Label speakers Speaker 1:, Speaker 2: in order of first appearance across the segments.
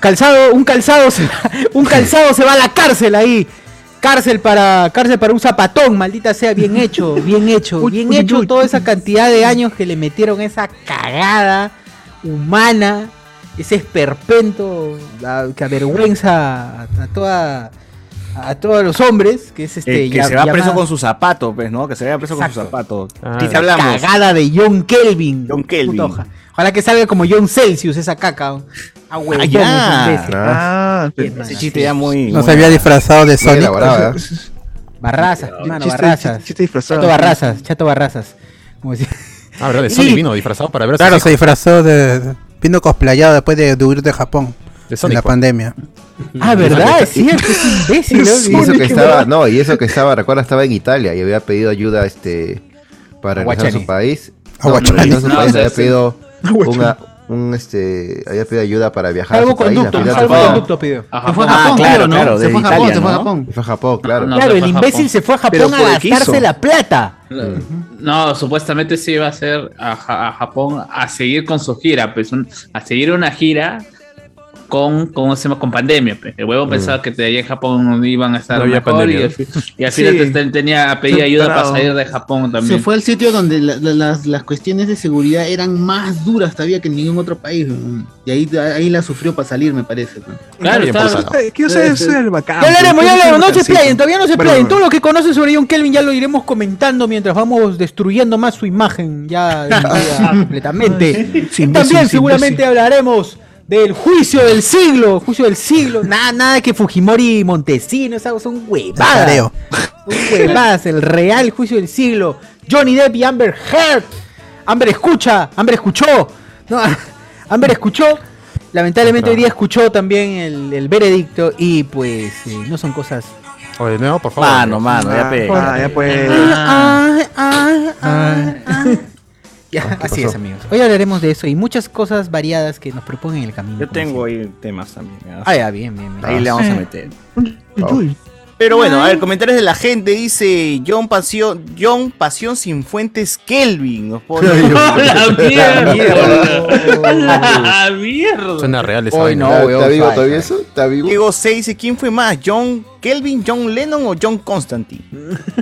Speaker 1: Calzado, un calzado, se va- un calzado se va a la cárcel ahí. Cárcel para, cárcel para un zapatón, maldita sea, bien hecho, bien hecho,
Speaker 2: Uy,
Speaker 1: bien
Speaker 2: uy,
Speaker 1: hecho
Speaker 2: uy.
Speaker 1: toda esa cantidad de años que le metieron esa cagada humana, ese esperpento la- que avergüenza a, a toda a todos los hombres, que es este
Speaker 3: Eh, que
Speaker 1: ya-
Speaker 3: se va preso
Speaker 1: llamada-
Speaker 3: con su zapato, pues, ¿no? Que se vaya preso con
Speaker 1: Exacto.
Speaker 3: su zapato.
Speaker 2: Ah,
Speaker 3: Tiz,
Speaker 2: ya.
Speaker 3: hablamos.
Speaker 1: cagada de John Kelvin.
Speaker 3: John Kelvin.
Speaker 1: Puta hoja. Ojalá que salga como John Celsius esa caca. ¿no? A huevo.
Speaker 3: Ah, ya.
Speaker 2: Ah,
Speaker 1: Bien,
Speaker 2: pero-
Speaker 1: man.
Speaker 3: Ese chiste ya muy...
Speaker 4: No
Speaker 3: muy-
Speaker 4: se había disfrazado de Sonic.
Speaker 5: elaborado, ¿eh?
Speaker 1: Barrazas, mano,
Speaker 2: Chiste-
Speaker 1: barrazas.
Speaker 2: chiste disfrazado.
Speaker 1: Chato barrazas, chato barrazas. Como decía-
Speaker 6: Ah, verdad, de
Speaker 1: Y-
Speaker 6: Sonic vino disfrazado para ver a sus
Speaker 4: Claro,
Speaker 6: hijos.
Speaker 4: se disfrazó de. Vino cosplayado después de, de huir de Japón.
Speaker 6: De
Speaker 4: en
Speaker 6: Sonic.
Speaker 4: la
Speaker 6: pues.
Speaker 4: pandemia.
Speaker 1: Ah, ¿verdad? Es cierto, es imbécil. ¿no?
Speaker 5: Y eso que estaba, no, y eso que estaba, recuerda, estaba en Italia y había pedido ayuda este para regresar a
Speaker 1: Guachani.
Speaker 5: su país.
Speaker 4: A
Speaker 5: No,
Speaker 4: Guachani.
Speaker 5: regresó a su
Speaker 3: No,
Speaker 5: país,
Speaker 3: sí,
Speaker 5: había
Speaker 3: sí.
Speaker 5: pedido una, un este, había pedido ayuda para viajar a
Speaker 1: Salvo
Speaker 5: su país.
Speaker 1: conducto,
Speaker 5: al
Speaker 1: un
Speaker 5: final
Speaker 1: salvo
Speaker 5: se fue a-
Speaker 1: conducto pidió.
Speaker 2: Se fue a
Speaker 3: Ah,
Speaker 2: Japón,
Speaker 3: claro,
Speaker 2: claro, ¿no?
Speaker 3: claro,
Speaker 2: se
Speaker 3: de
Speaker 2: fue a Japón,
Speaker 3: Italia,
Speaker 2: se fue a
Speaker 3: ¿no?
Speaker 2: Japón.
Speaker 5: se fue a Japón, claro.
Speaker 7: No,
Speaker 1: claro,
Speaker 7: se
Speaker 1: el
Speaker 7: fue a
Speaker 1: imbécil
Speaker 7: Japón.
Speaker 1: se fue a
Speaker 3: Pero
Speaker 1: Japón a
Speaker 3: porque quiso.
Speaker 1: gastarse la plata.
Speaker 7: No, supuestamente se iba a hacer a, Ja- a Japón a seguir con su gira, pues un- a seguir una gira con cómo se llama con pandemia. pues. El huevo pensaba que de allá en Japón iban a estar
Speaker 6: Mm. No había
Speaker 7: mejor
Speaker 6: pandemia,
Speaker 7: y, al,
Speaker 6: ¿no?
Speaker 7: fi- y al final
Speaker 2: Sí.
Speaker 7: te- tenía a pedir ayuda para
Speaker 2: Tarado.
Speaker 7: salir de Japón también.
Speaker 2: Se fue al sitio donde la- la- las, las cuestiones de seguridad eran más duras todavía que en ningún otro país. weón. Y ahí, ahí la sufrió para salir, me parece. weón.
Speaker 7: Claro,
Speaker 6: Bien,
Speaker 7: estaba-
Speaker 6: pues, ah,
Speaker 2: Quiero ser- ser el
Speaker 3: Ah,
Speaker 2: bacán.
Speaker 1: Ya hablaremos, ya hablaremos, no se playen, todavía no se
Speaker 2: Bueno,
Speaker 1: playen.
Speaker 2: bueno.
Speaker 1: Todo lo que conocen sobre John Kelvin ya lo iremos comentando mientras vamos destruyendo más su imagen ya destruida completamente.
Speaker 2: Sí,
Speaker 1: Y
Speaker 2: imbécil,
Speaker 1: también
Speaker 2: sí,
Speaker 1: seguramente
Speaker 2: imbécil.
Speaker 1: hablaremos del juicio del siglo, juicio del siglo. Nada, nada que Fujimori y Montesino, esas son huevadas.
Speaker 4: Tareo.
Speaker 1: Son huevadas, el real juicio del siglo. Johnny Depp y Amber Heard. Amber escucha, Amber escuchó. No, Amber escuchó. Lamentablemente hoy día escuchó también el, el veredicto y pues eh, no son cosas
Speaker 6: Oye, no, por favor.
Speaker 3: Mano, mano, ya pe.
Speaker 2: Ah, ya pues.
Speaker 1: Ah, Ya, así es,
Speaker 5: pasó?
Speaker 1: amigos. Hoy hablaremos de eso y muchas cosas variadas que nos proponen en el camino.
Speaker 3: Yo
Speaker 1: como
Speaker 3: tengo
Speaker 1: siempre.
Speaker 3: ahí temas también. ¿no?
Speaker 1: Ah, ya, bien, bien. bien.
Speaker 3: Ahí le vamos a meter.
Speaker 5: Wow.
Speaker 3: Pero bueno, a ver, comentarios de la gente. Dice John Pasión, John Pasión sin fuentes Kelvin. Nos pone.
Speaker 7: ¡Oh, ¡La mierda! ¡La
Speaker 6: Suena
Speaker 7: mierda!
Speaker 6: real esa
Speaker 1: Hoy
Speaker 6: vaina.
Speaker 1: no,
Speaker 5: ¿Está-
Speaker 1: weón,
Speaker 5: ¿Está vivo
Speaker 1: sabe,
Speaker 5: todavía
Speaker 1: sabe.
Speaker 5: eso? ¿Está vivo?
Speaker 3: Diego 6 dice, ¿quién fue más? ¿John Kelvin, John Lennon o John Constantine?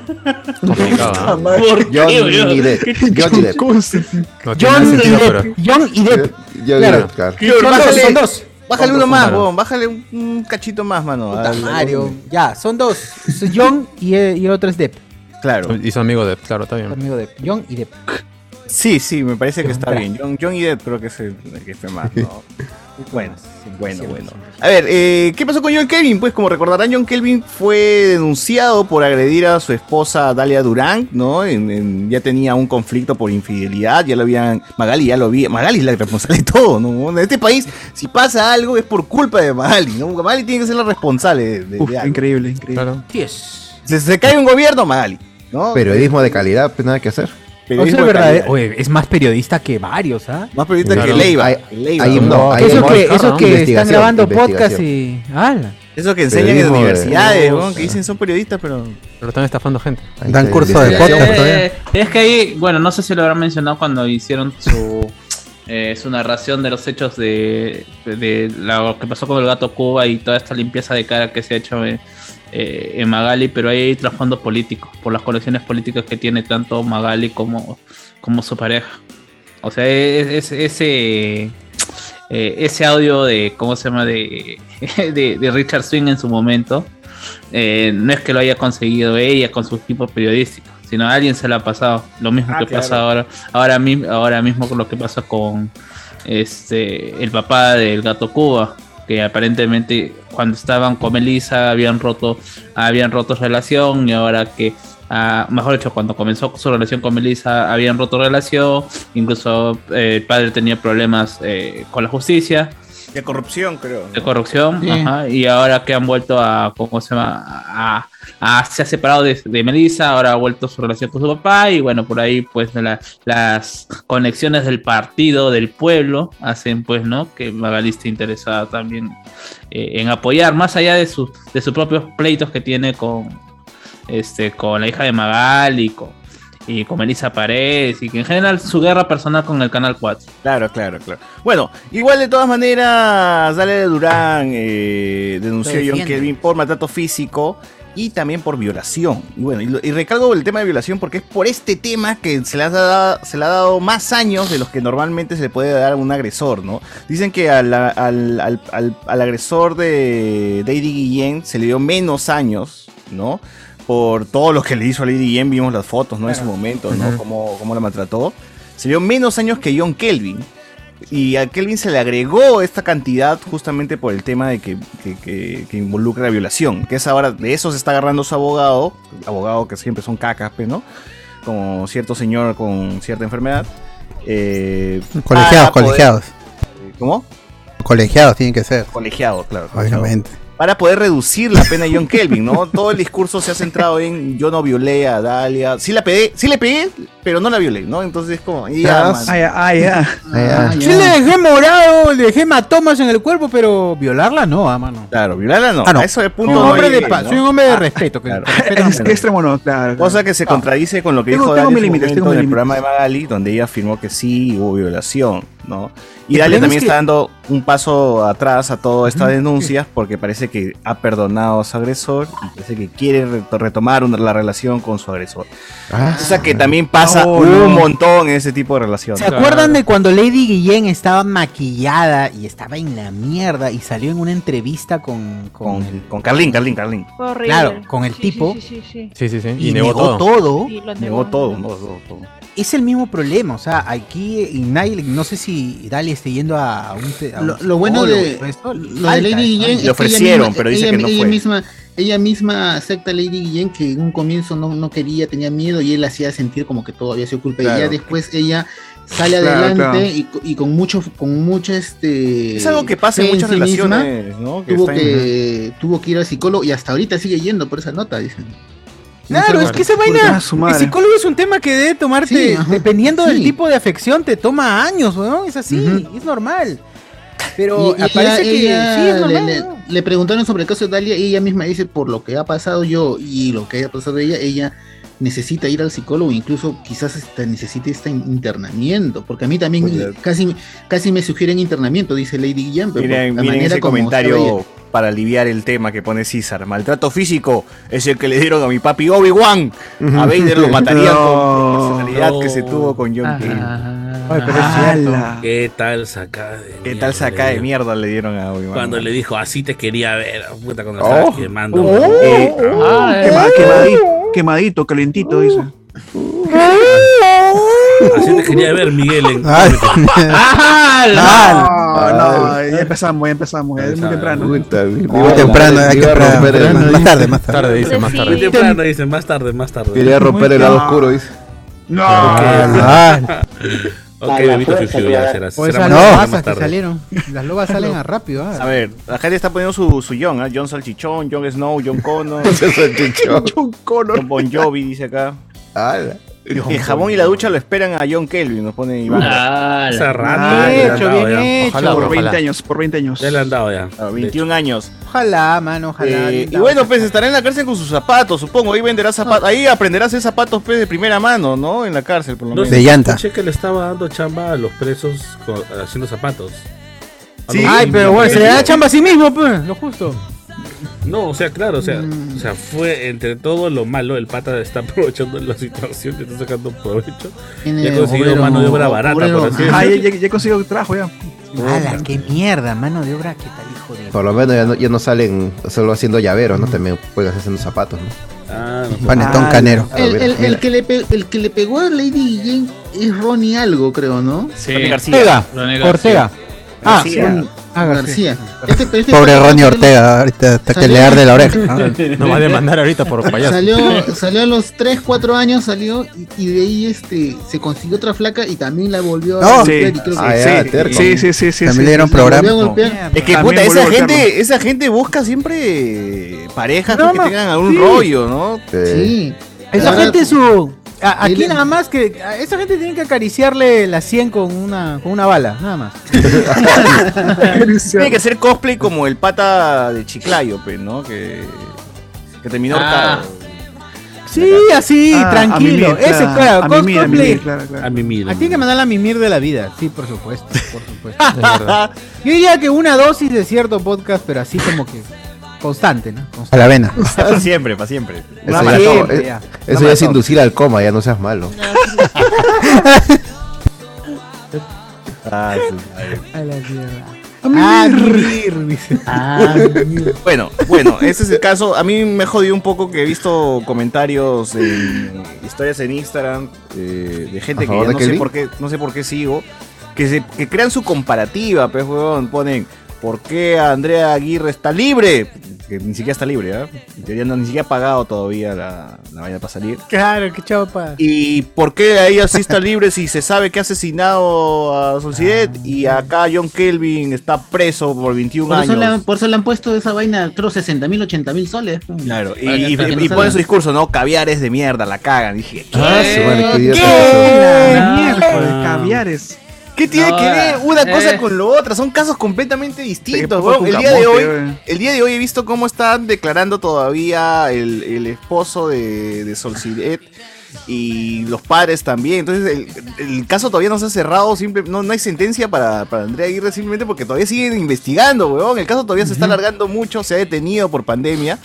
Speaker 6: Complicado, ¿no?
Speaker 7: ¿Por
Speaker 5: John
Speaker 7: qué, weón?
Speaker 5: y Depp. John y Depp.
Speaker 6: No tiene
Speaker 1: John y
Speaker 6: sentido,
Speaker 1: Depp.
Speaker 6: pero-
Speaker 1: John y Depp.
Speaker 5: Yo
Speaker 1: Claro.
Speaker 5: digo, claro.
Speaker 3: Son dos,
Speaker 1: Bájale-
Speaker 3: son
Speaker 1: dos.
Speaker 3: Bájale uno
Speaker 6: Claro.
Speaker 3: más, huevón, Bájale un, un cachito más, mano.
Speaker 1: Puta,
Speaker 3: al- al-
Speaker 1: Mario. Ya, son dos. Es John y, eh, y el otro es Depp.
Speaker 3: Claro.
Speaker 6: Y su amigo Depp, claro, está
Speaker 1: su
Speaker 6: bien.
Speaker 1: Amigo Depp. John y Depp.
Speaker 3: Sí, sí, me parece que está bien. John, John y Depp creo que es el, el que fue más, ¿no? Bueno, bueno, bueno. A ver, eh, ¿qué pasó con John Kelvin? Pues como recordarán, John Kelvin fue denunciado por agredir a su esposa Dalia Durán, ¿no? En- en- ya tenía un conflicto por infidelidad, ya lo habían... Magali ya lo vi. Magali es la responsable de todo, ¿no? En este país, si pasa algo es por culpa de Magali, ¿no? Magali tiene que ser la responsable de, de-
Speaker 2: Uf,
Speaker 3: de algo.
Speaker 2: increíble, increíble.
Speaker 6: Claro.
Speaker 3: Se, se cae un gobierno, Magali, ¿no?
Speaker 5: Periodismo de calidad, pues nada que hacer.
Speaker 1: O
Speaker 3: Periodismo
Speaker 1: sea,
Speaker 3: de
Speaker 1: verdad,
Speaker 3: calidad.
Speaker 1: eh, oye, es más periodista que varios, ¿ah?
Speaker 3: Más periodista
Speaker 6: Claro.
Speaker 3: que Leiva.
Speaker 5: Ahí-
Speaker 3: que Leiva,
Speaker 5: ahí
Speaker 3: ¿no?
Speaker 5: no, ahí
Speaker 1: Eso
Speaker 5: no.
Speaker 1: que,
Speaker 6: claro,
Speaker 1: eso
Speaker 6: ¿no?
Speaker 1: que están
Speaker 5: Investigación,
Speaker 1: grabando podcast
Speaker 5: investigación.
Speaker 1: y. ¡Hala!
Speaker 3: Eso que enseñan en
Speaker 5: Periodismo de-
Speaker 3: universidades,
Speaker 6: No,
Speaker 3: weón,
Speaker 6: o sea.
Speaker 3: que dicen son periodistas, pero.
Speaker 6: Pero están estafando gente.
Speaker 5: Ahí
Speaker 4: Dan
Speaker 5: está,
Speaker 4: curso de
Speaker 5: investigación.
Speaker 4: podcast todavía.
Speaker 7: Eh, es que ahí, bueno, no sé si lo habrán mencionado cuando hicieron su, eh, su narración de los hechos de, de lo que pasó con el gato Cuba y toda esta limpieza de cara que se ha hecho eh, eh, en, Magali, pero ahí hay trasfondos políticos, por las colecciones políticas que tiene tanto Magali como, como su pareja. O sea, es, es- ese, eh, ese audio de, ¿cómo se llama? De, de, de Richard Swing en su momento. eh, no es que lo haya conseguido ella con sus equipos periodísticos, sino alguien se lo ha pasado. Lo mismo
Speaker 3: Ah,
Speaker 7: que
Speaker 3: claro.
Speaker 7: pasa ahora, ahora, mismo, ahora mismo con lo que pasa con este el papá del gato Cuba, que aparentemente cuando estaban con Melissa habían roto, habían roto relación y ahora que Ah, mejor dicho, cuando comenzó su relación con Melissa, habían roto relación, incluso eh, el padre tenía problemas eh, con la justicia,
Speaker 3: De corrupción, creo.
Speaker 7: de corrupción,
Speaker 2: Sí.
Speaker 7: ajá, y ahora que han vuelto a, ¿cómo se llama? A, a- se ha separado de, de Melissa, ahora ha vuelto su relación con su papá, y bueno, por ahí pues la- las conexiones del partido, del pueblo, hacen pues, ¿no? Que Magali esté interesada también eh, en apoyar, más allá de, sus de sus propios pleitos que tiene con, este, con la hija de Magali, con, y con Melissa Paredes y que en general su guerra personal con el Canal 4.
Speaker 3: Claro, claro, claro. Bueno, igual de todas maneras, Dale Durán eh, denunció a
Speaker 8: Lo
Speaker 3: John
Speaker 8: defiende.
Speaker 3: Kelvin por maltrato físico y también por violación. Y bueno, y, lo- y recalco el tema de violación porque es por este tema que se le, ha dado, se le ha dado más años de los que normalmente se le puede dar a un agresor, ¿no? Dicen que al, al- al- al- al agresor de Lady Guillén se le dio menos años, ¿no? Por todo lo que le hizo a Lady Guillén, vimos las fotos, ¿no? En su momento, ¿no?
Speaker 6: Ujú.
Speaker 3: cómo, cómo la maltrató. Se le dio menos años que John Kelvin. Y a Kelvin se le agregó esta cantidad justamente por el tema de que, que- que- que involucra la violación. Que es ahora, de eso se está agarrando su abogado, abogado que siempre son cacas, pues, ¿no? Como cierto señor con cierta enfermedad. eh,
Speaker 4: Colegiados,
Speaker 3: para poder-
Speaker 4: colegiados.
Speaker 3: ¿Cómo?
Speaker 4: Colegiados tienen que ser,
Speaker 3: Colegiado, claro. colegiado.
Speaker 4: obviamente.
Speaker 3: Para poder reducir la pena de John Kelvin, ¿no? Todo el discurso se ha centrado en yo no violé a Dalia. Sí la pegué, sí le pegué, pero no la violé, ¿no? Entonces es como... y ya, man.
Speaker 8: Ah, ya, ah, ya.
Speaker 5: Ah,
Speaker 2: Ah,
Speaker 1: Yo
Speaker 2: ya.
Speaker 1: le dejé morado, le dejé hematomas en el cuerpo, pero violarla no, ah, mano.
Speaker 3: Claro, violarla no.
Speaker 4: Ah, no.
Speaker 3: A eso de punto
Speaker 1: Soy un
Speaker 3: no
Speaker 1: hombre de
Speaker 3: llegué,
Speaker 1: paz,
Speaker 3: ¿no?
Speaker 1: soy un hombre de respeto. que-
Speaker 3: claro.
Speaker 1: que respeta a
Speaker 8: Es-
Speaker 1: las mujeres.
Speaker 8: Extremo no, claro.
Speaker 3: Cosa que se contradice con lo que
Speaker 8: Tengo-
Speaker 3: dijo
Speaker 8: tengo
Speaker 3: Dalia en
Speaker 8: mis
Speaker 3: su
Speaker 8: límites,
Speaker 3: momento
Speaker 8: tengo mis
Speaker 3: en el programa de
Speaker 8: límites.
Speaker 3: Magali, donde ella afirmó que sí hubo violación, ¿no? Y
Speaker 1: El
Speaker 3: Dalia
Speaker 1: problema
Speaker 3: también
Speaker 1: es
Speaker 3: está
Speaker 1: que-
Speaker 3: dando un paso atrás a todas estas denuncias porque parece que ha perdonado a su agresor y parece que quiere reto- retomar una- la relación con su agresor.
Speaker 5: ah,
Speaker 3: O sea que también pasa
Speaker 8: Oh, no.
Speaker 3: un montón en ese tipo de relaciones.
Speaker 1: ¿Se acuerdan de cuando Lady Guillén estaba maquillada y estaba en la mierda y salió en una entrevista con, con,
Speaker 3: Con,
Speaker 1: el,
Speaker 3: con Carlín, Carlín, Carlín.
Speaker 9: Fue horrible.
Speaker 1: Claro, con el
Speaker 9: Sí,
Speaker 1: tipo.
Speaker 9: Sí, sí, sí.
Speaker 6: Sí, sí, sí.
Speaker 1: y, negó, todo?
Speaker 9: Sí, lo
Speaker 3: Negó
Speaker 9: negó.
Speaker 3: todo, ¿no? Todo, todo.
Speaker 1: Es el mismo problema, o sea, aquí y nadie, no sé si Dali esté yendo a un... te- a un
Speaker 2: Lo, lo bueno de,
Speaker 1: psicólogo, esto,
Speaker 2: lo
Speaker 1: pues, falta,
Speaker 2: de Lady
Speaker 1: ¿no?
Speaker 2: Guillén es que ella
Speaker 3: ofrecieron,
Speaker 2: misma-
Speaker 3: pero dice
Speaker 2: ella-
Speaker 3: que no
Speaker 2: ella
Speaker 3: fue.
Speaker 2: Misma, ella misma acepta a Lady Guillén que en un comienzo no, no quería, tenía miedo y él hacía sentir como que todo había sido culpa.
Speaker 3: Claro.
Speaker 2: Y ya después ella sale
Speaker 8: Claro,
Speaker 2: adelante
Speaker 8: claro.
Speaker 2: Y, co- y con mucho, con mucha este.
Speaker 3: Es algo que pasa en
Speaker 2: fe
Speaker 3: muchas
Speaker 2: sí misma,
Speaker 3: relaciones, ¿no? Que
Speaker 2: tuvo,
Speaker 3: están-
Speaker 2: que, tuvo que ir al psicólogo y hasta ahorita sigue yendo por esa nota, dicen.
Speaker 1: Claro, es que esa
Speaker 8: Ah,
Speaker 1: vaina...
Speaker 8: su
Speaker 1: El
Speaker 8: madre.
Speaker 1: psicólogo es un tema que debe tomarte,
Speaker 2: Sí, ajá,
Speaker 1: dependiendo del
Speaker 2: sí.
Speaker 1: tipo de afección, te toma años, ¿no? Es así,
Speaker 2: Ujú.
Speaker 1: es normal. Pero
Speaker 2: Y- y
Speaker 1: parece que
Speaker 2: ella-
Speaker 1: sí, es
Speaker 2: ella
Speaker 1: normal.
Speaker 2: le,
Speaker 1: ¿no?
Speaker 2: le- le preguntaron sobre el caso de Dalia y ella misma dice, por lo que ha pasado yo y lo que haya pasado ella, ella necesita ir al psicólogo, incluso quizás hasta necesite este in- internamiento, porque a mí también
Speaker 10: Pues
Speaker 3: Porque-
Speaker 2: casi, casi me sugieren internamiento, dice Lady Guillén. pero
Speaker 3: Miren,
Speaker 2: por la
Speaker 3: miren
Speaker 2: manera
Speaker 3: ese
Speaker 2: como estaba
Speaker 3: comentario
Speaker 2: ella.
Speaker 3: para aliviar el tema que pone César. Maltrato físico es el que le dieron a mi papi Obi-Wan. A Vader lo
Speaker 8: No.
Speaker 3: mataría con la personalidad que se
Speaker 10: No.
Speaker 3: tuvo con John Kelly.
Speaker 7: Ajá.
Speaker 8: Ala.
Speaker 10: ¿Qué tal saca de
Speaker 3: ¿Qué
Speaker 10: mierda
Speaker 3: tal
Speaker 10: le
Speaker 3: saca de
Speaker 10: dio?
Speaker 3: mierda le dieron a Obi-Wan?
Speaker 10: Cuando le dijo, así te quería ver, puta, cuando la
Speaker 5: Oh.
Speaker 10: estaba quemando.
Speaker 3: Eh,
Speaker 2: Oh.
Speaker 7: Ah, eh.
Speaker 8: Quema- quemadito, quemadito, calentito, dice.
Speaker 10: Así te quería ver, Miguel. en-
Speaker 4: Ay,
Speaker 7: ¡Ala!
Speaker 8: Ah, no, ya empezamos, ya empezamos, ya es muy temprano.
Speaker 5: puta, me
Speaker 4: muy
Speaker 5: iba a
Speaker 4: temprano,
Speaker 5: romper-
Speaker 4: hay
Speaker 5: me iba
Speaker 4: que
Speaker 5: a
Speaker 4: esperar.
Speaker 5: romper el-
Speaker 4: Más, más tarde, más tarde.
Speaker 6: Tarde, dice, más
Speaker 10: Muy
Speaker 6: tarde.
Speaker 10: temprano, dice, más tarde, más tarde.
Speaker 5: Quería romper el lado
Speaker 8: Ah.
Speaker 5: oscuro, dice.
Speaker 8: No,
Speaker 4: Ah,
Speaker 10: Ok, bebito fingido, ya será.
Speaker 1: Pues
Speaker 10: será
Speaker 1: esas
Speaker 4: no.
Speaker 10: mañana,
Speaker 1: lobas
Speaker 10: más
Speaker 1: que
Speaker 10: tarde.
Speaker 1: salieron. Las lobas salen a rápido. ah.
Speaker 3: A ver, la gente está poniendo su, su John, ¿ah? John Salchichón, John Snow, John Connor,
Speaker 5: Se salchichó.
Speaker 3: John Bon Jovi, dice acá.
Speaker 5: Ala.
Speaker 3: El jabón y la ducha lo esperan a John Kelvin, nos pone
Speaker 7: Ah,
Speaker 3: Iván.
Speaker 10: Ah. Hace
Speaker 7: ¡Ala!
Speaker 10: rato,
Speaker 1: bien
Speaker 10: ya le han
Speaker 1: hecho,
Speaker 10: dado,
Speaker 1: bien
Speaker 10: ya.
Speaker 1: hecho.
Speaker 6: Ojalá,
Speaker 8: por
Speaker 6: ojalá.
Speaker 8: 20 años, por 20 años.
Speaker 10: Ya le han dado ya.
Speaker 3: A 21 años.
Speaker 1: Ojalá, mano, ojalá.
Speaker 3: Eh,
Speaker 1: bien
Speaker 3: y
Speaker 1: dado.
Speaker 3: bueno, pues estará en la cárcel con sus zapatos, supongo. Ahí
Speaker 1: Ah.
Speaker 3: venderás zapatos. Ahí aprenderás a hacer zapatos pues, de primera mano, ¿no? En la cárcel, por lo menos.
Speaker 4: de llanta.
Speaker 10: Escuché que le estaba dando chamba a los presos co- haciendo zapatos.
Speaker 3: Sí.
Speaker 1: Ay, pero bueno, se le da chamba a sí mismo, pues, lo justo.
Speaker 10: No, o sea, claro, o sea, o sea, fue entre todo lo malo, el pata está aprovechando la situación, le está sacando provecho.
Speaker 2: Tiene
Speaker 10: Ya consiguió
Speaker 2: obrero-
Speaker 10: mano de obra barata,
Speaker 2: obrero-
Speaker 10: por así decirlo.
Speaker 8: Ah, ya, ya, ya he conseguido trabajo ya.
Speaker 1: Ala, qué mierda, mano de obra, qué tal hijo de.
Speaker 5: Por lo menos ya no, ya no salen solo haciendo llaveros, ¿no? También pueden hacer haciendo zapatos, ¿no?
Speaker 10: Ah, no.
Speaker 4: Panetón canero.
Speaker 5: Ah,
Speaker 2: El,
Speaker 5: mira,
Speaker 2: el- el
Speaker 5: mira.
Speaker 2: que le pe- el que le pegó a Lady Guillén es Ronnie algo, creo, ¿no?
Speaker 7: Sí,
Speaker 3: García.
Speaker 1: Ortega,
Speaker 7: Ronnie García.
Speaker 1: Ortega. Ah,
Speaker 3: Sí,
Speaker 2: Ron-
Speaker 1: ah, García.
Speaker 2: García. Este- pero este-
Speaker 4: Pobre Ronnie Ortega, ahorita hasta que le arde la oreja. ¿no?
Speaker 6: Nos va a demandar ahorita por payaso.
Speaker 2: Salió, salió a los 3, 4 años, salió y, y de ahí este, se consiguió otra flaca y también la volvió a
Speaker 4: No.
Speaker 2: golpear
Speaker 8: Sí.
Speaker 2: y creo que-
Speaker 5: Ah, ya, terco.
Speaker 8: Sí, sí, sí, sí. sí. Ah,
Speaker 4: También le dieron
Speaker 2: la volvió a
Speaker 4: programa.
Speaker 3: Es
Speaker 2: golpear.
Speaker 3: que
Speaker 8: También
Speaker 3: puta,
Speaker 8: vuelvo
Speaker 3: esa
Speaker 8: a buscarlo.
Speaker 3: gente, esa gente busca siempre parejas
Speaker 1: No,
Speaker 3: pues, que
Speaker 1: ma-
Speaker 3: tengan algún
Speaker 1: sí.
Speaker 3: rollo, ¿no?
Speaker 5: Sí.
Speaker 2: Sí.
Speaker 1: Esa
Speaker 2: Ahora-
Speaker 1: gente su. a- aquí
Speaker 2: Dile-
Speaker 1: nada más que. A esa gente tiene que acariciarle la 100 con una, con una bala, nada más.
Speaker 3: Tiene que ser cosplay como el pata de Chiclayo, pues, ¿no? Que, que terminó
Speaker 7: Ah.
Speaker 3: ahorcado.
Speaker 1: Sí, así,
Speaker 8: Ah, a
Speaker 1: tranquilo.
Speaker 8: mimir,
Speaker 1: Ese,
Speaker 8: claro.
Speaker 1: claro,
Speaker 8: A
Speaker 1: cos-
Speaker 8: mimir, a
Speaker 1: cosplay.
Speaker 8: mimir, claro, claro.
Speaker 10: A mi mira.
Speaker 1: Ah, tiene que mandar la mimir de la vida, sí, por supuesto, por supuesto. Yo diría que una dosis de cierto podcast, pero así como que constante, ¿no?
Speaker 4: A la vena.
Speaker 3: Para siempre, para siempre.
Speaker 5: Eso, ya,
Speaker 1: Una
Speaker 5: es como-
Speaker 1: maratón,
Speaker 5: es-
Speaker 1: ya.
Speaker 5: eso ya es inducir al coma, ya no seas malo.
Speaker 3: Ah, sí.
Speaker 1: A la mierda. Ah, mimir, dice.
Speaker 10: Ah.
Speaker 3: Bueno, bueno, ese es el caso. A mí me jodió un poco que he visto comentarios en historias en Instagram eh, de gente que
Speaker 5: ¿A favor
Speaker 3: ya
Speaker 5: de
Speaker 3: no sé
Speaker 5: Kelvin?
Speaker 3: por qué, no sé por qué sigo, que se que crean su comparativa, pues huevón, ponen ¿Por qué Andrea Aguirre está libre? Que ni siquiera está libre, ¿ah? En teoría no- Ni siquiera ha pagado todavía la, la vaina para salir.
Speaker 1: Claro, qué chapa.
Speaker 3: ¿Y por qué a ella sí está libre si se sabe que ha asesinado a Sociedad?
Speaker 5: Ah.
Speaker 3: Y acá John Kelvin está preso por 21
Speaker 2: Por eso,
Speaker 3: años.
Speaker 2: le han, por eso le han puesto esa vaina, creo, 60 mil, 80 mil soles. pues.
Speaker 3: Claro, y,
Speaker 2: Para que-
Speaker 3: y,
Speaker 2: para que no
Speaker 3: y ponen
Speaker 2: salgan.
Speaker 3: su discurso, ¿no? Caviares de mierda, la cagan. Dije, ¿qué,
Speaker 10: Ah,
Speaker 5: Sí, bueno, qué idiota
Speaker 3: ¿Qué?
Speaker 8: La
Speaker 7: No.
Speaker 8: miércoles,
Speaker 10: Ah.
Speaker 8: caviares.
Speaker 3: qué tiene
Speaker 7: No,
Speaker 3: que ver una
Speaker 7: eh.
Speaker 3: cosa con lo otra? Son casos completamente
Speaker 8: Pero
Speaker 3: distintos. weón.
Speaker 8: fue
Speaker 3: El
Speaker 8: con
Speaker 3: día de
Speaker 8: camote,
Speaker 3: hoy,
Speaker 8: weón.
Speaker 3: el día de hoy he visto cómo están declarando todavía el, el esposo de, de Solcidet y los padres también. Entonces, el, el caso todavía no se ha cerrado, simple, no, no hay sentencia para, para Andrea Aguirre simplemente porque todavía siguen investigando, weón. El caso todavía se está alargando mucho, se ha detenido por pandemia.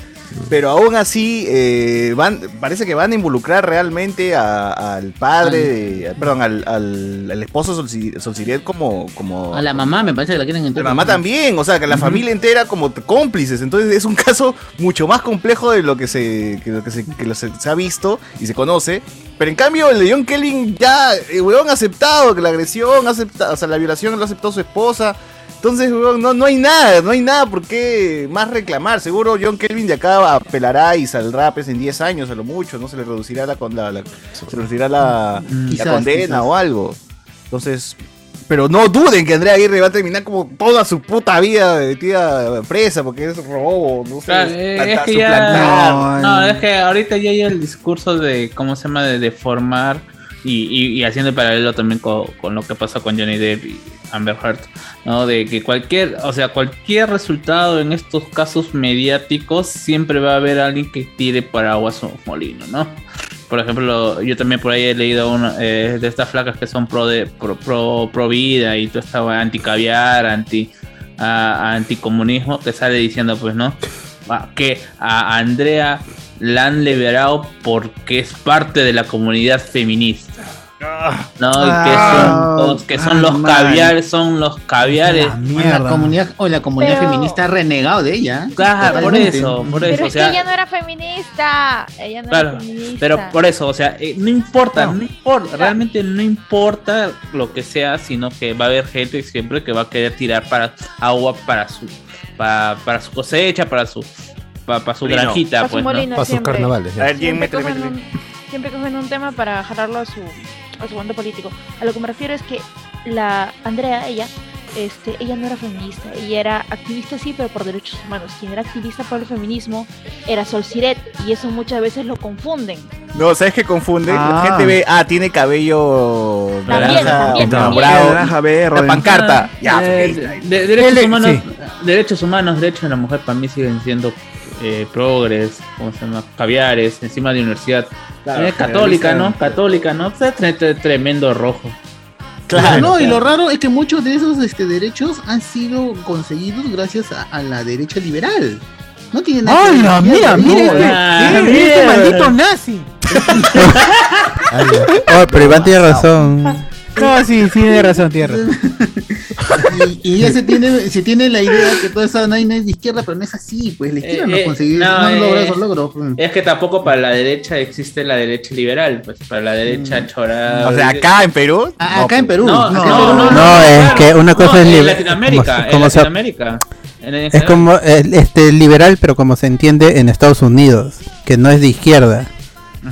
Speaker 3: Pero aún así, eh, van, parece que van a involucrar realmente a- al padre, de- perdón, al, al, al esposo Solci- Solcidet como, como...
Speaker 2: A la mamá me parece que la quieren
Speaker 3: La
Speaker 2: entrar.
Speaker 3: mamá también, o sea, que la familia entera como t- cómplices. Entonces es un caso mucho más complejo de lo que se que lo que se, que lo se- se ha visto y se conoce. Pero en cambio, el de John Kelly ya, eh, weón, ha aceptado que la agresión, ha acepta- o sea, la violación lo aceptó su esposa. Entonces, weón, no, no hay nada, no hay nada por qué más reclamar. Seguro John Kelvin de acá apelará y saldrá pues, en 10 años a lo mucho, no se le reducirá la, con- la- la- se le reducirá la, la
Speaker 2: Mm. Quizás,
Speaker 3: condena
Speaker 2: quizás.
Speaker 3: o algo. Entonces, pero no duden que Andrea Aguirre va a terminar como toda su puta vida metida presa porque es robo, no sé,
Speaker 9: Ah,
Speaker 7: Claro, eh,
Speaker 3: planta-
Speaker 7: es que
Speaker 3: suplantar.
Speaker 7: ya, no, es que ahorita ya hay el discurso de cómo se llama de deformar y, y- y haciendo el paralelo también co- con, lo que pasa con Johnny Depp y Amber Heard, ¿no? De que cualquier, o sea, cualquier resultado en estos casos mediáticos siempre va a haber alguien que tire paraguas o molino, ¿no? Por ejemplo, yo también por ahí he leído una, eh, de estas flacas que son pro de pro, pro, pro vida y todo estaba anti caviar, anti a- anticomunismo, que sale diciendo pues, ¿no? a- que a Andrea la han liberado porque es parte de la comunidad feminista. No, que son,
Speaker 8: Ah,
Speaker 7: los, que son
Speaker 8: ah,
Speaker 7: los
Speaker 8: man. Ah.
Speaker 7: caviares, son los caviares.
Speaker 2: La comunidad, o la comunidad
Speaker 9: Pero-
Speaker 2: feminista ha renegado de ella. ¿eh?
Speaker 7: Claro, por
Speaker 2: Totalmente.
Speaker 7: eso, por eso.
Speaker 9: Pero
Speaker 7: o
Speaker 9: es que
Speaker 7: sea,
Speaker 9: ella no era feminista. Ella no
Speaker 7: Claro,
Speaker 9: era feminista.
Speaker 7: pero por eso, o sea, eh, no importa, no,
Speaker 2: No.
Speaker 7: importa, realmente no importa lo que sea, sino que va a haber gente siempre que va a querer tirar para agua para su para, para su cosecha, para su para, para su
Speaker 3: Molino.
Speaker 7: granjita,
Speaker 9: Para su
Speaker 7: pues, ¿no?
Speaker 9: molino
Speaker 6: Para sus
Speaker 9: siempre.
Speaker 6: carnavales.
Speaker 3: A
Speaker 6: ya.
Speaker 3: ver, Jim,
Speaker 9: Siempre
Speaker 3: métele,
Speaker 9: cogen,
Speaker 3: métele.
Speaker 9: un, siempre cogen un tema para jalarlo a su, a su bando político. A lo que me refiero es que la Andrea, ella, este, ella no era feminista. Ella era activista, sí, pero por derechos humanos. Quien era activista por el feminismo era Sol Siret. Y eso muchas veces lo confunden.
Speaker 3: No, ¿sabes qué confunde? La
Speaker 8: Ah.
Speaker 3: gente ve, ah, tiene cabello
Speaker 9: También,
Speaker 3: naranja,
Speaker 9: también,
Speaker 3: no,
Speaker 9: también.
Speaker 3: bravo,
Speaker 8: Naranja, verde.
Speaker 3: Oh. la pancarta. Ya,
Speaker 7: Eh,
Speaker 3: ok.
Speaker 7: de- derechos,
Speaker 1: Ele-
Speaker 7: humanos,
Speaker 1: sí.
Speaker 7: derechos humanos, derechos de la mujer para mí siguen siendo eh, progres, ¿cómo se llama? Caviares, encima de universidad. Eh, católica, ¿no? Católica, ¿no? O sea, tre- tre- tremendo rojo.
Speaker 3: Claro.
Speaker 2: Ah, no, y lo raro es que muchos de esos este, derechos han sido conseguidos gracias a, a la derecha liberal. No tiene nada que ver
Speaker 1: ¡Hola!
Speaker 2: con
Speaker 1: Mira,
Speaker 2: la
Speaker 1: mira
Speaker 2: izquierda,
Speaker 1: este,
Speaker 2: ¿no?
Speaker 7: Ah,
Speaker 1: mira este
Speaker 7: mierda.
Speaker 1: maldito nazi.
Speaker 4: Oh, pero Iván tiene razón.
Speaker 1: No, sí, sí, tiene razón, tiene razón.
Speaker 2: Y, y ya se tiene, se tiene la idea que toda esa vaina es de izquierda, pero no es así, pues la izquierda
Speaker 7: Eh,
Speaker 2: no ha
Speaker 7: eh,
Speaker 2: conseguido,
Speaker 7: no,
Speaker 2: no, han
Speaker 7: eh,
Speaker 2: logrado esos logros. pues.
Speaker 7: Es que tampoco para la derecha existe la derecha liberal, pues para la derecha chorada.
Speaker 3: O sea, acá en Perú.
Speaker 2: A-
Speaker 3: no,
Speaker 2: acá en Perú.
Speaker 7: No, no,
Speaker 2: acá
Speaker 7: no,
Speaker 2: en Perú.
Speaker 7: no,
Speaker 4: No, es que una cosa es
Speaker 7: En
Speaker 4: liber-
Speaker 7: Latinoamérica,
Speaker 4: como-
Speaker 7: en
Speaker 4: como se-
Speaker 7: Latinoamérica. En- en
Speaker 4: Es
Speaker 7: general.
Speaker 4: como eh, este liberal, pero como se entiende en Estados Unidos, que no es de izquierda.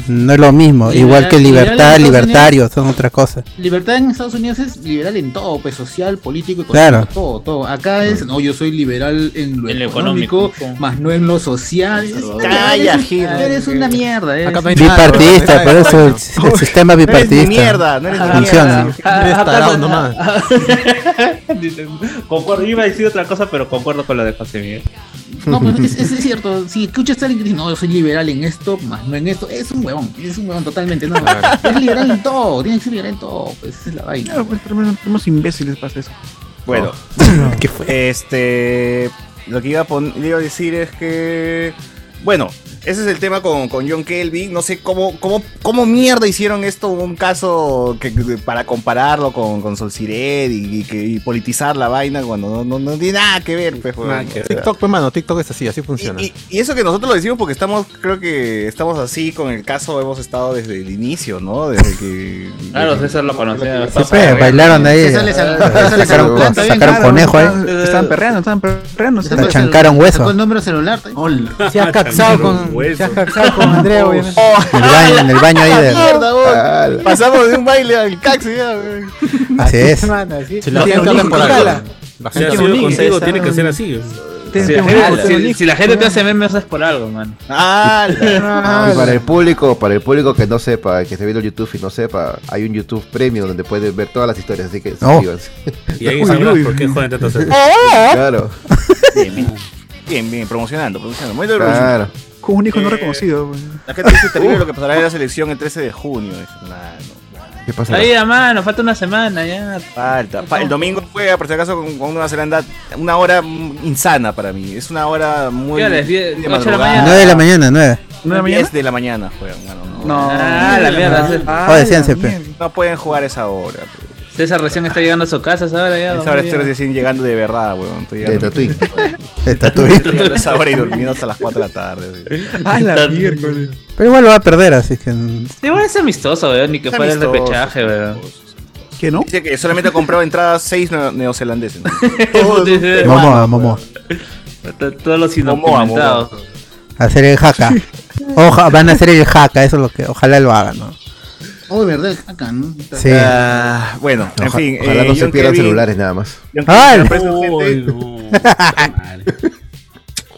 Speaker 4: No es lo mismo,
Speaker 2: Liberal-
Speaker 4: igual que
Speaker 2: liberal en
Speaker 4: libertad,
Speaker 2: Estados
Speaker 4: libertario, son otra cosa.
Speaker 2: Libertad en Estados Unidos es liberal en todo, pues social, político, económico,
Speaker 4: Claro.
Speaker 2: todo, todo. Acá es, no, yo soy liberal en lo,
Speaker 7: En lo
Speaker 2: económico,
Speaker 7: económico.
Speaker 2: más no en lo social. Es-
Speaker 3: Calla,
Speaker 2: eres, un-
Speaker 3: Gil.
Speaker 2: eres una mierda. eres
Speaker 6: Acá no
Speaker 2: un-
Speaker 6: hay nada,
Speaker 4: Bipartidista, pues.
Speaker 6: weón.
Speaker 4: por eso el, el sistema
Speaker 3: No eres ni
Speaker 4: bipartidista.
Speaker 3: mierda, no eres ni
Speaker 4: Funciona.
Speaker 3: mierda.
Speaker 7: Ah,
Speaker 6: Eres
Speaker 7: acá-
Speaker 6: tarado nomás.
Speaker 7: Dice, concuerdo, iba a decir otra cosa, pero concuerdo con lo de José Miguel.
Speaker 2: No, pues es, es- es cierto. Si escuchas a alguien que dice, no, yo soy liberal en esto, más no en esto, es un huevón. Es un huevón totalmente. No,
Speaker 3: Claro.
Speaker 2: es liberal en todo. Tiene que ser liberal en todo. Pues esa es la vaina.
Speaker 8: No, pues, tenemos tenemos imbéciles para eso.
Speaker 3: Bueno, este. Lo que iba a, pon- le iba a decir es que. Bueno, ese es el tema con, con John Kelvin. No sé cómo, cómo, cómo mierda hicieron esto un caso que, que- para compararlo con, con Sol Siret y, y que, y politizar la vaina cuando no, no, no tiene nada que ver. Pues,
Speaker 6: Nada
Speaker 3: huevón.
Speaker 6: que ver. TikTok, pues, mano, TikTok es así, así funciona.
Speaker 3: Y, y eso que nosotros lo decimos porque estamos, creo que estamos así con el caso, hemos estado desde el inicio, ¿no? Desde que.
Speaker 7: Claro,
Speaker 3: desde-
Speaker 7: César lo conocía.
Speaker 3: Sí, pues,
Speaker 4: Pe, bailaron ahí. este,
Speaker 3: César le sal- César le
Speaker 4: sacaron
Speaker 3: sacó-
Speaker 4: co- sacaron conejo ahí.
Speaker 8: Estaban perreando, estaban perreando.
Speaker 4: Le chancaron hueso.
Speaker 2: Sacó el número celular. Hola.
Speaker 10: Ah,
Speaker 1: Se ha caxado con, se ha caxado con Andrea, obviamente.
Speaker 4: En el baño, en el baño ahí de.
Speaker 3: Mierda, vos.
Speaker 4: Ah, la-
Speaker 3: Pasamos de un baile al caxi. ya, güey.
Speaker 4: Así es.
Speaker 1: Semana, ¿sí?
Speaker 6: Si la
Speaker 1: Sí,
Speaker 6: gente habla
Speaker 1: sí,
Speaker 6: por algo,
Speaker 1: jala.
Speaker 6: la
Speaker 10: Si ha
Speaker 6: gente
Speaker 10: sido
Speaker 6: habla.
Speaker 10: contigo,
Speaker 6: César,
Speaker 10: tiene que ser así.
Speaker 7: Si la, gente, si- si la gente te hace memes es por algo, man.
Speaker 3: Ah,
Speaker 5: Y para el público, para el público que no sepa, que esté viendo YouTube y no sepa, hay un YouTube Premium donde puedes ver todas las historias, así que suscríbanse.
Speaker 10: Y ahí sabrás por qué joden tanto a César.
Speaker 5: Claro,
Speaker 3: Bien, bien. Bien, bien, promocionando, promocionando. Muy bien,
Speaker 5: claro.
Speaker 8: Con un hijo no
Speaker 3: Eh,
Speaker 8: reconocido. pues.
Speaker 3: La gente dice terrible lo que pasará en la selección el 13 de junio. Dice, nah, no,
Speaker 5: ¿Qué pasa?
Speaker 7: La vida, mano, falta una semana ya.
Speaker 3: falta. Pa- El domingo juega, por si acaso, con, con Nueva Zelanda. Una hora mm, insana para mí. Es una hora muy.
Speaker 7: ¿Qué hora es? Die- ocho
Speaker 3: muy
Speaker 7: de la
Speaker 3: madrugada.
Speaker 7: mañana.
Speaker 4: 9 de la mañana, 9.
Speaker 8: ¿Nueve de la mañana?
Speaker 3: 10 de la mañana juegan. Bueno, no,
Speaker 8: No.
Speaker 7: Ah, la mierda. César.
Speaker 8: Ah,
Speaker 4: O
Speaker 8: la
Speaker 4: decían CP.
Speaker 8: mierda.
Speaker 3: no pueden jugar esa hora. pues.
Speaker 7: César recién está llegando a su casa, ahora ya.
Speaker 3: Esa hora
Speaker 7: dormido.
Speaker 3: estoy recién llegando de verdad, weón. Estoy
Speaker 5: De
Speaker 3: llegando.
Speaker 5: Tatooine.
Speaker 4: El tatuí.
Speaker 3: Estoy llegando a esa hora y durmiendo hasta las 4 de la tarde. sí.
Speaker 8: Ah, la miércoles.
Speaker 4: Pero igual lo va a perder, así que. mm,
Speaker 7: Sí, bueno, es amistoso, weón, ni que fuera el
Speaker 3: Amistoso.
Speaker 7: repechaje, weón.
Speaker 8: ¿Qué no?
Speaker 3: Dice que solamente ha comprado entradas 6 neozelandeses. ¿no?
Speaker 4: Momoa, Momoa.
Speaker 7: To- Todos los
Speaker 3: Momoa, Momoa.
Speaker 7: indocumentados.
Speaker 4: Hacer el jaca. Oja, van a hacer el jaca, eso es lo que. Ojalá lo hagan, ¿no?
Speaker 2: Oh, de verdad, acá, ¿no?
Speaker 4: Sí.
Speaker 3: Ah, bueno, en
Speaker 5: Oja-
Speaker 3: fin.
Speaker 5: ojalá
Speaker 3: eh,
Speaker 5: no se
Speaker 3: John
Speaker 5: pierdan
Speaker 3: Kevin-
Speaker 5: celulares nada más.
Speaker 3: John
Speaker 4: ¡Ah!
Speaker 3: Kevin será preso,
Speaker 10: Uy,
Speaker 3: gente.
Speaker 10: no. Madre.
Speaker 3: John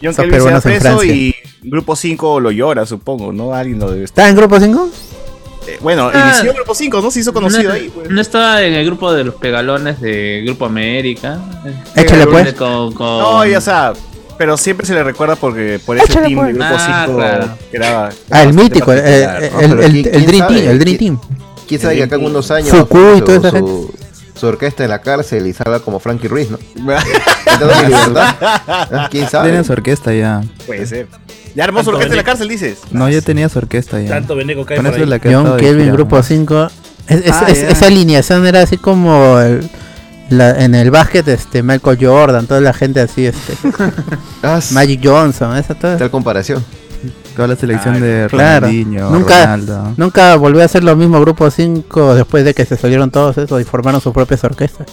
Speaker 4: Esos
Speaker 3: Kevin será
Speaker 4: peruanos en
Speaker 3: preso
Speaker 4: Francia.
Speaker 3: y Grupo 5 lo llora, supongo, ¿no? Alguien lo debe estar.
Speaker 4: ¿Está en grupo 5?
Speaker 3: Eh, Bueno,
Speaker 7: Ah.
Speaker 3: inició Grupo 5, ¿no? Se hizo conocido
Speaker 7: no,
Speaker 3: ahí. pues.
Speaker 7: no estaba en el grupo de los pegalones de Grupo América.
Speaker 4: Échale, pues.
Speaker 7: Con, con-
Speaker 3: No, ya sea, pero siempre se le recuerda porque por ese team de Grupo 5
Speaker 7: Ah, claro.
Speaker 3: que era.
Speaker 4: pues. Ah, el
Speaker 3: bastante
Speaker 4: mítico, el,
Speaker 3: particular,
Speaker 4: el,
Speaker 3: ¿no?
Speaker 4: el,
Speaker 5: Pero
Speaker 4: el,
Speaker 5: ¿quién-
Speaker 4: el
Speaker 5: quién
Speaker 4: Dream
Speaker 5: sabe?
Speaker 4: Team, el Dream
Speaker 5: ¿Quién-
Speaker 4: Team.
Speaker 5: Quién sabe que acá en unos años
Speaker 4: Foucault y
Speaker 5: su,
Speaker 4: toda esa
Speaker 5: su- su orquesta en la cárcel y salga como Frankie Ruiz, ¿no? Cantando mi libertad. Ah, ¿Quién sabe?
Speaker 11: Tenían su orquesta ya.
Speaker 4: eh.
Speaker 3: Puede ser. Ya armó su
Speaker 10: Tanto
Speaker 3: orquesta en la
Speaker 10: Benito.
Speaker 3: cárcel, dices.
Speaker 11: No, ya tenía su orquesta ya.
Speaker 10: Tanto veneco cae
Speaker 11: Con
Speaker 10: por
Speaker 11: eso
Speaker 10: ahí.
Speaker 11: es la que ha
Speaker 4: John
Speaker 11: estado de
Speaker 4: Kelvin,
Speaker 11: gira,
Speaker 4: grupo
Speaker 11: ¿no?
Speaker 4: 5. Es- es-
Speaker 11: Ah,
Speaker 4: es-
Speaker 11: ya.
Speaker 4: Esa alineación era así como el- la- en el básquet, este, Michael Jordan, toda la gente así, este,
Speaker 5: Ah, sí.
Speaker 4: Magic Johnson, esa toda.
Speaker 5: Tal comparación.
Speaker 11: Toda la selección de
Speaker 4: claro.
Speaker 11: Ronaldinho,
Speaker 4: Nunca-
Speaker 11: Ronaldo.
Speaker 4: Nunca volvió a ser lo mismo grupo 5 después de que se salieron todos esos y formaron sus propias orquestas.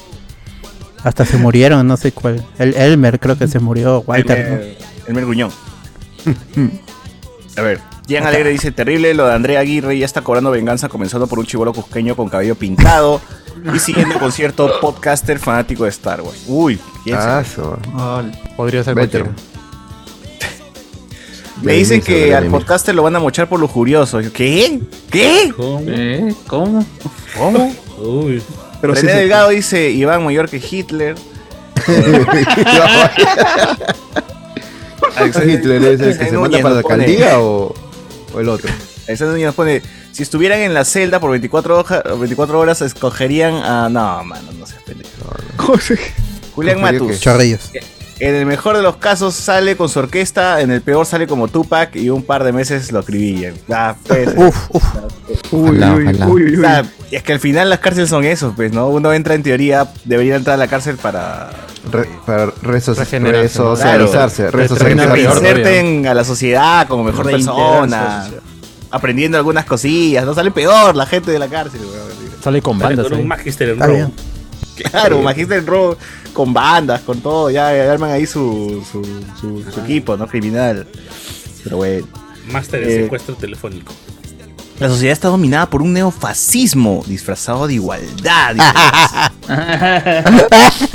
Speaker 4: Hasta se murieron, no sé cuál. El Elmer creo que se murió, Walter. ¿no?
Speaker 3: El, el merguñón. A ver. Gian Alegre dice, terrible, lo de Andrea Aguirre ya está cobrando venganza comenzando por un chivolo cusqueño con cabello pintado y siguiendo con cierto podcaster fanático de Star Wars. Uy, ¿quién será?
Speaker 5: Ah, su-
Speaker 6: Podría ser
Speaker 5: Better.
Speaker 6: cualquiera.
Speaker 3: Me dicen
Speaker 5: Vladimir se
Speaker 3: que
Speaker 5: ve
Speaker 3: al
Speaker 5: Vladimir.
Speaker 3: podcaster lo van a mochar por lujurioso. ¿Qué? ¿Qué?
Speaker 7: ¿Eh? ¿Cómo?
Speaker 3: ¿Cómo?
Speaker 10: Uy.
Speaker 3: Pero René Delgado dice, Iván mayor que Hitler. Alexander-
Speaker 5: Hitler es el que se
Speaker 3: Núñez
Speaker 5: manda para la
Speaker 3: nos pone-
Speaker 5: alcaldía o, o el otro.
Speaker 3: Alexander Núñez nos pone, si estuvieran en la celda por 24, hoja- 24 horas, escogerían a... No, mano, no seas pendejo. Julián
Speaker 5: Escogería
Speaker 3: Matus.
Speaker 4: Chorrillos.
Speaker 3: En el mejor de los casos sale con su orquesta, en el peor sale como Tupac y un par de meses lo acribillan. Ah, pues,
Speaker 4: Uf, uf.
Speaker 8: Uy,
Speaker 11: Ojalá,
Speaker 8: uy,
Speaker 11: ojalá.
Speaker 8: uy, uy,
Speaker 3: o
Speaker 8: uy.
Speaker 3: sea, es que al final las cárceles son esos, pues, ¿no? Uno entra en teoría, debería entrar a la cárcel para
Speaker 5: Re- para resos-
Speaker 6: Regeneración.
Speaker 5: resocializarse.
Speaker 6: Claro.
Speaker 3: para que
Speaker 6: Regeneración.
Speaker 5: resocializarse.
Speaker 3: inserten a la sociedad como mejor persona, aprendiendo algunas cosillas, no sale peor la gente de la cárcel, weón.
Speaker 6: Sale con
Speaker 10: Sale
Speaker 6: bandas.
Speaker 10: con un
Speaker 6: ahí.
Speaker 10: magister en
Speaker 4: Está
Speaker 10: rojo.
Speaker 4: bien.
Speaker 3: Claro, Magister Rock con bandas, con todo, ya ya arman ahí su, su, su- su equipo, ¿no? Criminal. Pero bueno.
Speaker 10: Ah. Máster en
Speaker 3: Eh.
Speaker 10: secuestro telefónico.
Speaker 3: La sociedad está dominada por un neofascismo disfrazado de igualdad. dice.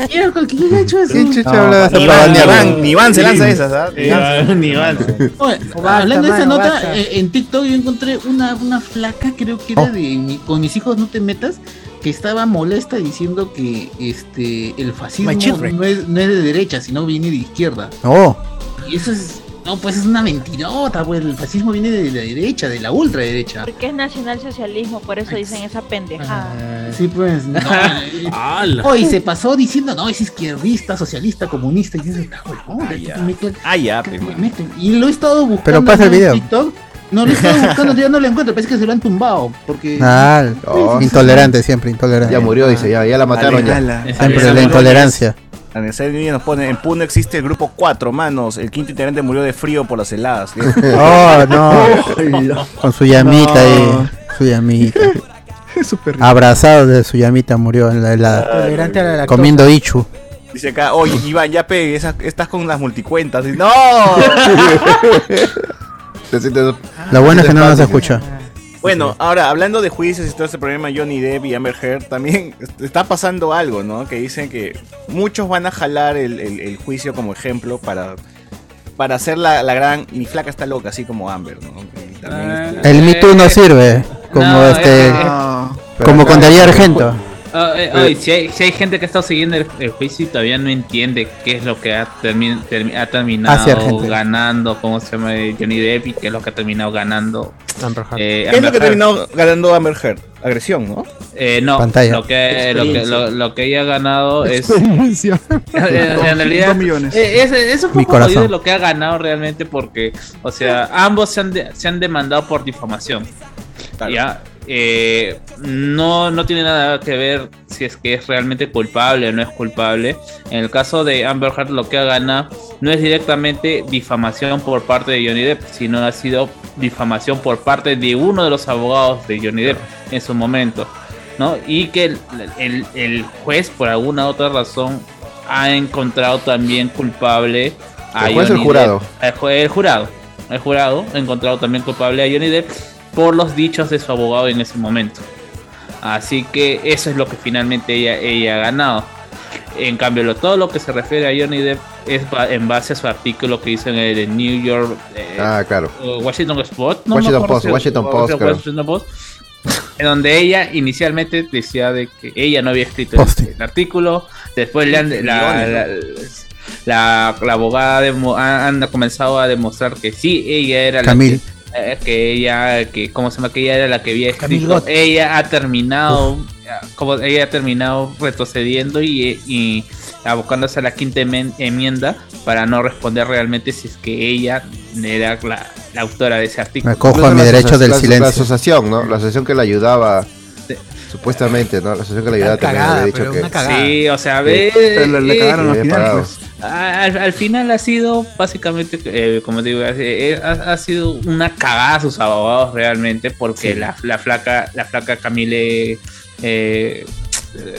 Speaker 2: ¿Quién ha hecho eso?
Speaker 4: ¿Quién chucha hablaba de
Speaker 3: ni,
Speaker 4: esa
Speaker 3: Iván, ni
Speaker 4: pavada?
Speaker 3: Iván- ni Iván se lanza esas, ¿ah? Ni Iván se-
Speaker 7: Ni van.
Speaker 2: Oye, hablando de esa
Speaker 1: mano,
Speaker 2: nota,
Speaker 1: basta.
Speaker 2: eh, en TikTok yo encontré una, una flaca, creo que era de mi- con mis hijos no te metas, que estaba molesta diciendo que este el fascismo
Speaker 1: My children.
Speaker 2: no es, no es de derecha, sino viene de izquierda.
Speaker 4: Oh,
Speaker 2: Y eso es. No, pues es una mentirota, pues el fascismo viene de la derecha, de la ultraderecha.
Speaker 9: Porque es nacionalsocialismo, por eso dicen esa pendejada.
Speaker 2: Sí, pues. no, eh,
Speaker 10: ¡Hala!
Speaker 2: Hoy se pasó diciendo, no, es izquierdista, socialista, comunista. Y dices, "Ah, huevón, me meten-
Speaker 3: Ah, ya,
Speaker 2: me meten". Y lo he estado buscando.
Speaker 4: Pero pasa el
Speaker 2: en
Speaker 4: video.
Speaker 2: TikTok. No, lo he estado buscando, ya no lo encuentro. Parece que se lo han tumbado. Porque.
Speaker 4: Ah,
Speaker 2: Oh, sí.
Speaker 4: intolerante siempre, intolerante.
Speaker 5: Ya murió, dice, ya, ya la mataron. ya.
Speaker 3: Ala.
Speaker 4: Siempre la intolerancia.
Speaker 3: Anexel Núñez nos pone, en Puno existe el grupo 4, manos. El quinto integrante murió de frío por las heladas.
Speaker 4: Oh, no. Con su llamita ahí. Su llamita. Abrazado de su llamita murió en la helada.
Speaker 1: Tolerante a la lactosa.
Speaker 4: Comiendo ichu.
Speaker 3: Dice acá, oye, Iván, ya pegue, esas- estás con las multicuentas. Y- ¡No!
Speaker 5: Te sientes-
Speaker 4: Lo bueno es que no nos
Speaker 5: Te
Speaker 4: escucha.
Speaker 3: Bueno, ahora hablando de juicios y todo ese problema Johnny Depp y Amber Heard, también est- está pasando algo, ¿no? Que dicen que muchos van a jalar el, el- el juicio como ejemplo para, para hacer la, la gran mi flaca está loca, así como Amber, ¿no? Y también este, está-
Speaker 4: El Me Too no sirve. Como
Speaker 7: no,
Speaker 4: este.
Speaker 7: eh,
Speaker 8: Ah,
Speaker 4: como con Darío Argento.
Speaker 7: Ah, eh, oye, si, hay, si hay gente que ha estado siguiendo el, el juicio y todavía no entiende qué es lo que ha, termi- termi- ha
Speaker 4: Hacia
Speaker 7: terminado
Speaker 4: Argentina.
Speaker 7: ganando, cómo se llama eh, Johnny Depp y qué es lo que ha terminado ganando. eh,
Speaker 3: Ah. ¿Qué es lo
Speaker 7: Amber
Speaker 3: que
Speaker 7: Heard.
Speaker 3: terminó ganando Amber Heard? Agresión, ¿no?
Speaker 7: Eh, no,
Speaker 3: Pantalla.
Speaker 7: Lo, que, lo, que, lo, lo que ella ha ganado es. en, en realidad.
Speaker 8: Dos millones.
Speaker 7: eh, es, es un
Speaker 8: Mi
Speaker 7: poco jodido
Speaker 8: corazón.
Speaker 7: lo que ha ganado realmente porque, o sea, ambos se han, de- se han demandado por difamación. Ya. eh, no, no tiene nada que ver si es que es realmente culpable o no es culpable. En el caso de Amber Heard, lo que ha ganado no es directamente difamación por parte de Johnny Depp, sino ha sido difamación por parte de uno de los abogados de Johnny Depp en su momento. ¿no? Y que el, el- el juez, por alguna otra razón, ha encontrado también culpable a
Speaker 5: ¿El juez o el
Speaker 7: Johnny
Speaker 5: jurado?
Speaker 7: Depp. Al ju- El, jurado. El jurado ha encontrado también culpable a Johnny Depp por los dichos de su abogado en ese momento. Así que eso es lo que finalmente ella, ella ha ganado. En cambio, lo- todo lo que se refiere a Johnny Depp es ba- en base a su artículo que hizo en el New York eh,
Speaker 5: Ah, claro.
Speaker 7: o Washington Spot, no me
Speaker 5: Washington
Speaker 7: acuerdo
Speaker 5: Post, Washington
Speaker 7: o-
Speaker 5: Post,
Speaker 7: o-
Speaker 5: creo.
Speaker 7: Washington Post, en donde ella inicialmente decía de que ella no había escrito el, el artículo, después le han, la, la, la- la abogada demo- ha- han comenzado a demostrar que sí, ella era
Speaker 4: Camille.
Speaker 7: la que, eh, que ella, que cómo se llama, que ella era la que había
Speaker 4: Camille
Speaker 7: escrito,
Speaker 4: Gott.
Speaker 7: ella ha terminado, como ella ha terminado retrocediendo y, y abocándose a la quinta emen- enmienda para no responder realmente si es que ella era la, la autora de ese artículo.
Speaker 5: Incluso la asocia- la- La asociación, ¿no? La asociación que la ayudaba, supuestamente, ¿no? La asociación que la ayudaba también había dicho que...
Speaker 7: Sí, o sea,
Speaker 5: Sí.
Speaker 7: ve.
Speaker 5: Pero le
Speaker 7: eh,
Speaker 5: cagaron al Sí, final, pagado. pues.
Speaker 7: A- Al, al final ha sido básicamente, eh, como te digo, eh, eh, ha, ha sido una cagada a sus abogados realmente, porque la, la flaca, la flaca Camille eh,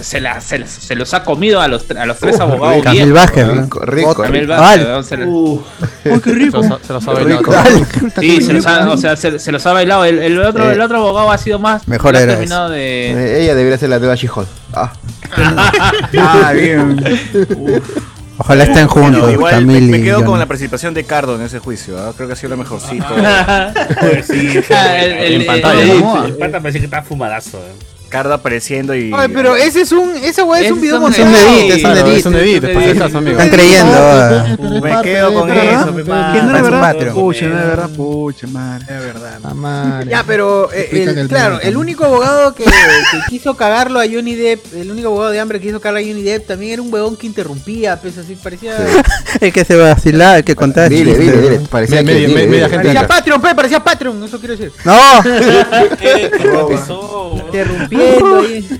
Speaker 7: se, la, se, la- se los ha comido a los, tre- a los tres abogados.
Speaker 4: Camille
Speaker 7: bien.
Speaker 4: Vázquez, ¿no? Rico, rico.
Speaker 7: Camille
Speaker 4: Rico.
Speaker 7: Vázquez,
Speaker 4: Ay.
Speaker 7: ¿no? Se la-
Speaker 8: qué rico! Se los,
Speaker 7: ha bailado. Sí, se los ha, o sea, se, se los ha bailado. El, el otro,
Speaker 5: Eh,
Speaker 7: el otro abogado ha sido más.
Speaker 5: mejor
Speaker 7: ha
Speaker 5: era
Speaker 7: terminado de.
Speaker 5: Eh, Ella debería ser la nueva She-Hulk. Ah.
Speaker 4: Ojalá estén juntos,
Speaker 3: Bueno, igual me-
Speaker 4: Camille
Speaker 3: me,
Speaker 4: y
Speaker 3: quedo
Speaker 4: Johnny.
Speaker 3: con la participación de Cardo en ese juicio. ¿ah? Creo que ha sido lo mejorcito.
Speaker 10: Ah, el- el-
Speaker 3: En pantalla.
Speaker 10: el-
Speaker 3: ¿no?
Speaker 10: el pata parece que está fumadazo. eh.
Speaker 3: Cardo apareciendo y.
Speaker 1: Ay, pero ese es un, esa weá Pues, es
Speaker 10: Ese
Speaker 1: un video
Speaker 10: es un
Speaker 1: montado.
Speaker 10: edit, es un
Speaker 1: Claro,
Speaker 10: edit,
Speaker 1: es un
Speaker 10: es
Speaker 1: edit,
Speaker 10: un
Speaker 1: para
Speaker 10: edit.
Speaker 1: esas, amigo.
Speaker 4: Están creyendo. ah.
Speaker 3: Me quedo con eso, mi
Speaker 8: Que no
Speaker 3: madre.
Speaker 8: era verdad.
Speaker 4: Patreon.
Speaker 8: Pucha, no era verdad, pucha, madre. No era verdad.
Speaker 1: Ya, pero eh,
Speaker 8: Explica
Speaker 1: el-
Speaker 8: que el
Speaker 1: claro,
Speaker 8: video
Speaker 1: el único abogado que, que quiso cagarlo a Johnny Depp, el único abogado de hambre que quiso cagarlo a Johnny Depp también era un huevón que interrumpía, pues así parecía.
Speaker 4: El ah. que se vacilaba, el que contaba.
Speaker 5: Dile,
Speaker 4: chistes,
Speaker 5: dile, dile,
Speaker 4: ¿no?
Speaker 5: parecía Me- que- media- dile, media dile. gente
Speaker 1: Parecía Patreon, pe, parecía Patreon, eso quiero decir.
Speaker 4: ¡No!
Speaker 1: Interrumpiendo ahí.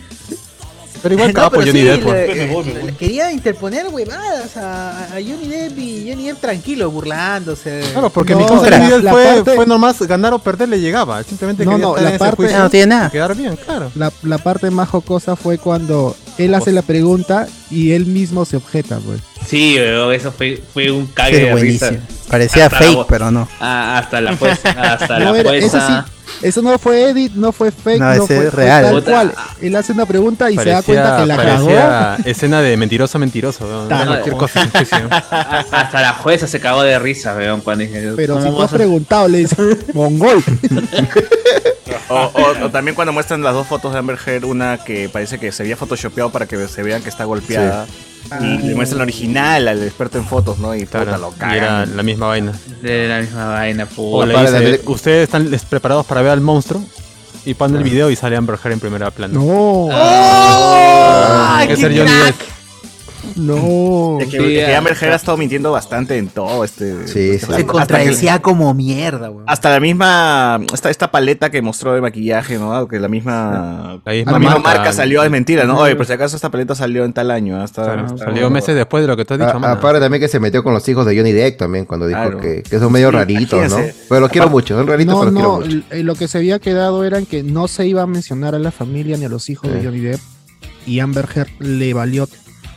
Speaker 6: Pero igual
Speaker 1: No,
Speaker 6: capo
Speaker 1: pero
Speaker 6: Johnny
Speaker 1: sí,
Speaker 6: Depp.
Speaker 1: le-
Speaker 6: pues.
Speaker 1: le- le quería interponer huevadas a, a Johnny Depp y Johnny Depp tranquilo, burlándose.
Speaker 6: Claro, porque
Speaker 1: No,
Speaker 6: mi cosa
Speaker 1: la-
Speaker 6: de
Speaker 1: la
Speaker 6: fue,
Speaker 1: parte-
Speaker 6: fue nomás ganar o perder le llegaba. Simplemente
Speaker 12: No,
Speaker 6: quería
Speaker 12: no,
Speaker 6: estar
Speaker 12: la
Speaker 6: en ese
Speaker 12: parte-
Speaker 6: juicio
Speaker 2: Ah,
Speaker 12: No tiene nada.
Speaker 6: y Quedar bien, claro.
Speaker 12: La, la parte más jocosa fue cuando él hace la pregunta y él mismo se objeta, pues.
Speaker 7: Sí, weón, eso fue, fue un cague
Speaker 12: Sí,
Speaker 7: de risa.
Speaker 12: buenísimo. Parecía
Speaker 7: la
Speaker 12: fake,
Speaker 7: vo-
Speaker 12: pero no.
Speaker 7: Ah, hasta la jueza. Hasta
Speaker 12: No
Speaker 7: la
Speaker 12: era- eso,
Speaker 7: jueza.
Speaker 12: sí, eso no fue edit, no fue fake,
Speaker 6: No,
Speaker 12: no,
Speaker 6: ese
Speaker 12: fue
Speaker 6: es real.
Speaker 12: Tal cual. Él hace una pregunta y se da cuenta que la cagó.
Speaker 6: parecía escena de mentiroso, mentiroso. weón.
Speaker 12: Tal
Speaker 6: Cualquier cosa. en juicio.
Speaker 7: Ah, Hasta la jueza se cagó de risa, weón, cuando dije.
Speaker 12: Pero si
Speaker 7: ¿cómo
Speaker 12: tú has
Speaker 7: vas a-
Speaker 12: preguntado, le dice, mongol.
Speaker 3: O, o- o también cuando muestran las dos fotos de Amber Heard, una que parece que se había photoshopeado para que se vean que está golpeada. Y le muestran la original al experto en fotos, ¿no? Y puta, lo
Speaker 6: Y era
Speaker 10: eh.
Speaker 3: cagan.
Speaker 6: la misma vaina.
Speaker 7: De la misma vaina,
Speaker 6: O le dice, Ustedes están les- preparados para ver al monstruo. Y pone el video y sale Amber Heard en primera plana.
Speaker 12: No.
Speaker 6: Tiene que ser Johnny Depp.
Speaker 12: No.
Speaker 3: Es que, es que Amber Heard ha estado mintiendo bastante en todo este. Sí,
Speaker 1: Se contradecía como mierda, weón.
Speaker 3: Hasta la misma, esta, esta paleta que mostró de maquillaje, ¿no? Que la misma, la misma,
Speaker 6: misma
Speaker 3: marca,
Speaker 6: marca.
Speaker 3: salió es mentira, ¿no? Oye, por si acaso esta paleta salió en tal año. ¿ah? Hasta,
Speaker 6: Claro, salió meses después de lo que tú has dicho,
Speaker 5: A-
Speaker 6: mano.
Speaker 5: ah, Aparte también que se metió con los hijos de Johnny Depp también cuando dijo
Speaker 6: Claro.
Speaker 5: que, que son medio
Speaker 6: Sí,
Speaker 5: raritos, ¿no?
Speaker 6: imagínense.
Speaker 5: Pero los quiero mucho, son raritos,
Speaker 12: No,
Speaker 5: pero los quiero
Speaker 12: no,
Speaker 5: mucho.
Speaker 12: l- eh, lo que se había quedado era en que no se iba a mencionar a la familia ni a los hijos de Johnny Depp. Y Amber Heard le valió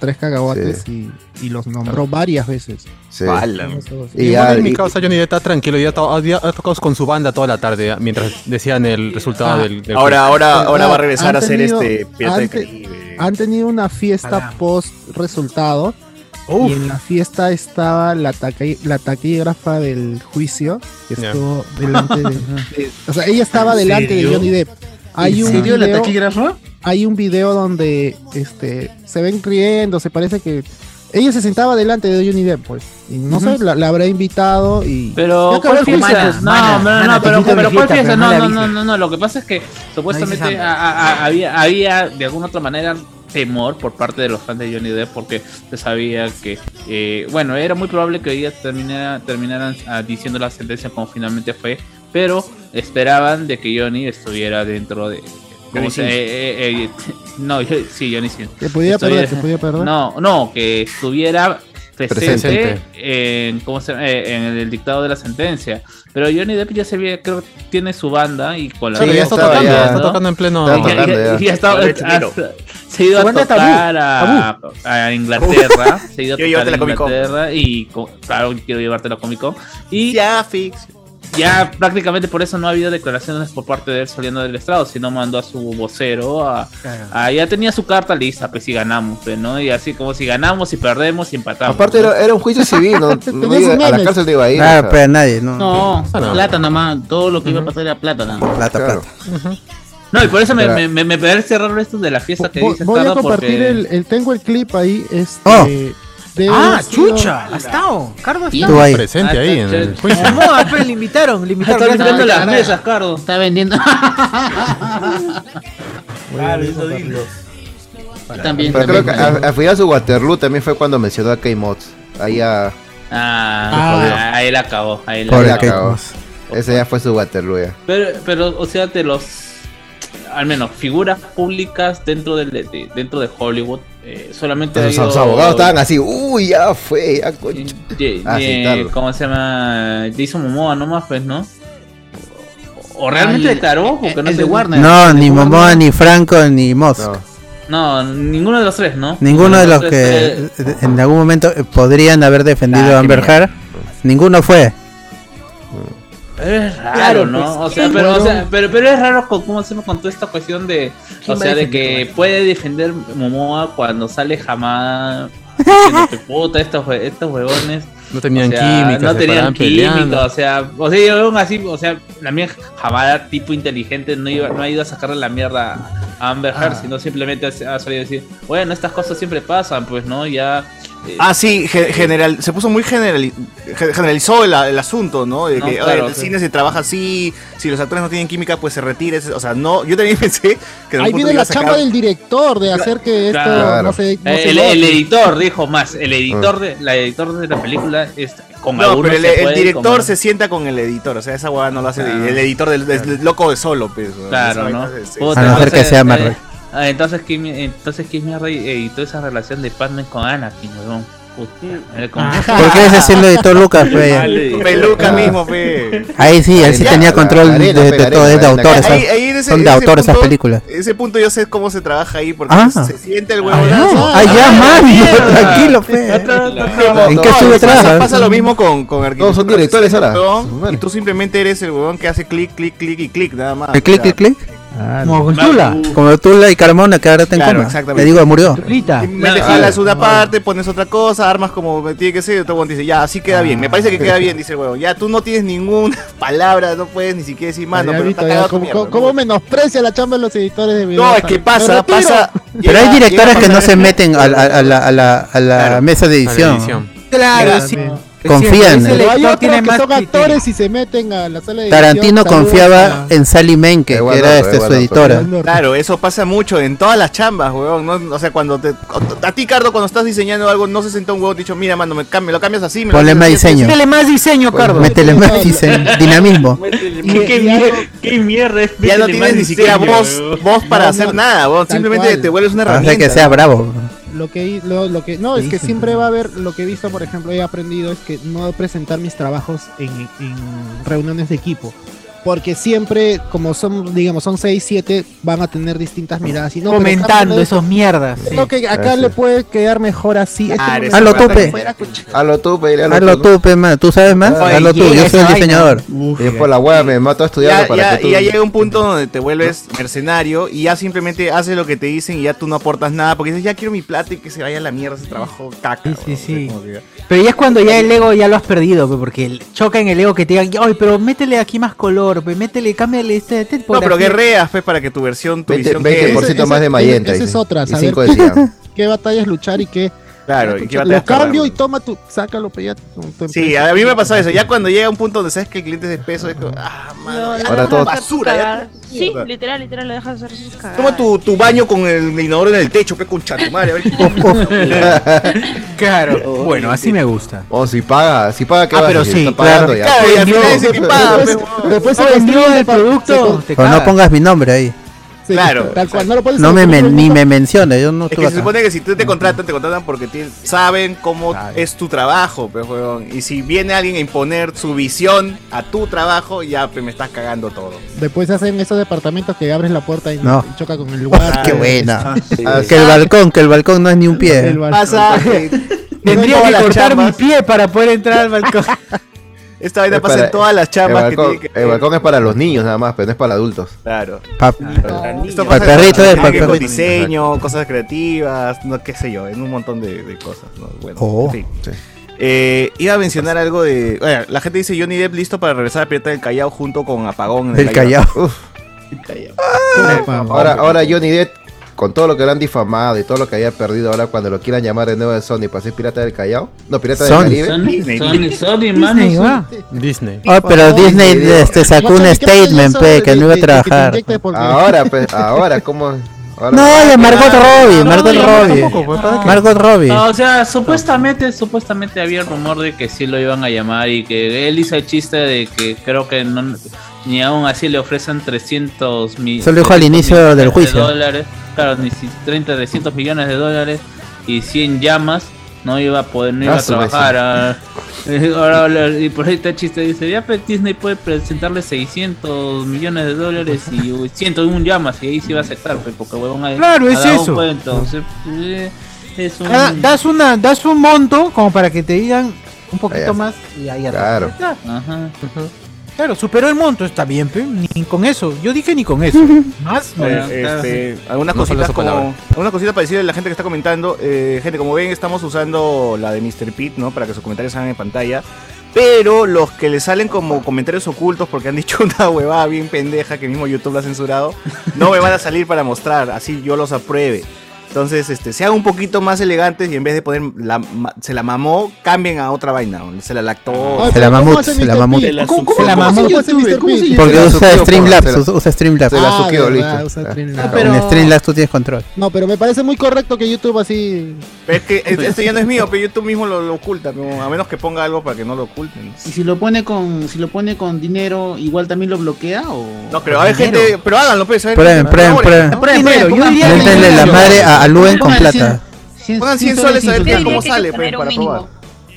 Speaker 12: tres cacahuates y, y los nombró varias veces.
Speaker 6: Bala.
Speaker 12: Y
Speaker 6: Y
Speaker 12: ya-
Speaker 6: en mi
Speaker 12: y-
Speaker 6: causa Johnny Depp está tranquilo, ya to- ya ha tocado con su banda toda la tarde ya, mientras decían el resultado del, del
Speaker 3: Ahora,
Speaker 6: juicio.
Speaker 3: ahora, ahora va a
Speaker 12: han
Speaker 3: regresar a ser
Speaker 12: tenido-
Speaker 3: este pirata
Speaker 12: han
Speaker 3: de
Speaker 12: te-
Speaker 3: Caribe.
Speaker 12: Han tenido una fiesta post resultado. Y en la fiesta estaba la, taque- la taquígrafa del juicio que
Speaker 2: Ya.
Speaker 12: estuvo delante de, de- O sea, ella estaba
Speaker 2: ¿En
Speaker 12: delante de
Speaker 2: serio?
Speaker 12: Johnny Depp. Hay
Speaker 2: ¿En
Speaker 12: un
Speaker 2: serio la
Speaker 12: video-
Speaker 2: taquígrafa?
Speaker 12: Hay un video donde este, se ven riendo, se parece que. Ella se sentaba delante de Johnny Depp, pues. Y no
Speaker 7: Ujú.
Speaker 12: sé, la, la habrá invitado y. Ya
Speaker 7: Pero,
Speaker 12: acabó
Speaker 7: ¿cuál
Speaker 12: el juicio.
Speaker 7: fiesta? No, no, no, no, pero, pero ¿cuál fiesta? No, no, no,
Speaker 12: no.
Speaker 7: no, no, lo que pasa es que supuestamente
Speaker 12: dices
Speaker 7: a- a- a- había, había de alguna otra manera temor por parte de los fans de Johnny Depp porque se sabía que, eh, bueno, era muy probable que hoy día terminara, terminaran ah, diciendo la sentencia como finalmente fue, pero esperaban de que Johnny estuviera dentro de...
Speaker 12: Johnny
Speaker 7: o sea,
Speaker 12: Sins.
Speaker 7: eh, eh, eh, no, yo- sí, Johnny Sins.
Speaker 12: Que podía
Speaker 7: Estuviera-
Speaker 12: perder, que podía perder.
Speaker 7: No, no, que estuviera presente
Speaker 12: Presente.
Speaker 7: en, ¿cómo se llama? Eh, en el dictado de la sentencia. Pero Johnny Depp ya se ve, creo que tiene su banda y con la
Speaker 6: Sí,
Speaker 7: que
Speaker 6: ya
Speaker 7: está
Speaker 6: estaba,
Speaker 7: tocando,
Speaker 6: ya
Speaker 7: ¿no?
Speaker 6: está tocando en pleno-
Speaker 7: Y
Speaker 6: Estaba
Speaker 7: ya-
Speaker 6: tocando,
Speaker 7: ya-
Speaker 6: ya.
Speaker 7: ya estaba-
Speaker 6: Lo de Chupiro.
Speaker 7: hasta- se ha ido a
Speaker 6: Su banda Tabú,
Speaker 7: tocar a,
Speaker 6: Tabú.
Speaker 7: a Inglaterra. se ha ido
Speaker 6: Quiero
Speaker 7: a tocar
Speaker 6: llevarte
Speaker 7: a
Speaker 6: la Comic Con.
Speaker 7: Inglaterra y co- claro, quiero llevarte la Comic Con. Y ya,
Speaker 3: fix.
Speaker 7: Ya prácticamente por eso no ha habido declaraciones por parte de él saliendo del estrado, sino mandó a su vocero a, Ah, ya tenía su carta lista, pues si ganamos, pues, ¿no? Y así como si ganamos, si perdemos, si empatamos.
Speaker 5: Aparte
Speaker 7: ¿no?
Speaker 5: era, era un juicio civil, no, no
Speaker 7: Tenía
Speaker 5: iba-
Speaker 7: sus
Speaker 5: a la
Speaker 7: memes.
Speaker 5: cárcel no iba a ir.
Speaker 4: Ah,
Speaker 5: o sea.
Speaker 4: pero nadie, no.
Speaker 7: No,
Speaker 4: Ah, no.
Speaker 7: plata nomás, todo lo que iba a pasar era plata nada más.
Speaker 4: Plata, plata.
Speaker 7: No, y por eso me,
Speaker 4: Pero-
Speaker 7: me, me, me parece raro esto de la fiesta que
Speaker 12: Vo-
Speaker 7: dices,
Speaker 12: Voy a
Speaker 7: Cardo,
Speaker 12: compartir
Speaker 7: porque...
Speaker 12: el, el- Tengo el clip ahí. Este,
Speaker 4: Oh,
Speaker 12: de-
Speaker 1: Ah,
Speaker 12: sí,
Speaker 1: chucha, ha estado. Cardo ha estado.
Speaker 12: Estuvo ahí.
Speaker 6: Presente ahí en el juicio.
Speaker 1: No, ah, pero le invitaron, le invitaron.
Speaker 7: Está limpiando
Speaker 1: Gracias.
Speaker 7: las mesas, Cardo. Está vendiendo.
Speaker 13: Claro, eso dildos.
Speaker 7: También,
Speaker 5: Pero creo
Speaker 7: también,
Speaker 5: que
Speaker 7: también.
Speaker 5: a- al final su Waterloo también fue cuando mencionó a K-Mods. Ahí a.
Speaker 7: Ah,
Speaker 5: Ah.
Speaker 7: ahí la acabó, ahí la
Speaker 5: Pobre
Speaker 7: acabó.
Speaker 5: K-Mods. Ese ya fue su Waterloo ya.
Speaker 7: Pero, pero, o sea, de los. Al menos figuras públicas dentro de, de- dentro de Hollywood. eh, solamente. ha
Speaker 5: Entonces,
Speaker 7: habido-
Speaker 5: los abogados estaban así, uy, ya fue, ya concha.
Speaker 7: Ye-
Speaker 5: Ah, sí,
Speaker 7: ye-
Speaker 5: claro.
Speaker 7: ¿Cómo se llama? Jason Momoa nomás, pues, ¿no? O realmente declaró, porque no
Speaker 13: eh, el de
Speaker 7: sé.
Speaker 13: Warner.
Speaker 4: No, ni Momoa, ni Franco, ni Mosk.
Speaker 7: No, ninguno de los tres, ¿no?
Speaker 4: Ninguno de los
Speaker 7: tres,
Speaker 4: que eh, en algún momento eh, podrían haber defendido
Speaker 3: Ah,
Speaker 4: a Amber Heard, ninguno fue.
Speaker 7: eh, Es
Speaker 13: Claro,
Speaker 7: raro, ¿no?
Speaker 13: pues,
Speaker 7: O sea,
Speaker 13: sí,
Speaker 7: pero, o
Speaker 13: bueno.
Speaker 7: sea, pero, pero es raro con, cómo se llama con toda esta cuestión de. O
Speaker 13: ¿Quién va a
Speaker 7: sea, de que puede defender Momoa cuando sale jamás. diciendo que, Puta, estos, hue- estos huevones.
Speaker 6: No tenían
Speaker 7: O sea,
Speaker 6: química,
Speaker 7: no
Speaker 6: se
Speaker 7: tenían
Speaker 6: paraban peleando.
Speaker 7: química, o sea, o sea, yo veo así, o sea, la mía jamada tipo inteligente no iba, no ha ido a sacarle la mierda a Amber Heard, sino simplemente ha ha salido a decir, bueno, estas cosas siempre pasan, pues, ¿no? Ya eh,
Speaker 3: Ah, sí, ge- general, se puso muy generali- ge- generalizó el, el asunto, ¿no? De
Speaker 7: No,
Speaker 3: que
Speaker 7: claro,
Speaker 3: oye, el
Speaker 7: sí.
Speaker 3: cine se trabaja así, si los actores no tienen química, pues se retira. ese- O sea, no, yo también pensé que en algún
Speaker 12: Ahí
Speaker 3: punto
Speaker 12: viene
Speaker 3: iba a
Speaker 12: la
Speaker 3: sacar-
Speaker 12: chamba del director de hacer que esto
Speaker 7: Claro.
Speaker 12: no se. no
Speaker 7: Eh,
Speaker 12: se
Speaker 7: el,
Speaker 12: note.
Speaker 7: el editor dijo más, el editor de la editor de la película es con
Speaker 3: Ah. No,
Speaker 7: algunos
Speaker 3: pero el,
Speaker 7: se
Speaker 3: el
Speaker 7: puede,
Speaker 3: director
Speaker 7: con-
Speaker 3: se sienta con el editor, o sea, esa hueá no lo hace
Speaker 7: Claro.
Speaker 3: el editor del, del- del loco de solo, pues. o sea,
Speaker 7: Claro,
Speaker 3: esa
Speaker 7: ¿no?
Speaker 3: vaina es- es-
Speaker 7: Puta,
Speaker 4: A no ser que
Speaker 7: entonces,
Speaker 4: sea Marvel.
Speaker 7: eh, ah, Entonces Kim, entonces Kim Murray editó esa relación de Batman con Anakin, weón. Puta, era como-
Speaker 4: ¿Por qué ese siendo editor Lucas, fe?
Speaker 7: Maldito.
Speaker 3: Peluca mismo, fe.
Speaker 4: Ahí sí, él sí
Speaker 3: Ya,
Speaker 4: tenía
Speaker 3: la-
Speaker 4: control
Speaker 3: la arena,
Speaker 4: de,
Speaker 3: fe,
Speaker 4: de
Speaker 3: la
Speaker 4: todo,
Speaker 3: arena,
Speaker 4: es de
Speaker 3: la arena.
Speaker 4: autores.
Speaker 3: Ahí-
Speaker 4: son-
Speaker 3: ahí en ese-
Speaker 4: son de
Speaker 3: ese
Speaker 4: autores esas
Speaker 3: punto-
Speaker 4: películas.
Speaker 3: Ese punto yo sé cómo se trabaja ahí, porque
Speaker 4: Ah.
Speaker 3: se siente el huevo.
Speaker 4: Ah, ya, Mario, tranquilo, fe. ¿En qué estuve
Speaker 3: Pasa,
Speaker 4: trabajando?
Speaker 3: pasa lo mismo con, con arquitectura.
Speaker 5: son directores ahora.
Speaker 3: Huevón, Y tú simplemente eres el huevón que hace clic, clic, clic y clic, nada más.
Speaker 4: ¿El clic, clic, clic? Como
Speaker 3: Claro.
Speaker 4: Tula. Como Tula y Carmona que ahora está en
Speaker 3: Claro,
Speaker 4: coma.
Speaker 3: exactamente.
Speaker 4: Le digo, murió.
Speaker 3: Y Me jalas una parte, pones otra cosa, armas como tiene que ser. Y otro huevón dice, ya, así queda bien. Me parece que queda bien, dice el huevón. Ya, tú no tienes ninguna palabra, no puedes ni siquiera decir mano,
Speaker 12: Ya,
Speaker 3: pero
Speaker 12: Vito,
Speaker 3: está
Speaker 12: ya,
Speaker 3: cagado tu
Speaker 12: ¿cómo,
Speaker 3: mierda.
Speaker 12: cómo- cómo menosprecia la chamba de los editores de video?
Speaker 3: No, es que pasa, pasa.
Speaker 4: Pero hay
Speaker 3: Llega-
Speaker 4: directores
Speaker 3: llega a
Speaker 4: que no
Speaker 3: pasar-
Speaker 4: se meten a, la- a la, a la- a la mesa de edición.
Speaker 1: Claro,
Speaker 4: sí.
Speaker 1: sí.
Speaker 4: Confían.
Speaker 1: Sí, el
Speaker 12: Pero hay
Speaker 1: editor
Speaker 12: otros
Speaker 1: tiene
Speaker 12: que
Speaker 1: más
Speaker 12: son
Speaker 1: criterio.
Speaker 12: actores y se meten a la sala de edición.
Speaker 4: Tarantino
Speaker 12: Saludos Ah.
Speaker 4: confiaba
Speaker 12: a-
Speaker 4: en Sally Menke, que era este, su editora.
Speaker 3: Claro, eso pasa mucho en todas las chambas, huevón. ¿no? o sea, cuando te. A ti, Cardo, cuando estás diseñando algo, no se sentó un huevón te dicho, mira, mano, me, cam- me lo cambias así. Me lo
Speaker 4: Ponle
Speaker 3: haces
Speaker 4: más
Speaker 3: así,
Speaker 4: diseño.
Speaker 3: así".
Speaker 1: Métele más diseño,
Speaker 3: Pues,
Speaker 1: Cardo.
Speaker 4: Métele más diseño. Dinamismo.
Speaker 7: ¿Qué, mier- qué mierda es
Speaker 3: Ya
Speaker 7: Métele
Speaker 3: no tienes
Speaker 7: más
Speaker 3: ni siquiera
Speaker 7: diseño,
Speaker 3: voz,
Speaker 7: huevón.
Speaker 3: voz para
Speaker 12: No,
Speaker 3: hacer
Speaker 12: no,
Speaker 3: nada, huevón.
Speaker 12: tal
Speaker 3: Simplemente
Speaker 12: cual.
Speaker 3: te vuelves una
Speaker 4: O
Speaker 3: herramienta.
Speaker 4: sea, que sea
Speaker 3: ¿no?
Speaker 4: bravo.
Speaker 12: Lo que, lo, lo que, no, es que siempre va a haber, lo que he visto, por ejemplo, he aprendido es que no presentar mis trabajos en, en reuniones de equipo. Porque siempre, como son, digamos, son 6, 7, van a tener distintas miradas. Y no, pero Carlos
Speaker 1: Comentando
Speaker 12: no-
Speaker 1: esos mierdas. sí.
Speaker 12: Creo que acá le puede quedar mejor así. Este
Speaker 3: Ah,
Speaker 1: Claro,
Speaker 12: momento-
Speaker 4: esa Hazlo, Tope.
Speaker 5: A lo tú, pe, a lo
Speaker 4: Hazlo
Speaker 5: tú.
Speaker 4: tú, pe, man. ¿Tú sabes más?
Speaker 5: Oye,
Speaker 4: Hazlo tú,
Speaker 5: llega
Speaker 4: yo soy el
Speaker 5: esa
Speaker 4: diseñador.
Speaker 5: Y es por la weá, me mato a estudiar
Speaker 3: Ya,
Speaker 5: para
Speaker 3: ya-
Speaker 5: que tú.
Speaker 3: y ya llega un punto donde te vuelves mercenario y ya simplemente haces lo que te dicen y ya tú no aportas nada porque dices, ya quiero mi plata y que se vaya a la mierda ese trabajo caca. Sí, sí,
Speaker 1: Pero ya es cuando ya el ego ya lo has perdido, pe, porque el- choca en el ego que te digan, ay, pero métele aquí más color, pe, métele, cámbiale este, este
Speaker 3: No, pero
Speaker 1: tipografía".
Speaker 3: guerreas, pues, para que tu versión, tu visión quede.
Speaker 5: 20% más de Mayenta.
Speaker 12: Esa es
Speaker 5: dice.
Speaker 12: otra,
Speaker 5: Y
Speaker 12: saber
Speaker 5: cinco de Siam.
Speaker 12: qué batallas luchar y qué.
Speaker 3: Claro, y que va a
Speaker 12: lo
Speaker 3: tener que
Speaker 12: cambio
Speaker 3: agarrar.
Speaker 12: y toma tu, sácalo, pe, ya. tu- tu
Speaker 3: Sí, a mí me pasa eso. Ya cuando llega un punto donde sabes que el cliente es espeso, es como, ah, mano, ya,
Speaker 5: Ahora todo-
Speaker 3: basura. Ya,
Speaker 9: Sí, literal, literal, lo dejas hacer sus cagadas.
Speaker 3: toma tu, tu baño con el inodoro en el techo, que con chatumare. A ver,
Speaker 1: Claro, bueno, así me gusta.
Speaker 5: O si paga, si paga, ¿qué
Speaker 1: Ah,
Speaker 5: vas a
Speaker 1: pero
Speaker 5: decir?
Speaker 1: sí,
Speaker 5: Está pagando
Speaker 1: claro.
Speaker 5: ya.
Speaker 1: Claro,
Speaker 5: Pues,
Speaker 1: y al final
Speaker 5: no.
Speaker 1: dice que paga, pues, huevón.
Speaker 12: Después se
Speaker 1: No,
Speaker 12: construye
Speaker 1: vendió
Speaker 12: el
Speaker 1: el producto. te
Speaker 4: Pero no
Speaker 1: cagas.
Speaker 4: pongas mi nombre ahí.
Speaker 12: Sí,
Speaker 3: Claro.
Speaker 12: Tal cual, no lo pones
Speaker 4: No
Speaker 12: en
Speaker 4: me,
Speaker 12: el
Speaker 4: men- ni
Speaker 12: documento.
Speaker 4: me menciona, yo no
Speaker 3: Es
Speaker 4: estuve
Speaker 3: que se
Speaker 4: acá.
Speaker 3: supone que si tú te contratan, te contratan porque ti- saben cómo es tu trabajo, pues, huevón. Y si viene alguien a imponer su visión a tu trabajo, ya pues, me estás cagando todo.
Speaker 12: Después hacen esos departamentos que abres la puerta y
Speaker 4: No.
Speaker 12: y choca con el lugar.
Speaker 4: Qué buena.
Speaker 12: Sí.
Speaker 4: Que el balcón, que el balcón no es ni un pie.
Speaker 12: El balcón.
Speaker 3: Pasa que
Speaker 1: Tendría
Speaker 3: Todas
Speaker 1: que
Speaker 3: las
Speaker 1: cortar
Speaker 3: chambas.
Speaker 1: mi pie para poder entrar al balcón.
Speaker 3: Esta vaina
Speaker 5: Es
Speaker 3: pasa
Speaker 5: para-
Speaker 3: en todas las
Speaker 5: el
Speaker 3: chambas que
Speaker 5: balcón-
Speaker 3: tienen que.
Speaker 5: El balcón es para los niños nada más, pero no es para adultos.
Speaker 3: Claro.
Speaker 4: Pa-
Speaker 3: Esto
Speaker 4: Para
Speaker 3: pasa en-
Speaker 4: el perrito, eh,
Speaker 3: tiene
Speaker 4: para el
Speaker 3: que ver con
Speaker 4: perrito.
Speaker 3: diseño, cosas creativas, no qué sé yo, en un montón de, de cosas. ¿no? Bueno,
Speaker 4: Oh.
Speaker 3: en fin. Eh, iba a mencionar algo de. bueno, la gente dice Johnny Depp listo para regresar a Pirata del Callao junto con Apagón. en
Speaker 4: El Callao.
Speaker 5: Uf.
Speaker 3: El Callao.
Speaker 5: Ahora, ahora Johnny Depp, con todo lo que lo han difamado y todo lo que haya perdido, ahora cuando lo quieran llamar de nuevo de Sony para ser pirata del Callao, no, pirata del
Speaker 4: Sony.
Speaker 5: Caribe.
Speaker 7: Sony,
Speaker 5: Disney.
Speaker 7: Sony, Sony,
Speaker 1: Disney,
Speaker 7: mano.
Speaker 1: va.
Speaker 6: Disney.
Speaker 4: Ah, pero Disney este, sacó un statement, pe, que no iba a trabajar.
Speaker 5: Ahora, pues, ahora, ¿cómo? Ahora- pues,
Speaker 4: No, de Margot Robbie, Margot Robbie. Margot Robbie.
Speaker 7: No, o sea, supuestamente, supuestamente había el rumor de que sí lo iban a llamar y que él hizo el chiste de que creo que no- ni aún así le ofrecen 300 mil.
Speaker 4: Eso lo dijo al inicio del juicio.
Speaker 7: Dólares, claro, ni si 30, 300 millones de dólares y 100 llamas. No iba a poder, no iba
Speaker 5: Ah,
Speaker 7: a
Speaker 5: su
Speaker 7: trabajar. ah. Ahora, ahora, y por ahí está el chiste. Dice: Ya, pues, Disney puede presentarle 600 millones de dólares y uy, 101 llamas. Y ahí sí va a aceptar, pues, porque huevón ha-
Speaker 1: Claro,
Speaker 7: ha
Speaker 1: es
Speaker 7: dado un
Speaker 1: eso.
Speaker 7: cuento, entonces, eh, es un-
Speaker 1: Ah, das, una, das un monto como para que te digan un poquito
Speaker 5: Allá.
Speaker 1: más y ahí atrás.
Speaker 5: Claro.
Speaker 1: Ya está.
Speaker 7: Ajá.
Speaker 1: Claro, superó el monto, está bien, pe, ni con eso. Yo dije ni con eso. más, no.
Speaker 3: Eh, este, algunas
Speaker 1: No solo
Speaker 3: cositas
Speaker 1: esa
Speaker 3: como
Speaker 1: palabra.
Speaker 3: algunas cositas para decirle a la gente que está comentando Eh, gente como ven estamos usando la de Mr. Pete no para que sus comentarios salgan en pantalla pero los que le salen como comentarios ocultos porque han dicho una huevada bien pendeja que mismo YouTube la ha censurado no me van a salir para mostrar así yo los apruebe entonces este sean un poquito más elegantes y en vez de poner la ma- se la mamó cambien a otra vaina ¿no? se la lactó
Speaker 4: Ay, Se la pero ¿cómo mamut, hace se la Mr. mamut. Pete?
Speaker 3: Se
Speaker 4: ¿Cómo- cómo-
Speaker 3: la
Speaker 4: cómo hace
Speaker 3: mamut.
Speaker 2: este
Speaker 12: YouTube? ¿Cómo se llama?
Speaker 4: Porque
Speaker 12: Se la
Speaker 4: usa
Speaker 12: suqueo,
Speaker 4: Streamlabs,
Speaker 12: porra, se
Speaker 4: usa,
Speaker 12: la-
Speaker 4: usa Streamlabs.
Speaker 12: Se la Ah, suqueo, verdad, listo. usa
Speaker 1: Ah,
Speaker 12: Streamlabs.
Speaker 4: Con
Speaker 12: Pero-
Speaker 4: Streamlabs tú tienes control.
Speaker 12: No, pero me parece muy correcto que YouTube así.
Speaker 3: Pero es que eh, esto ya no es mío, pero YouTube mismo lo, lo oculta, ¿no? a menos que ponga algo para que no lo oculten.
Speaker 2: Y si lo pone con, si lo pone con dinero, igual también lo bloquea o.
Speaker 3: No, pero hay gente, pero háganlo, pues. a ver,
Speaker 4: Prueben,
Speaker 3: por
Speaker 4: prueben,
Speaker 3: favor,
Speaker 4: prueben.
Speaker 3: pongan dinero,
Speaker 4: Yo
Speaker 3: pongan
Speaker 4: diría
Speaker 3: dinero.
Speaker 4: Métanle la madre a- a Luen con
Speaker 3: Pongan
Speaker 4: plata.
Speaker 3: 100 Pongan 100 soles a ver cómo sale, pues, para probar.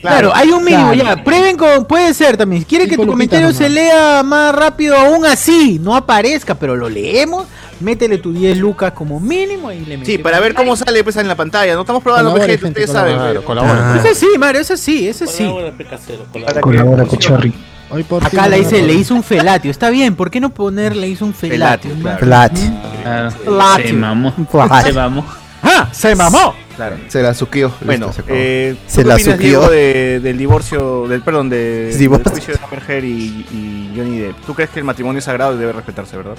Speaker 1: Claro, hay un mínimo
Speaker 3: Claro.
Speaker 1: ya. Prueben con. Puede ser también. Quiere que tu comentario se lea más rápido, aún así. No aparezca, pero lo leemos. Métele tu 10 lucas como mínimo y le metes.
Speaker 3: Sí, para ver cómo sale pues en la pantalla. No estamos probando, pues,
Speaker 1: Colabore,
Speaker 3: gente, ustedes
Speaker 1: gente,
Speaker 3: saben.
Speaker 1: colabore.
Speaker 3: pero-
Speaker 1: Ese sí, Mario, ese sí, ese sí.
Speaker 10: Colabora,
Speaker 3: Para que-
Speaker 14: Colabora, cachorri.
Speaker 12: Hoy por
Speaker 1: Acá le dice, le hizo un felatio. Está bien, ¿por qué no poner le hizo un felatio?
Speaker 5: Felatio, claro.
Speaker 4: Felatio.
Speaker 7: Claro.
Speaker 1: Felatio.
Speaker 7: Se mamó.
Speaker 4: Felatio.
Speaker 7: Se mamó.
Speaker 1: ¡Ah! ¡Se mamó!
Speaker 3: Claro.
Speaker 5: Se la suquió.
Speaker 3: Bueno,
Speaker 5: Listo, se acabó.
Speaker 3: eh, ¿tú
Speaker 5: Se
Speaker 3: qué
Speaker 5: la
Speaker 3: opinas,
Speaker 5: suquió.
Speaker 3: Diego, de- del divorcio, del perdón, de, del
Speaker 5: Divorcio.
Speaker 3: juicio de Amber Heard y, y Johnny Depp? ¿Tú crees que el matrimonio es sagrado y debe respetarse, verdad?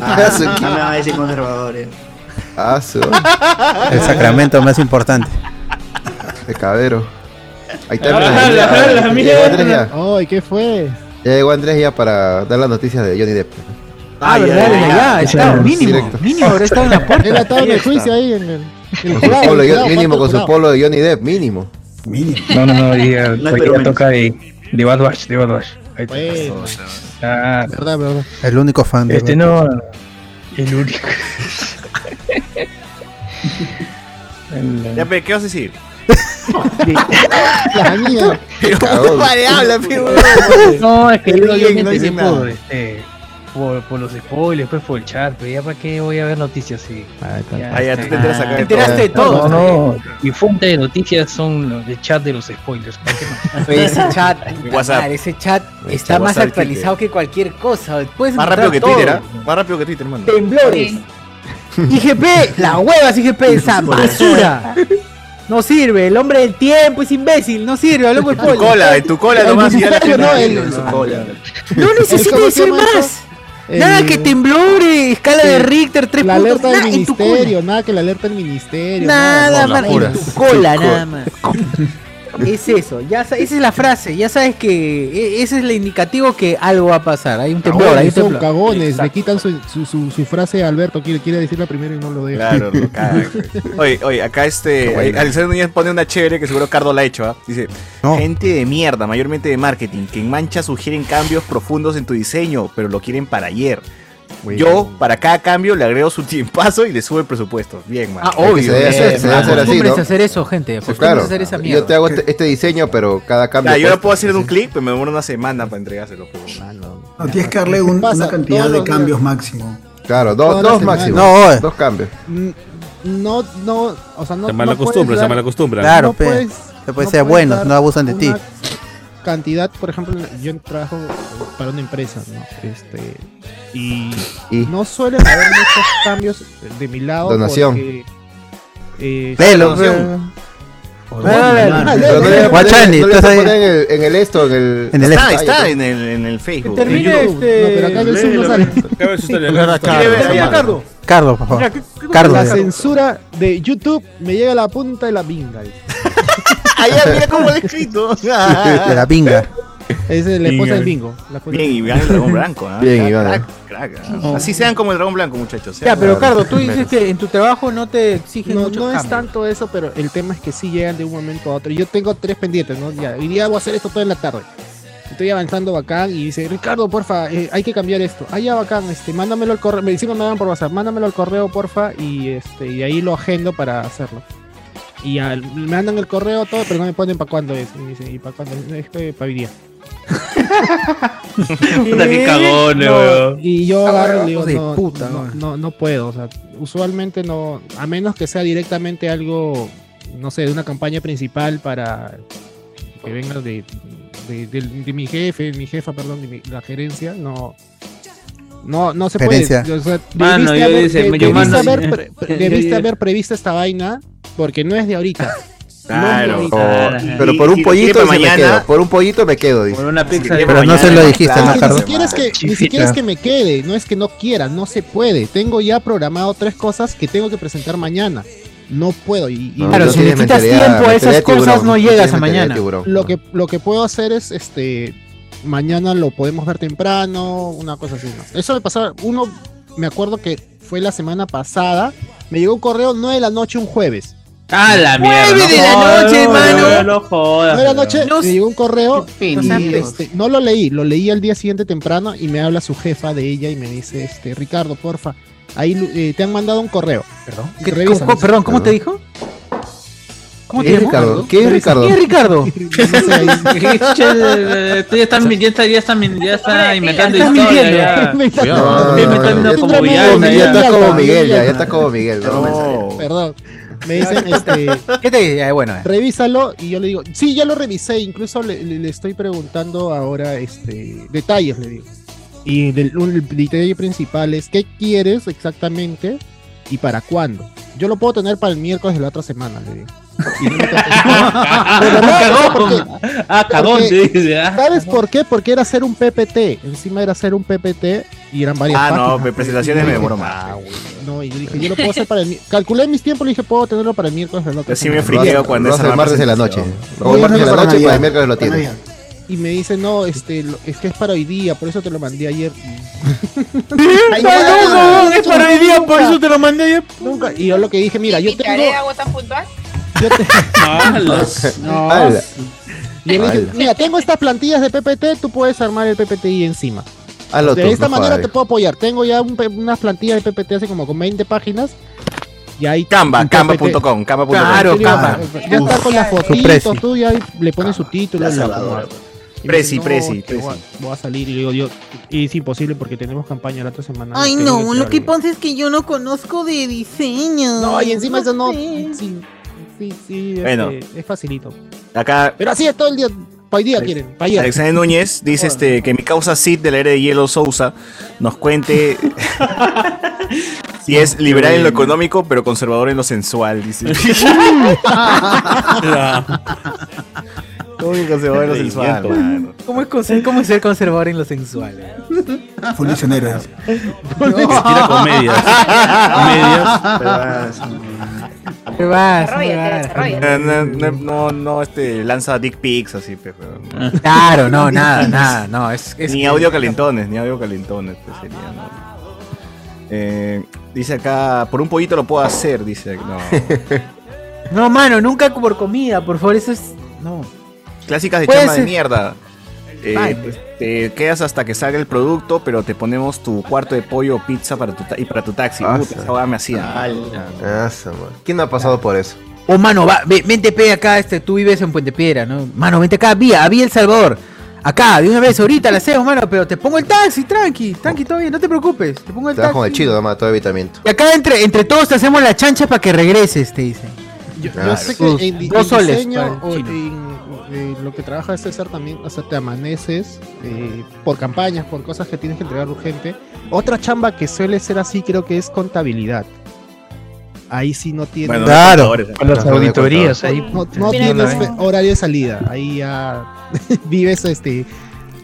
Speaker 14: Ah, no me va a decir conservador. eh.
Speaker 5: Ah,
Speaker 4: El sacramento más importante.
Speaker 5: De cabero. Ahí está.
Speaker 12: Ah,
Speaker 5: mira,
Speaker 12: la-
Speaker 5: ya,
Speaker 12: la
Speaker 5: ya
Speaker 12: mierda.
Speaker 5: llegó Andrés ya.
Speaker 12: Ay, ¿qué fue?
Speaker 5: Ya llegó Andrés ya para dar las noticias de Johnny Depp.
Speaker 1: Ah, verdad, ya, ya, está, mínimo, mínimo, habrá estado en la puerta.
Speaker 12: Él ha estado en el
Speaker 5: Ahí está.
Speaker 12: juicio ahí en el. en el
Speaker 5: Con su
Speaker 12: jurado,
Speaker 5: polo,
Speaker 12: en el
Speaker 5: yo-
Speaker 12: jurado,
Speaker 5: mínimo con su
Speaker 12: jurado.
Speaker 5: polo de Johnny Depp, mínimo.
Speaker 15: No, no, no, ya,
Speaker 5: No
Speaker 15: hoy
Speaker 5: espero
Speaker 15: ya
Speaker 5: menos.
Speaker 15: toca de, de Bad Batch, de Bad Batch. Ahí está.
Speaker 12: Bueno.
Speaker 15: Ah,
Speaker 12: Verdad, verdad.
Speaker 4: El único fan de
Speaker 15: este no, el único. El-
Speaker 3: Ya, pero ¿qué vas a decir?
Speaker 12: La mía.
Speaker 15: No, es que
Speaker 3: El
Speaker 15: yo no
Speaker 3: Miguel
Speaker 15: me
Speaker 3: no dice
Speaker 15: enteré
Speaker 3: nada.
Speaker 15: por, este, por, por los spoilers, pues por el chat, pero ya para qué voy a ver noticias así.
Speaker 3: Ah, ya, tú te enteras acá de Te
Speaker 1: enteraste todo. de todo.
Speaker 15: No, no, mi fuente de noticias son los del chat de los spoilers. ¿por qué no?
Speaker 1: Oye, ese chat, puta madre, ese chat está
Speaker 15: WhatsApp
Speaker 1: más
Speaker 15: y Twitter.
Speaker 1: actualizado que cualquier cosa. Puedes
Speaker 3: Más
Speaker 1: encontrar
Speaker 3: rápido que ¿ah?
Speaker 1: todo.
Speaker 3: Twitter, ¿ah? Más rápido que Twitter, hermano.
Speaker 1: Temblores. IGP, la huevas IGP, esa basura. No sirve, el hombre del tiempo es imbécil, no sirve, habló con el
Speaker 3: Tu
Speaker 1: polo.
Speaker 3: cola, en tu cola nomás. y ya la
Speaker 1: No,
Speaker 3: gente-
Speaker 1: el-
Speaker 3: en su cola.
Speaker 1: no necesito
Speaker 12: ¿Cómo se
Speaker 1: decir
Speaker 12: llama esto?
Speaker 1: más. Nada
Speaker 12: El-
Speaker 1: que temblores, escala de
Speaker 12: Sí.
Speaker 1: Richter, tres
Speaker 12: Eh, La
Speaker 1: puntos,
Speaker 12: alerta
Speaker 1: nada
Speaker 12: del
Speaker 1: en tu cola.
Speaker 12: ministerio, nada que la alerta del ministerio.
Speaker 1: Nada
Speaker 12: nada.
Speaker 1: más, en tu cola, nada más. Es eso, ya sa- esa es la frase, ya sabes que e- ese es el indicativo que algo va a pasar, hay un temblor, hay un
Speaker 12: Cagones, son
Speaker 1: temblor.
Speaker 12: cagones, le quitan su, su, su, su frase a Alberto, quiere, quiere decirla primero y no lo deja.
Speaker 3: Claro, lo cagan, güey. Oye, oye, acá este.
Speaker 12: buena.
Speaker 3: Alexander Núñez pone una chévere que seguro Cardo la ha hecho, ¿ah? Dice: Gente de mierda, mayormente de marketing, que en mancha sugieren cambios profundos en tu diseño, pero lo quieren para ayer. Yo, para cada cambio, le agrego su tiempazo y le subo el presupuesto. Bien, man.
Speaker 1: Ah, obvio.
Speaker 5: Se debe hacer, se debe hacer así,
Speaker 1: Acostumbres
Speaker 5: ¿no?
Speaker 1: a hacer eso, gente.
Speaker 5: Sí,
Speaker 1: Acostumbres
Speaker 5: claro.
Speaker 1: a hacer esa mierda.
Speaker 5: Yo te hago este, este diseño, pero cada cambio. pues,
Speaker 3: Nah, Ah, yo lo
Speaker 5: cuesta.
Speaker 3: puedo hacer en un clic, pero me demora una semana para entregárselo. pues.
Speaker 14: No, tienes que darle un-
Speaker 12: Pasa
Speaker 14: una cantidad
Speaker 12: todos
Speaker 14: de
Speaker 12: los
Speaker 14: cambios máximo.
Speaker 5: Claro, dos,
Speaker 12: Todas
Speaker 5: dos
Speaker 12: las semanas.
Speaker 5: máximo.
Speaker 12: No, eh.
Speaker 5: dos cambios.
Speaker 12: N- No, no, o sea, no.
Speaker 10: Se mala
Speaker 12: no puedes
Speaker 10: costumbre, se
Speaker 12: dar-
Speaker 10: mala costumbre.
Speaker 4: Claro,
Speaker 12: no
Speaker 4: pe.
Speaker 12: puedes-
Speaker 4: Se puede
Speaker 12: no
Speaker 4: ser
Speaker 12: puedes
Speaker 4: buenos,
Speaker 12: dar
Speaker 4: no abusan de
Speaker 12: una
Speaker 4: ti.
Speaker 12: Cantidad, por ejemplo, yo trabajo para una empresa, ¿no? Este. Y, no suelen haber muchos cambios de mi lado.
Speaker 5: Donación.
Speaker 12: porque, eh,
Speaker 5: Velo,
Speaker 12: donación.
Speaker 5: velo.
Speaker 12: Por-
Speaker 5: Pero no le-
Speaker 4: Guachani,
Speaker 5: no le- no le
Speaker 4: estás ahí.
Speaker 5: ponen en el- en el esto, en el.
Speaker 4: En el
Speaker 5: Ah,
Speaker 3: Está,
Speaker 5: ahí
Speaker 3: está en el, en el Facebook.
Speaker 5: Termina
Speaker 3: En
Speaker 5: este-
Speaker 3: YouTube.
Speaker 12: No, pero acá en el Zoom no sale.
Speaker 10: Acaba su historia,
Speaker 4: Sí,
Speaker 10: acaba su
Speaker 4: acá.
Speaker 10: historia.
Speaker 4: Quiere ver allá.
Speaker 12: Ricardo.
Speaker 4: Carlos, por
Speaker 12: Mira,
Speaker 4: favor.
Speaker 12: ¿qué- qué-
Speaker 4: Carlos.
Speaker 12: la censura de YouTube me llega a la punta de la pinga.
Speaker 3: Allá, Ah, mira cómo lo he escrito.
Speaker 4: De
Speaker 12: Ah.
Speaker 4: la pinga.
Speaker 12: Es la esposa del bingo. la esposa
Speaker 3: Bien,
Speaker 12: del-
Speaker 3: Iván el dragón blanco. ¿ah?
Speaker 4: Bien,
Speaker 3: Crack,
Speaker 4: Iván.
Speaker 3: crack, crack, ah. Así sean como el dragón blanco, muchachos.
Speaker 1: Ya,
Speaker 3: sean
Speaker 1: pero
Speaker 3: como-
Speaker 1: Cardo, tú dices que en tu trabajo no te exigen
Speaker 12: No,
Speaker 1: muchos
Speaker 12: no es
Speaker 1: cambios.
Speaker 12: tanto eso, pero el tema es que sí llegan de un momento a otro. Yo tengo tres pendientes, ¿no? Ya, hoy día voy a hacer esto toda en la tarde. Estoy avanzando bacán y dice, Ricardo, porfa, eh, hay que cambiar esto. Ah, ya bacán, este, mándamelo al correo. Me- Encima me dan por WhatsApp, mándamelo al correo, porfa, y este, y ahí lo agendo para hacerlo. Y al- me mandan el correo todo, pero no me ponen para cuándo es. Y me dicen, ¿y para cuándo? No, Es para hoy día.
Speaker 7: Puta, qué cagones,
Speaker 12: No,
Speaker 7: weón.
Speaker 12: Y yo
Speaker 7: Ah,
Speaker 12: agarro y
Speaker 7: weón, hijos
Speaker 12: le digo,
Speaker 7: de
Speaker 12: no,
Speaker 7: puta, ah".
Speaker 12: no,
Speaker 7: weón.
Speaker 12: no, no puedo. O sea, usualmente no, a menos que sea directamente algo, no sé, de una campaña principal para que venga de, de- del- de mi jefe, mi jefa, perdón, de mi- la gerencia, no. No, no se puede.
Speaker 4: Gerencia.
Speaker 12: O sea,
Speaker 7: Mano,
Speaker 12: debiste
Speaker 7: yo
Speaker 12: haber,
Speaker 7: dice,
Speaker 12: de-
Speaker 7: yo
Speaker 12: debiste
Speaker 7: mano-
Speaker 12: haber pre- pre- debiste
Speaker 7: yo-
Speaker 12: haber previsto esta vaina porque no es de ahorita.
Speaker 5: Ah,
Speaker 3: Claro.
Speaker 5: O-
Speaker 3: Claro.
Speaker 5: pero por
Speaker 3: Y-
Speaker 5: un
Speaker 3: y quiere
Speaker 5: pollito
Speaker 3: para
Speaker 5: se me
Speaker 3: mañana.
Speaker 5: quedo. Por un pollito me quedo, dice.
Speaker 7: Por una pizza.
Speaker 5: Sí,
Speaker 7: de mañana.
Speaker 12: Es que ni siquiera, es que, ni siquiera es que me quede, no es que no quiera, no se puede. Tengo ya programado tres cosas que tengo que presentar mañana. No puedo. Y, y-
Speaker 5: No, Claro, no si le tienes quitas mentalidad- tiempo a esas mentalidad de cosas, tiburón, no no llegas tienes a mentalidad de mañana. tiburón,
Speaker 12: Lo que, lo que puedo hacer es este mañana lo podemos ver temprano, una cosa así. ¿no? Eso me pasaba, uno, me acuerdo que fue la semana pasada, me llegó un correo 9 de la noche un jueves.
Speaker 7: Ah, la mierda.
Speaker 12: Nueve de la
Speaker 7: jodas,
Speaker 12: noche,
Speaker 7: weón,
Speaker 12: mano.
Speaker 7: weón, No jodas.
Speaker 12: No era
Speaker 7: weón.
Speaker 12: noche, me llegó un correo
Speaker 7: qué
Speaker 12: y,
Speaker 7: pendejo.
Speaker 12: este, no lo leí, lo leí al día siguiente temprano y me habla su jefa de ella y me dice, este, Ricardo, porfa, ahí eh, te han mandado un correo. Perdón.
Speaker 1: ¿Qué- cómo- cómo- perdón, ¿cómo te dijo? ¿Cómo te
Speaker 12: ¿Quién es
Speaker 1: llamó?
Speaker 12: Ricardo? ¿Quién es Ricardo?
Speaker 1: ¿Quién es Ricardo?
Speaker 7: Che, eh, Tú ya estás mi- ya estás- ya estás mi- ya estás inventando
Speaker 1: Estás
Speaker 7: historia.
Speaker 1: mintiendo.
Speaker 7: Ya
Speaker 1: Me estás-
Speaker 7: Cuidado.
Speaker 5: No, no,
Speaker 7: Me
Speaker 5: no,
Speaker 7: estás
Speaker 5: no,
Speaker 7: viendo
Speaker 5: ya
Speaker 7: como
Speaker 5: está-
Speaker 7: villana,
Speaker 5: ya
Speaker 7: ya.
Speaker 5: está como Miguel, ya, ya está como Miguel. no,
Speaker 3: No.
Speaker 12: Perdón. Me dicen, este,
Speaker 1: ¿Qué te dice? Bueno, eh.
Speaker 12: revísalo y yo le digo, sí, ya lo revisé, incluso le, le- le estoy preguntando ahora este, detalles, le digo. Y del- un- el detalle principal es, ¿qué quieres exactamente y para cuándo? Yo lo puedo tener para el miércoles de la otra semana, le digo. Y no me contestó.
Speaker 7: Cagón. Ah, cagón,
Speaker 12: porque-
Speaker 7: te dice, ah.
Speaker 12: ¿Sabes por qué? Porque era hacer un PPT. Encima era hacer un PPT y eran varias
Speaker 3: Ah, no,
Speaker 12: páginas.
Speaker 3: pe- presentaciones
Speaker 12: Y yo
Speaker 3: me
Speaker 12: dije,
Speaker 3: broma.
Speaker 12: No, y yo dije, yo lo puedo hacer para el mi- Calculé mis tiempos y dije, puedo tenerlo para el miércoles de la otra
Speaker 3: Así me
Speaker 12: semana.
Speaker 3: friqueo cuando
Speaker 5: Lo hace el martes en la noche.
Speaker 12: Lo
Speaker 5: Lo el martes en la
Speaker 12: hace
Speaker 5: noche y para
Speaker 12: Navidad.
Speaker 5: el miércoles lo
Speaker 12: Para
Speaker 5: tienes.
Speaker 12: Y me dice, no, este, lo- es que es para hoy día, por eso te lo mandé ayer.
Speaker 1: Ay, no, no, no, es para hoy día, por eso te lo mandé ayer.
Speaker 12: Nunca. Y yo lo que dije, mira, yo tengo.
Speaker 16: ¿Tarea agua tan puntual?
Speaker 12: No.
Speaker 5: Ala.
Speaker 12: Yo le dije,
Speaker 5: Ala.
Speaker 12: mira, tengo estas plantillas de PPT, tú puedes armar el PPTI encima.
Speaker 5: Hazlo
Speaker 12: de
Speaker 5: tú,
Speaker 12: esta
Speaker 5: no
Speaker 12: manera
Speaker 5: jodas.
Speaker 12: te puedo apoyar. Tengo ya un pe- unas plantillas de PPT hace como con 20 páginas. Y ahí
Speaker 3: Canva,
Speaker 12: un
Speaker 3: canva.com, canva.com. Claro,
Speaker 12: Yo
Speaker 3: Canva.
Speaker 12: digo, Ya está con las
Speaker 3: Su
Speaker 12: fotitos,
Speaker 3: presi.
Speaker 12: tú ya ahí le pones
Speaker 1: Ah,
Speaker 12: su título. y la acomodas. Y me
Speaker 3: Presi,
Speaker 12: dice, no,
Speaker 3: presi,
Speaker 12: es que voy a-
Speaker 3: presi.
Speaker 1: pues.
Speaker 12: Voy a salir y digo yo, y es imposible porque tenemos campaña la otra semana.
Speaker 17: Ay,
Speaker 12: tengo
Speaker 17: no, lo
Speaker 12: entregarlo".
Speaker 17: que pasa es que yo no conozco de diseño.
Speaker 12: No, y encima eso no-
Speaker 17: sé.
Speaker 12: Sí, sí, este,
Speaker 3: Bueno.
Speaker 12: es facilito.
Speaker 3: Acá
Speaker 12: Pero así es todo el día. Pa' hoy día quieren, pa' ayer.
Speaker 3: Alexander Núñez dice este, que mi causa Sid del área de Hielo Sousa nos cuente si es liberal en lo económico pero conservador en lo sensual. Dice. Uy, conservador en lo sensual. mano.
Speaker 1: ¿Cómo es, conser- ¿Cómo es ser conservador en lo sensual? eh?
Speaker 11: Funcionero.
Speaker 1: Tira comedias.
Speaker 3: Ah, Comedias.
Speaker 1: Te vas, te
Speaker 16: Desarrolla,
Speaker 1: vas.
Speaker 16: desarrolla.
Speaker 3: No, ah, no, no, no, no, este, lanza dick pics así, pe, pero-
Speaker 1: Claro, no, nada, nada, no, es- es
Speaker 3: ni
Speaker 1: que-
Speaker 3: audio calentones, ni audio calentones, pues, sería, ¿no? Eh, dice acá, por un pollito lo puedo hacer, dice. No.
Speaker 1: No, mano, nunca por comida, por favor, eso es. No.
Speaker 3: Clásicas de
Speaker 1: Puede
Speaker 3: chamba
Speaker 1: ser.
Speaker 3: de mierda. Eh,
Speaker 1: Ay,
Speaker 3: te quedas hasta que salga el producto, pero te ponemos tu cuarto de pollo o pizza para tu ta- y para tu taxi.
Speaker 5: Ah,
Speaker 3: Puta,
Speaker 5: sí.
Speaker 3: esa hueá me hacía.
Speaker 5: Asa, man. Ah, ¿Quién no ha pasado por eso?
Speaker 1: O Oh, mano, va, ve- vente pe acá, este, tú vives en Puente Piedra, ¿no? Mano, vente acá, vía, a Vía El Salvador. Acá, de una vez, ahorita la hacemos, mano, pero te pongo el taxi, tranqui, tranqui, todo bien, no te preocupes. Te pongo el
Speaker 5: Te vas con el
Speaker 1: taxi.
Speaker 5: chido, además, todo evitamiento.
Speaker 1: Y acá entre, entre todos te hacemos la chancha para que regreses, te dicen.
Speaker 5: Claro.
Speaker 12: Sé que en, di-
Speaker 1: Dos
Speaker 12: en
Speaker 1: soles
Speaker 12: diseño
Speaker 1: para
Speaker 12: o
Speaker 1: el
Speaker 12: en,
Speaker 1: chino.
Speaker 12: eh, lo que trabaja César también, o sea, te amaneces eh, por campañas, por cosas que tienes que entregar urgente. Otra chamba que suele ser así creo que es contabilidad. Ahí sí no tienes...
Speaker 15: Bueno, Claro, con las auditorías ahí,
Speaker 12: Pues No,
Speaker 15: puta,
Speaker 12: no
Speaker 15: sí, una
Speaker 12: tienes
Speaker 15: vez.
Speaker 12: horario de salida. Ahí ya vives este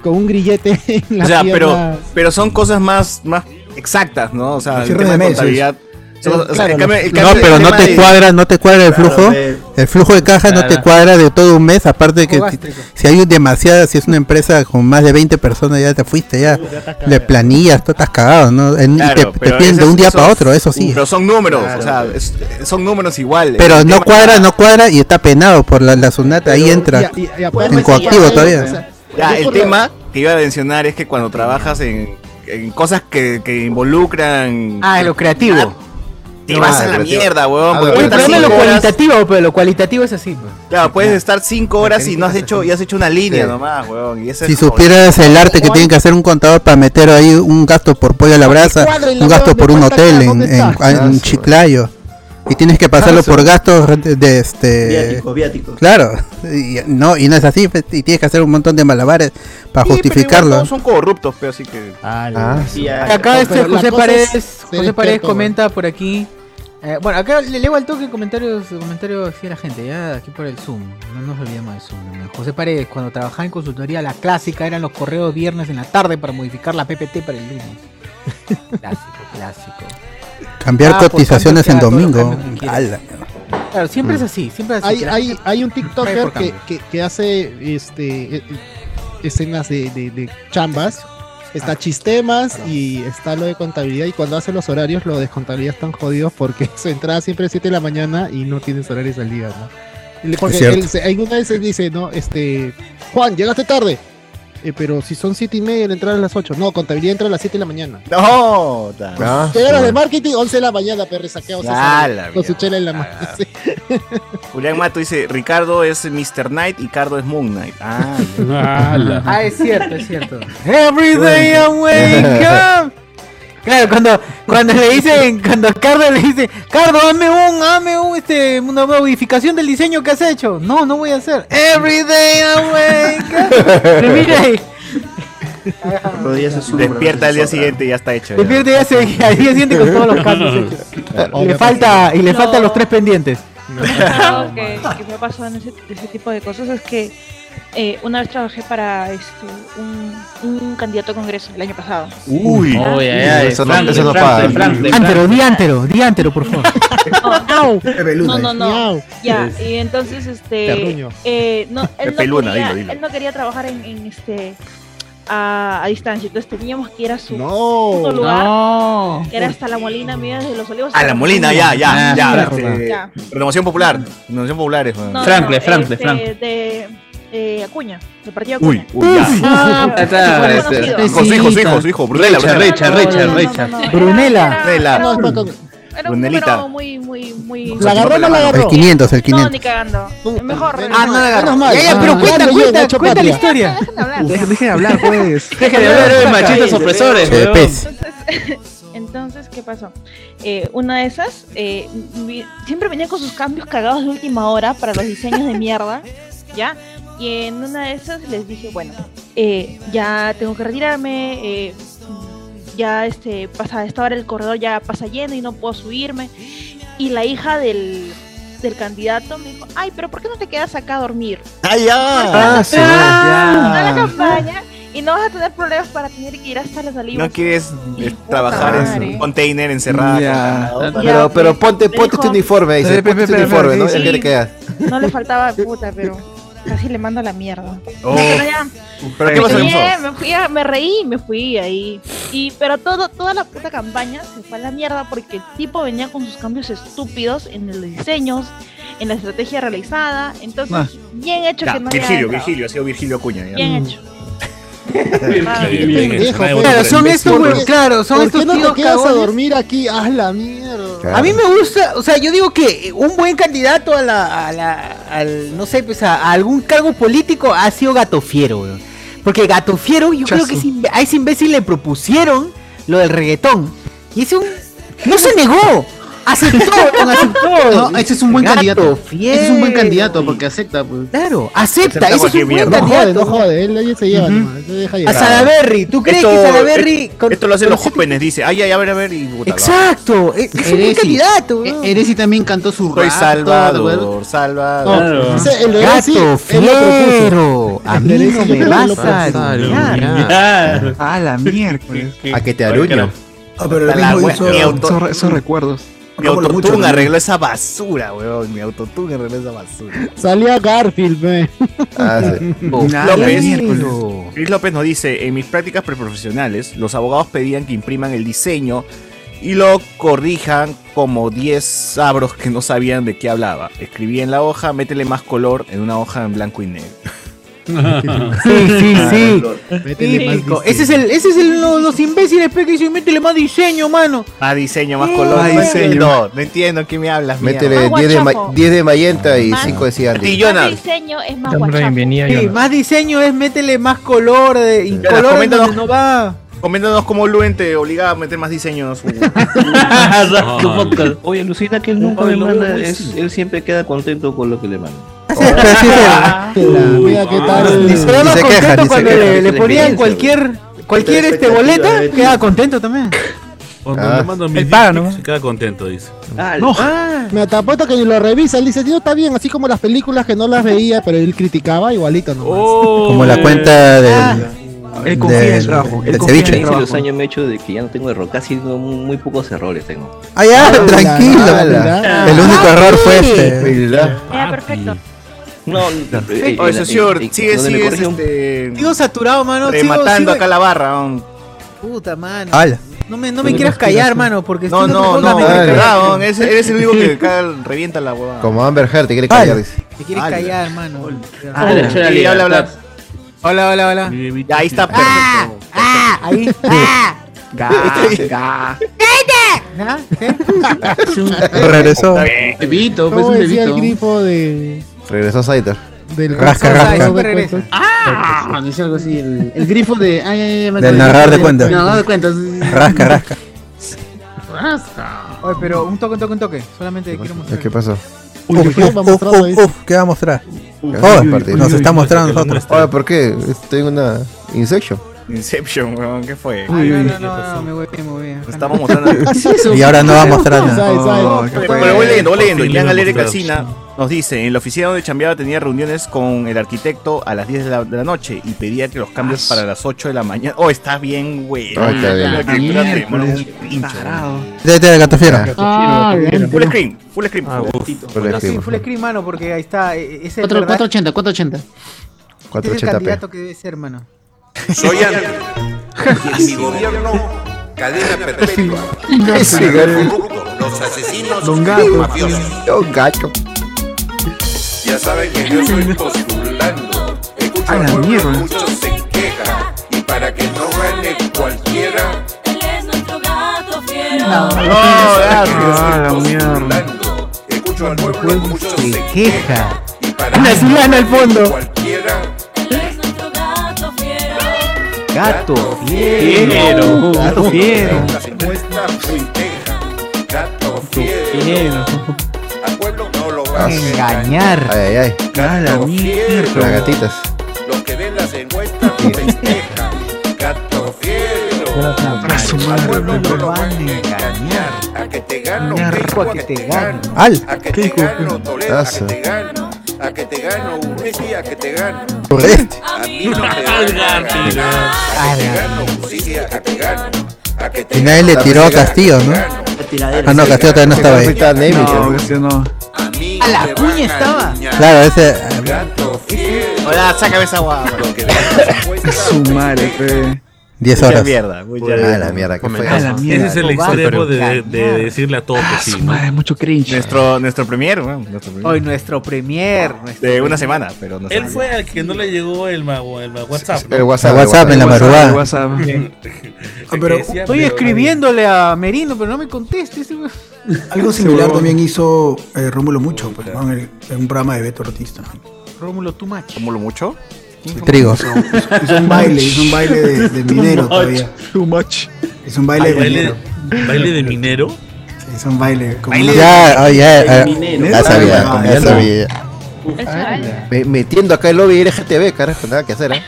Speaker 12: con un grillete en la
Speaker 3: o sea,
Speaker 12: pierna.
Speaker 3: pero, pero son cosas más, más exactas, ¿no? O sea, el
Speaker 12: Cierre
Speaker 3: tema de
Speaker 12: de meses.
Speaker 3: contabilidad. son- o sea,
Speaker 12: Claro,
Speaker 3: el cambio- el
Speaker 4: No,
Speaker 3: cambio- el
Speaker 4: pero no
Speaker 3: tema
Speaker 4: te
Speaker 3: de-
Speaker 4: cuadra, no te cuadra el
Speaker 3: Claro,
Speaker 4: flujo.
Speaker 3: de-
Speaker 4: El flujo de caja no te
Speaker 3: Claro.
Speaker 4: cuadra de todo un mes, aparte de que
Speaker 3: Flujo
Speaker 4: si,
Speaker 3: gástrico.
Speaker 4: si hay demasiada, si es una empresa con más de 20 personas ya te fuiste ya de planillas, tú estás cagado, ¿no? En- y
Speaker 3: Claro,
Speaker 4: te, te
Speaker 3: pero
Speaker 4: piden de
Speaker 3: esas-
Speaker 4: un día
Speaker 3: esos-
Speaker 4: para otro, eso sí.
Speaker 3: Pero son números, o sea, es- son números igual.
Speaker 4: Pero
Speaker 3: El
Speaker 4: no
Speaker 3: tema-
Speaker 4: cuadra, no cuadra y está penado por la, la sunata, ahí entra
Speaker 12: y- y aparte-
Speaker 3: pues,
Speaker 4: en coactivo todavía.
Speaker 3: Ya, el tema que iba a mencionar es que cuando trabajas en, en cosas que, que involucran.
Speaker 1: Ah, lo creativo.
Speaker 3: Te vas a la
Speaker 1: creativo.
Speaker 3: mierda,
Speaker 1: Ah,
Speaker 3: weón.
Speaker 1: pero el problema es lo cualitativo, pero lo cualitativo es así. pues.
Speaker 3: Claro, puedes estar cinco horas y no has hecho, y has hecho una línea
Speaker 1: Sí.
Speaker 3: nomás, weón. Y ese
Speaker 4: Si
Speaker 3: es como-
Speaker 4: supieras el arte que tiene que hacer un contador para meter ahí un gasto por pollo a la brasa,
Speaker 3: cuadra y la
Speaker 4: un gasto
Speaker 3: huevón
Speaker 4: por
Speaker 3: de
Speaker 4: un
Speaker 3: cuenta
Speaker 4: hotel
Speaker 3: acá,
Speaker 4: en,
Speaker 3: ¿dónde
Speaker 4: en-
Speaker 3: está?
Speaker 4: en
Speaker 3: Ah, su-
Speaker 4: Chiclayo. Y tienes que pasarlo por gastos de, de este.
Speaker 14: Viáticos, viáticos.
Speaker 4: Claro, y, no, y no es así, pues, y tienes que hacer un montón de malabares para
Speaker 3: Sí, pero igual
Speaker 4: justificarlo.
Speaker 3: todos son corruptos, pero así que.
Speaker 4: Ah, sí.
Speaker 1: Acá este José Paredes, José
Speaker 3: comenta
Speaker 1: Paredes comenta por aquí. eh, bueno, acá le leo al toque comentarios, comentarios así a la gente, ya aquí por el Zoom. No nos olvidemos del Zoom. ¿no? José Paredes, cuando trabajaba en consultoría, la clásica eran los correos viernes en la tarde para modificar la PPT para el lunes. clásico, clásico.
Speaker 4: Cambiar
Speaker 1: Ah, por
Speaker 4: cotizaciones en
Speaker 1: tanto, ya, todo lo
Speaker 4: domingo.
Speaker 1: cambian que quieran.
Speaker 4: Ala.
Speaker 1: Claro, siempre es así, siempre es así.
Speaker 12: Mm. Hay,
Speaker 1: que la
Speaker 12: hay,
Speaker 1: gente
Speaker 12: hay un
Speaker 1: trae
Speaker 12: TikToker
Speaker 1: por
Speaker 12: que,
Speaker 1: cambio.
Speaker 12: que, que hace este eh, eh, escenas de, de- de chambas.
Speaker 1: Ah,
Speaker 12: Está chistemas y está lo de contabilidad. Y cuando hace los horarios, lo de contabilidad están jodidos porque su entrada siempre es 7 de la mañana y no tienes horarios al día, ¿no? Le- Porque
Speaker 4: cierto.
Speaker 12: él se- alguna vez él dice, no, este, Juan, llegaste tarde. Eh, pero si son 7 y media, la entrada es a las 8. No, contabilidad entra a las 7 de la mañana.
Speaker 3: No,
Speaker 5: Ah,
Speaker 12: Llegaron
Speaker 5: sí.
Speaker 12: de marketing, 11 de la mañana, perre, saqueados.
Speaker 3: Ya la
Speaker 12: Con su chela en la mano. sí.
Speaker 3: Julián Mato dice: Ricardo es Mr. Knight y Cardo es Moon Knight. Ah,
Speaker 1: Ah, es cierto, es cierto.
Speaker 3: Every day I wake
Speaker 1: up. Claro, cuando, cuando le dicen, cuando a Cardo le dice, Cardo, hazme un, hazme un, este, una modificación del diseño que has hecho. No, no voy a hacer. Every day I wake up. Le mira ahí.
Speaker 12: Ah,
Speaker 3: Despierta al día siguiente y ya está hecho. ya.
Speaker 1: Despierte ya se, al día siguiente con todos los cambios hechos.
Speaker 3: Claro.
Speaker 1: Y le falta, y le faltan los tres pendientes.
Speaker 9: pasado que, que me ha pasado en ese, ese tipo de cosas es que eh, una vez trabajé para este, un, un candidato a Congreso el año pasado.
Speaker 7: Uy,
Speaker 1: Uy.
Speaker 7: ay, ay,
Speaker 5: Eso no-
Speaker 7: Frank,
Speaker 5: eso no
Speaker 7: Frank,
Speaker 5: paga.
Speaker 7: Frank, Frank.
Speaker 1: Antero, di antero, di antero, por favor.
Speaker 9: No, no, no.
Speaker 1: Miau.
Speaker 9: Ya,
Speaker 1: Es-
Speaker 9: y entonces este
Speaker 1: Terruño.
Speaker 9: eh, no, él, no
Speaker 1: Peluna,
Speaker 9: quería,
Speaker 1: dilo, dilo.
Speaker 9: él no quería trabajar en, en, este a, a distancia, entonces teníamos que ir a su
Speaker 1: No.
Speaker 9: otro lugar,
Speaker 1: No.
Speaker 9: que era hasta la Molina, mira desde los olivos.
Speaker 3: A la Molina, ya, ya,
Speaker 7: Ah,
Speaker 3: ya.
Speaker 7: claro.
Speaker 3: este,
Speaker 9: Ya.
Speaker 3: Renovación Popular. Renovación Popular es.
Speaker 9: No,
Speaker 3: weón.
Speaker 9: no, no,
Speaker 7: Francle,
Speaker 9: este,
Speaker 7: Francle.
Speaker 9: De eh, Acuña, del partido
Speaker 3: Uy,
Speaker 9: Acuña.
Speaker 3: uy, ya.
Speaker 9: Ah,
Speaker 3: Ya está,
Speaker 9: súper
Speaker 3: este,
Speaker 9: conocido.
Speaker 3: Con su hijo, su hijo, su hijo. Brunella,
Speaker 7: Richard,
Speaker 3: Brunella.
Speaker 7: Richard, Richard, Richard.
Speaker 9: No, no,
Speaker 1: Brunella.
Speaker 3: Brunella.
Speaker 9: Era un número- era un
Speaker 3: Brunelita.
Speaker 9: número muy, muy, muy...
Speaker 4: ¿La agarró o no la agarró? El 500, el 500.
Speaker 9: No, ni cagando. Mejor.
Speaker 1: Ah, no la agarró.
Speaker 12: Menos mal.
Speaker 1: Ya, ya, pero
Speaker 12: Ah,
Speaker 1: cuenta,
Speaker 12: ya, ya,
Speaker 1: cuenta,
Speaker 12: ya, hecho
Speaker 1: cuenta la
Speaker 12: patria.
Speaker 1: historia.
Speaker 12: Dejen dejen de hablar, pues.
Speaker 7: Dejen de hablar, eh, machistas opresores,
Speaker 4: Che,
Speaker 7: weón.
Speaker 4: pez.
Speaker 9: Entonces, ¿qué pasó? Eh, una de esas, eh, vi- siempre venía con sus cambios cagados de última hora para los diseños de mierda, ¿ya? Y en una de esas les dije, bueno, eh, ya tengo que retirarme, eh, ya este, pasa, a esta hora el corredor ya pasa lleno y no puedo subirme. Y la hija del, del candidato me dijo, ay, pero ¿por qué no te quedas acá a dormir?
Speaker 3: ¡Ay, ya!
Speaker 5: Ah,
Speaker 3: Ah,
Speaker 5: sí,
Speaker 9: A la
Speaker 5: ya.
Speaker 9: campaña y no vas a tener problemas para tener que ir hasta las olivas.
Speaker 3: No quieres eh, trabajar en un container encerrado.
Speaker 5: Ya.
Speaker 3: congelado.
Speaker 5: Pero, pero ponte,
Speaker 9: Me
Speaker 5: ponte
Speaker 9: dijo-
Speaker 5: tu uniforme, dice.
Speaker 3: Espera,
Speaker 5: Ponte tu
Speaker 3: espera,
Speaker 5: uniforme,
Speaker 3: espera,
Speaker 5: ¿no?
Speaker 3: sí,
Speaker 5: El
Speaker 3: sí.
Speaker 5: que te quedas.
Speaker 9: No le faltaba puta, pero casi le mando a la mierda.
Speaker 5: Oh.
Speaker 9: Pero ya,
Speaker 5: ¿Pero
Speaker 9: me
Speaker 5: qué pasó?
Speaker 9: fui,
Speaker 5: ¿Qué
Speaker 9: eh, me fui a- me reí, me fui ahí. Y pero todo, toda la puta campaña se fue a la mierda porque el tipo venía con sus cambios estúpidos en los diseños, en la estrategia realizada. Entonces,
Speaker 3: Ah.
Speaker 9: bien hecho
Speaker 3: Ya,
Speaker 9: que no haya
Speaker 3: Virgilio,
Speaker 9: entrado.
Speaker 3: Virgilio, ha sido Virgilio Acuña. ya.
Speaker 4: Mm.
Speaker 9: Bien hecho.
Speaker 3: Bien hecho, nadie
Speaker 1: Claro, son
Speaker 3: votó.
Speaker 1: estos,
Speaker 12: ¿Por
Speaker 1: güey,
Speaker 12: qué-
Speaker 1: claro, son
Speaker 12: ¿por
Speaker 1: estos
Speaker 12: qué no te
Speaker 1: tíos
Speaker 12: quedas a
Speaker 1: cagones.
Speaker 12: dormir aquí? ¡Haz la mierda!
Speaker 1: A mí me gusta, o sea, yo digo que un buen candidato a la, a la- al, no sé, pues a, a algún cargo político ha sido Gato Fiero, weón. Porque Gato Fiero, yo creo que ese imbe- a ese imbécil le propusieron lo del reggaetón. Y ese un, no se negó, aceptó, weón, aceptó.
Speaker 2: No, ese es un buen
Speaker 1: Gato
Speaker 2: candidato.
Speaker 1: Fiero.
Speaker 2: Ese es un buen candidato porque acepta. Pues.
Speaker 1: Claro, acepta,
Speaker 2: Acepta
Speaker 1: ese es
Speaker 2: cualquier
Speaker 1: un buen
Speaker 2: mierda.
Speaker 12: No jode,
Speaker 1: candidato.
Speaker 12: no jode, él, él se lleva nomás, se deja
Speaker 1: A
Speaker 12: llevar.
Speaker 1: Salaberry, ¿tú crees que Salaberry...
Speaker 3: Esto, esto lo hacen los jóvenes, dice. Ay, ay, a ver, a ver. Y puta,
Speaker 1: Exacto, es
Speaker 3: un buen
Speaker 1: candidato,
Speaker 2: weón. Eresi también cantó su
Speaker 3: Soy
Speaker 2: rap, todo,
Speaker 3: Salvador,
Speaker 7: Ah,
Speaker 3: Salvador.
Speaker 2: No, ese- el de Eresi,
Speaker 1: Gato
Speaker 2: él lo propuso.
Speaker 1: Fiero, a mí no me vas a
Speaker 14: Ah,
Speaker 5: aruñar.
Speaker 8: A la miércoles.
Speaker 5: A que te aruño.
Speaker 8: Ah, pero
Speaker 3: A
Speaker 8: el
Speaker 3: la
Speaker 8: mismo
Speaker 3: hue-
Speaker 8: hizo-
Speaker 3: mi auto-
Speaker 8: esos re- esos recuerdos.
Speaker 3: Mi autotune arregló esa basura, weón. Mi autotune arregló esa basura.
Speaker 12: Salía Garfield, me.
Speaker 5: Ah,
Speaker 8: Oh.
Speaker 3: López, Luis López nos dice, en mis prácticas preprofesionales, los abogados pedían que impriman el diseño y lo corrijan como 10 sabros que no sabían de qué hablaba. Escribí en la hoja, métele más color en una hoja en blanco y negro.
Speaker 1: Sí, sí, sí.
Speaker 3: Métele más
Speaker 1: Típico.
Speaker 3: diseño.
Speaker 1: Ese es el, ese es el, lo- los imbéciles pe, que dicen, métele más diseño, mano.
Speaker 3: Más diseño, más
Speaker 1: Sí,
Speaker 3: color.
Speaker 1: más
Speaker 3: no
Speaker 1: diseño.
Speaker 3: entiendo, no entiendo qué me hablas,
Speaker 5: Métele
Speaker 3: mierda.
Speaker 5: 10 de, ma-
Speaker 1: guachapo.
Speaker 5: 10 de Mayenta y
Speaker 1: Más-
Speaker 5: 5 de Ciandy.
Speaker 9: Más diseño es más guachapo.
Speaker 1: Sí, más diseño es métele más color de, y
Speaker 3: Jonas,
Speaker 1: color en
Speaker 3: coméntanos.
Speaker 1: donde no va.
Speaker 3: Coméntanos cómo Luen te obligaba a meter más diseños.
Speaker 7: ah,
Speaker 14: ah, Oye, Lucina, que él nunca
Speaker 3: Oye,
Speaker 14: me
Speaker 3: lo veo
Speaker 14: manda.
Speaker 3: muy
Speaker 14: es- él siempre queda contento con lo que le manda.
Speaker 12: Mira qué tal.
Speaker 1: Pero más contento cuando le, le ponían
Speaker 14: experiencia,
Speaker 1: cualquier, cualquier este boleta, quedaba contento también.
Speaker 10: Cuando
Speaker 1: Ah.
Speaker 10: le mando mis
Speaker 1: El paga,
Speaker 10: dick pics,
Speaker 1: ¿no?
Speaker 10: se queda contento, dice.
Speaker 7: Ah,
Speaker 14: ah,
Speaker 12: No. Me atrapó que ni lo revisa. Él dice, no, está bien, así como las películas que no las veía, pero él criticaba igualito nomás.
Speaker 4: Como
Speaker 10: Oh,
Speaker 4: la cuenta del.
Speaker 12: Ah. Él confía en el
Speaker 4: del-
Speaker 12: trabajo, él
Speaker 4: del
Speaker 12: confía en
Speaker 4: ceviche.
Speaker 12: el
Speaker 14: Hace los años me he hecho de que ya no tengo error. Casi no- muy, pocos errores tengo.
Speaker 4: Ah, ya, tranquilo. El único
Speaker 12: Ah,
Speaker 4: error fue este.
Speaker 9: Era perfecto.
Speaker 14: No, eh,
Speaker 3: Oye,
Speaker 14: eh,
Speaker 3: socio,
Speaker 14: eh, eh,
Speaker 3: sigue,
Speaker 14: donde me
Speaker 3: sigue
Speaker 14: corrige un-
Speaker 3: este.
Speaker 1: Sigo saturado, mano. Sigo,
Speaker 3: rematando
Speaker 1: sigo-
Speaker 3: acá la barra. weón.
Speaker 1: Puta, mano.
Speaker 3: Ala.
Speaker 1: No me, no me quieras callar, mano, porque
Speaker 3: No,
Speaker 1: estoy-
Speaker 3: no,
Speaker 1: me
Speaker 3: no,
Speaker 1: pongas a
Speaker 3: de
Speaker 1: callar.
Speaker 3: verdad, weón, eres, eres el único que acá revienta la huevada.
Speaker 5: Como Amber Heard, te quiere callar, dice.
Speaker 1: Me quieres
Speaker 3: Ala.
Speaker 1: callar, mano.
Speaker 3: Ah, la chela,
Speaker 1: Sí,
Speaker 3: habla,
Speaker 1: habla,
Speaker 3: habla.
Speaker 1: Hola, hola, hola.
Speaker 3: Ya, ahí está perfecto.
Speaker 1: Ah, ahí. Ah.
Speaker 3: Ga, ga.
Speaker 1: ¿Ah?
Speaker 4: Regresó.
Speaker 2: Bebito, pues
Speaker 12: ¿Cómo
Speaker 2: un
Speaker 12: decía el
Speaker 2: bebito.
Speaker 12: grifo de,
Speaker 5: Regresó Saiter.
Speaker 12: del...
Speaker 4: Rasca, rasca.
Speaker 2: Ah, dice algo así. El, el grifo de. ay, ay, ay, me
Speaker 4: Del
Speaker 2: acordé.
Speaker 4: narrador de cuentas.
Speaker 2: Narrador de cuentas.
Speaker 4: Rasca, rasca.
Speaker 2: rasca.
Speaker 1: Oye, pero un toque, un toque, un toque. Solamente quiero mostrar.
Speaker 5: ¿Qué pasó?
Speaker 4: Uf, uf, uf, uf, uf, ¿qué va a mostrar? Oh, nos está mostrando nosotros.
Speaker 5: Ahora, ¿por qué? Tengo una Insection.
Speaker 3: Inception, weón, ¿qué fue?
Speaker 1: Ay, no, no, no, no, me voy bien, me voy bien.
Speaker 3: Estamos mostrando.
Speaker 4: ¿Qué es eso? Y ahora no va a mostrar nada. Oh,
Speaker 3: No,
Speaker 4: Sabe,
Speaker 12: Oh,
Speaker 4: sabe.
Speaker 3: no,
Speaker 4: Qué
Speaker 3: pero- Pero voy
Speaker 4: fue.
Speaker 3: leyendo, voy
Speaker 4: Por
Speaker 3: leyendo.
Speaker 4: fin
Speaker 3: Ileana
Speaker 4: lo
Speaker 3: Lere
Speaker 4: mostraron.
Speaker 3: Calcina nos dice: en la oficina donde chambeaba tenía reuniones con el arquitecto a las 10 de la, de la noche y pedía que los cambios para las 8 de la mañana. Oh, está bien, güey.
Speaker 5: Ah, está bien.
Speaker 3: Espérate, espérate, demora un pincho.
Speaker 4: De, de, gato fiero.
Speaker 1: Ah, bien.
Speaker 3: Full screen, full screen.
Speaker 1: Ah,
Speaker 3: por favor.
Speaker 1: Sí, full screen, mano, porque ahí está. eh, Es el,
Speaker 2: Cuatro-
Speaker 1: verdad-
Speaker 2: 480, 480.
Speaker 1: este es el
Speaker 5: 480p.
Speaker 1: candidato que debe ser, mano.
Speaker 16: Soy Andrés. Y en mi gobierno, cadena perpetua.
Speaker 5: No,
Speaker 16: Los
Speaker 5: sí, Garfield.
Speaker 16: corruptos, Los asesinos
Speaker 5: Don
Speaker 16: y
Speaker 5: Gato.
Speaker 16: los mafiosos.
Speaker 5: Don Gato.
Speaker 16: Ya saben que yo soy postulando. Escucho
Speaker 5: A la
Speaker 16: al pueblo,
Speaker 5: mierda.
Speaker 16: muchos se quejan. Y para que no gane cualquiera. Él es nuestro gato fiero.
Speaker 13: No,
Speaker 16: Escucho al pueblo, muchos se
Speaker 1: queja.
Speaker 16: Ana Zulana
Speaker 1: al fondo.
Speaker 16: Cualquiera.
Speaker 1: Gato
Speaker 16: fiero.
Speaker 1: Gato fiero.
Speaker 16: Muestra su inteja. Gato fiero. Al pueblo no lo va a
Speaker 1: Engañar.
Speaker 5: Ay, ay, ay.
Speaker 16: Gato fiero.
Speaker 5: Las gatitas.
Speaker 16: Los que ven las encuestas festejan. Gato fiero. Al pueblo no lo van a engañar. A que te gano, rico, a que te gano.
Speaker 4: Al.
Speaker 16: A que te gano, Toledo, a que
Speaker 5: Tazo.
Speaker 16: te gano. A que te gano, Urresti, a que te gano.
Speaker 5: Por este.
Speaker 16: A mí no te van a ganar. A que te gano, Urresti, a que te gano. A que te
Speaker 4: Y nadie le
Speaker 16: gano,
Speaker 4: tiró a
Speaker 16: te gano.
Speaker 4: Castillo, ¿no? Ah, no, Castillo todavía no estaba ahí.
Speaker 5: Ah,
Speaker 11: No, Castillo no.
Speaker 1: A la cuña estaba.
Speaker 4: Claro, ese.
Speaker 3: Hola, sácame esa guapa.
Speaker 11: Su madre, fe.
Speaker 4: 10 horas.
Speaker 3: mierda, mucha
Speaker 5: Ah, la mierda, ¿qué fue?
Speaker 11: A la mierda.
Speaker 10: Ese es el extremo de, de- de decirle a todo
Speaker 14: Ah,
Speaker 10: que sí. ¿no?
Speaker 11: Ah, mucho cringe.
Speaker 3: Nuestro, nuestro premier, weón, nuestro premier.
Speaker 1: Hoy nuestro premier. nuestro
Speaker 3: De
Speaker 1: premier.
Speaker 3: una semana, pero no
Speaker 10: Él
Speaker 3: sé.
Speaker 10: fue al que no le llegó el, ma- el ma- WhatsApp.
Speaker 3: El WhatsApp,
Speaker 4: El WhatsApp en la madrugada.
Speaker 1: Ah, pero estoy escribiéndole a Merino, pero no me conteste. ese weón.
Speaker 18: Algo similar también hizo eh, Rómulo Mucho, pues, ¿no? en, el- en un programa de Beto Ortiz también.
Speaker 1: Rómulo Tumachi.
Speaker 3: ¿Rómulo mucho?
Speaker 4: Trigo.
Speaker 18: Hizo, hizo un baile, hizo un baile de, de
Speaker 10: Too
Speaker 18: minero
Speaker 10: much,
Speaker 18: todavía. Too much. Hizo un baile de minero.
Speaker 10: ¿Baile, baile de minero?
Speaker 18: Hizo un baile. Como
Speaker 10: Baile
Speaker 4: Ya, oh, ya, eh,
Speaker 5: Ya sabía,
Speaker 18: Ah,
Speaker 5: ya
Speaker 18: ya
Speaker 5: sabía.
Speaker 18: sabía.
Speaker 5: Me- Metiendo acá el lobby LGTB, carajo, nada que hacer, ¿eh?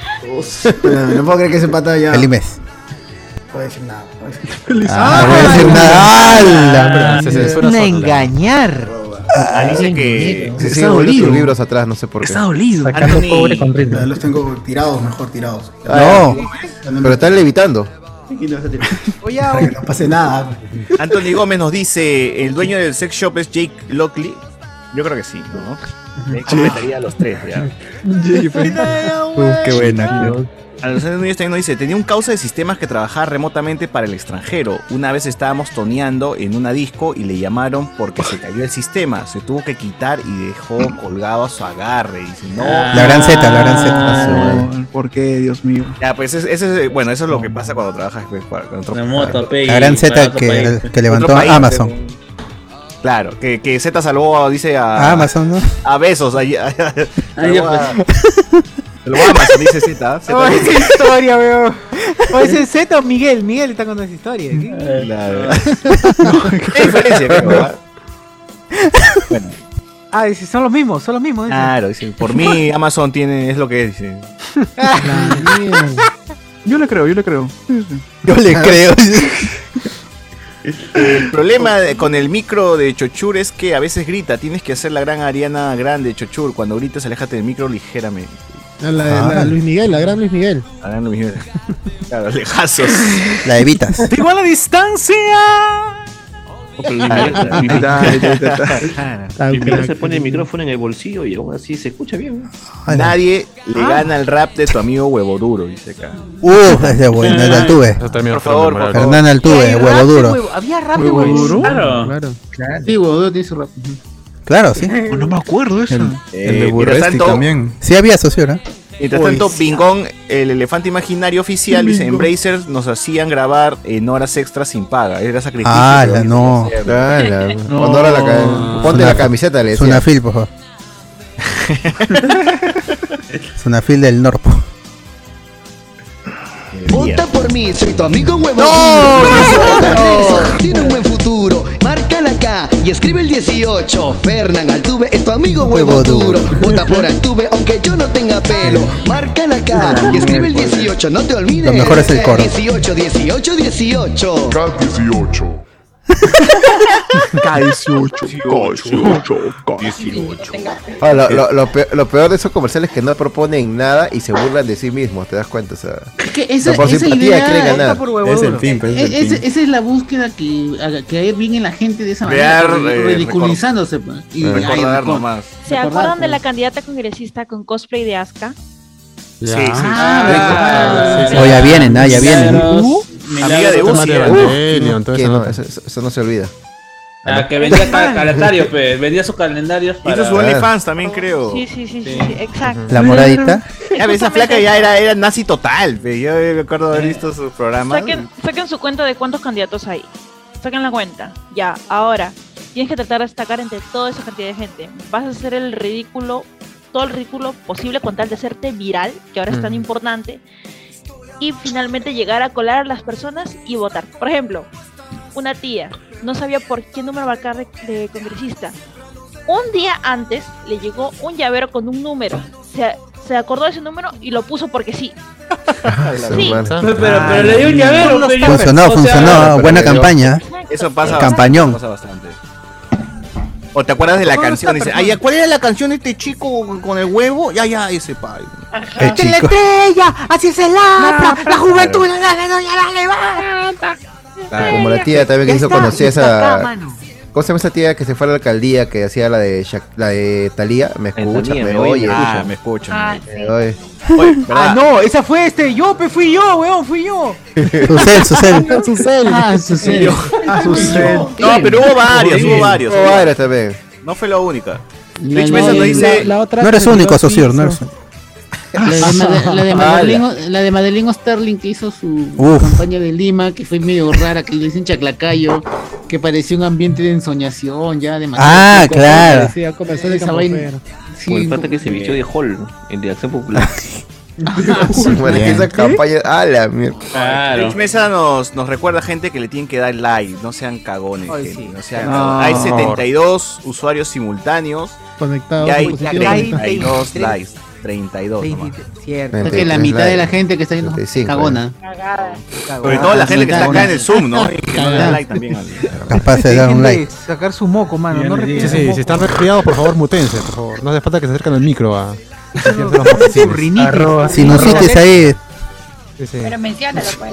Speaker 18: Bueno, No puedo creer que ese pata ya.
Speaker 5: Feliz mes.
Speaker 18: No puedo decir nada. no puedo decir nada.
Speaker 5: Ah, voy a decir nada. ¡Hala!
Speaker 1: Se censura Una sola. engañar.
Speaker 3: Ah, dice que.
Speaker 5: Sí, sí,
Speaker 18: Está
Speaker 5: volvió
Speaker 18: dolido.
Speaker 5: sus libros atrás, no sé por qué.
Speaker 18: Sacando
Speaker 3: Anthony-
Speaker 18: cobre con ritmo. Ya Los tengo tirados, mejor tirados.
Speaker 5: Ah, Pero están levitando.
Speaker 1: Oye,
Speaker 18: Para que no pase nada.
Speaker 3: Anthony Gómez nos dice: el dueño del sex shop es Jake Lockley. Yo creo que sí, ¿no? Me completaría a los tres, ya.
Speaker 11: qué buena.
Speaker 3: Alexander Núñez también nos dice, tenía un causa de sistemas que trabajaba remotamente para el extranjero. Una vez estábamos toneando en una disco y le llamaron porque se cayó el sistema. Se tuvo que quitar y dejó colgado a su agarre. Dice, no.
Speaker 10: Ah,
Speaker 4: La gran Z, la gran Z.
Speaker 14: Ah,
Speaker 11: ¿Por qué, Dios mío?
Speaker 3: Ya, pues ese, ese es- bueno, eso es lo que pasa cuando trabajas pues, para- con otro
Speaker 7: Remoto, pay,
Speaker 4: La gran
Speaker 7: para
Speaker 4: Z
Speaker 7: otro
Speaker 4: que,
Speaker 7: país.
Speaker 4: que levantó
Speaker 3: Otro país, eh.
Speaker 4: Amazon.
Speaker 3: Claro, que, que Z salvó, dice a...
Speaker 4: Ah, Amazon, ¿no?
Speaker 3: A besos. A, a- a- salvó
Speaker 1: pues.
Speaker 3: a- salvó a Amazon, dice ¿eh? Z.
Speaker 1: Oh,
Speaker 3: Z dice-
Speaker 1: esa historia, weón. O ese Z o Miguel. Miguel está contando esa historia. ¿sí?
Speaker 3: ¿Qué diferencia? creo, ah?
Speaker 1: Ah, dice, son los mismos, son los mismos. dice.
Speaker 3: Claro, dice, por mí Amazon tiene, es lo que es, dice.
Speaker 11: Yo le creo, yo le creo.
Speaker 4: Yo le creo.
Speaker 3: El problema de- con el micro de Chochur es que a veces grita, tienes que hacer la gran Ariana Grande, Chochur. Cuando gritas, aléjate del micro ligeramente.
Speaker 12: La, la-
Speaker 3: Ah.
Speaker 12: Luis Miguel, la gran Luis Miguel.
Speaker 3: Harán lo mismo. Claro, lejazos.
Speaker 4: La evitas.
Speaker 1: igual a distancia.
Speaker 4: Tal
Speaker 19: Mi Miguel
Speaker 4: cual.
Speaker 19: se pone el micrófono en el bolsillo y aún así se escucha bien. Ah.
Speaker 3: Nadie le gana el rap de tu amigo Huevo Duro, dice acá.
Speaker 4: Uh, ese bueno, el Altuve.
Speaker 3: Por favor, por favor.
Speaker 4: Hernán Altuve, huevo duro.
Speaker 1: Había rap
Speaker 4: de Huevo huevo duro. duro.
Speaker 7: Claro.
Speaker 2: Sí, huevón, tiene su rap.
Speaker 4: Claro, sí.
Speaker 11: No me acuerdo eso.
Speaker 3: Eh,
Speaker 11: El de
Speaker 3: mientras
Speaker 11: Burresti
Speaker 3: tanto-
Speaker 11: también.
Speaker 4: Sí había socio, ¿no?
Speaker 3: Mientras
Speaker 4: Uy,
Speaker 3: tanto,
Speaker 4: sí.
Speaker 3: Bingón, el elefante imaginario oficial, dice, Embracers nos hacían grabar en horas extras sin paga. Era sacrificio.
Speaker 4: Ah,
Speaker 3: pero
Speaker 4: la no.
Speaker 3: hacían.
Speaker 5: Ala, cuando ahora la ca- Ponte la camiseta, le
Speaker 4: Es
Speaker 5: decía.
Speaker 4: una fil, por favor. Es una fil del Norpo.
Speaker 20: Vota por mí, soy tu amigo huevón. Tiene un buen futuro. Márcala acá y escribe el 18. Fernán Altuve es tu amigo huevo duro. Vota por Altuve aunque yo no tenga pelo. Márcala acá y escribe el 18. No te olvides.
Speaker 4: Lo mejor es el coro.
Speaker 20: 18, 18, 18.
Speaker 16: 18.
Speaker 5: Ah, lo, lo- lo peor, lo peor de esos comerciales es que no proponen nada y se burlan de sí mismos, ¿te das cuenta? O sea,
Speaker 2: que esa,
Speaker 5: no por
Speaker 2: esa
Speaker 5: simpatía
Speaker 2: idea
Speaker 5: quieren
Speaker 2: está
Speaker 5: ganar.
Speaker 2: por huevudo.
Speaker 5: pues,
Speaker 2: E- ese- esa es la búsqueda que, haga- que hay bien en la gente de esa
Speaker 3: Crear,
Speaker 2: manera,
Speaker 3: eh,
Speaker 2: ridiculizándose. pues, y-
Speaker 3: recordar
Speaker 2: ay, recor-
Speaker 3: nomás.
Speaker 9: ¿Se
Speaker 2: recordar,
Speaker 9: acuerdan de
Speaker 2: pues.
Speaker 9: la candidata congresista con cosplay de Asuka?
Speaker 3: Sí, sí, sí.
Speaker 7: Ah,
Speaker 4: Ah,
Speaker 2: Ah.
Speaker 4: Oh, ya vienen, ah, ya vienen.
Speaker 3: Amiga de
Speaker 5: Uf,
Speaker 3: Uzi. ¿eh?
Speaker 5: uf,
Speaker 3: Evangelion,
Speaker 5: que no, eso, eso- eso no se olvida.
Speaker 7: Ah, que vendía ca- calendario, pe, vendía sus calendarios para... este.
Speaker 3: Hizo su OnlyFans también, creo.
Speaker 9: Sí, sí, sí, sí, sí, exacto.
Speaker 4: La moradita.
Speaker 3: Ya, esa flaca ya era, era nazi total. pe. Yo me acuerdo haber visto sus programas.
Speaker 9: Saquen, saquen su cuenta de cuántos candidatos hay. Saquen la cuenta. Ya, ahora. Tienes que tratar de destacar entre toda esa cantidad de gente. Vas a hacer el ridículo, todo el ridículo posible con tal de hacerte viral, que ahora es tan
Speaker 17: Mm.
Speaker 9: importante. Y finalmente llegar a colar a las personas y votar. Por ejemplo, una tía no sabía por qué número marcar de, de congresista. Un día antes le llegó un llavero con un número. Se, se acordó de ese número y lo puso porque sí. Sí.
Speaker 7: Pero, pero, pero le dio un llavero. pe, yo-
Speaker 4: Funcionó,
Speaker 7: o sea,
Speaker 4: funcionó. Buena
Speaker 3: pero-
Speaker 4: campaña.
Speaker 3: Eso pasa
Speaker 4: Campañón.
Speaker 3: bastante, eso pasa bastante. O te acuerdas de la
Speaker 4: ¿Cómo
Speaker 3: canción.
Speaker 4: está
Speaker 3: Dice, ay,
Speaker 4: perfecto?
Speaker 3: ya, ¿cuál era la canción de este chico con- con el huevo? Ya, ya, ese pai.
Speaker 4: Qué
Speaker 17: ¡Que la
Speaker 4: eh, chico.
Speaker 17: estrella! ¡Así se labra!
Speaker 3: No,
Speaker 17: ¡La juventud
Speaker 3: claro.
Speaker 17: la, la, la, la levanta!
Speaker 5: Como la tía también que
Speaker 17: Ya
Speaker 5: hizo
Speaker 17: está,
Speaker 5: conocer
Speaker 17: ya está
Speaker 5: esa. Ah,
Speaker 17: acá, mano.
Speaker 5: ¿Cómo se llama esa tía que se fue a la alcaldía que hacía la de Shak- la de Talía? Me escucha,
Speaker 3: Talía,
Speaker 5: me
Speaker 3: me
Speaker 5: oye.
Speaker 3: oye. Ah, me escucha,
Speaker 17: Ah,
Speaker 5: me oye.
Speaker 1: Ah, no, esa fue este. Yo, pues fui yo, weón, fui yo.
Speaker 4: Susel, Susel.
Speaker 1: Susel. Ah,
Speaker 5: Susel.
Speaker 1: Ah,
Speaker 5: Susel.
Speaker 3: No, pero hubo varias, hubo varios.
Speaker 5: Hubo varias también.
Speaker 3: No fue la única.
Speaker 5: La-
Speaker 17: Pues
Speaker 3: Rich Mesa
Speaker 5: la-
Speaker 3: nos dice.
Speaker 5: la- la
Speaker 4: No eres único, socio, no eres
Speaker 12: Ah,
Speaker 2: La de, Made- la de Madeleine- la de Madeleine Sterling que hizo su
Speaker 4: Uf.
Speaker 2: campaña de Lima, que fue medio rara, que le dicen chaclacayo, que parecía un ambiente de ensoñación ya demasiado.
Speaker 4: Ah, claro.
Speaker 2: Parecía comercial de
Speaker 20: Esa
Speaker 2: campofero.
Speaker 20: vaina.
Speaker 19: Como el
Speaker 2: Sí,
Speaker 19: pata que se vistió de Hall, ¿no? el de Acción Popular.
Speaker 5: Su madre, que esa campaña. ¡Ah, la mierda!
Speaker 3: Rich Mesa nos, nos recuerda gente que le tienen que dar like, no sean cagones.
Speaker 2: Ay,
Speaker 3: gente,
Speaker 2: sí.
Speaker 3: no sean
Speaker 2: No.
Speaker 3: cagones. Hay 72 usuarios simultáneos
Speaker 12: Conectados
Speaker 3: y hay
Speaker 12: por
Speaker 2: positivo.
Speaker 3: 32
Speaker 2: Treinta
Speaker 3: likes. 32 nomás.
Speaker 2: Cierto. O sea que la mitad de la gente que está viendo
Speaker 5: 35,
Speaker 2: cagona.
Speaker 3: Sobre todo la gente que está acá en el Zoom, ¿no? Y que no le da like también.
Speaker 4: Capaz se da un like.
Speaker 1: Sacar su moco, mano. No
Speaker 6: Sí,
Speaker 1: repites su
Speaker 6: sí,
Speaker 1: moco.
Speaker 6: si están resfriados, por favor, mutense, por favor. No hace falta que se acerquen al micro a.
Speaker 1: Rinitis. Arroba.
Speaker 4: Sinusitis ahí.
Speaker 21: Pero menciónalo, pues.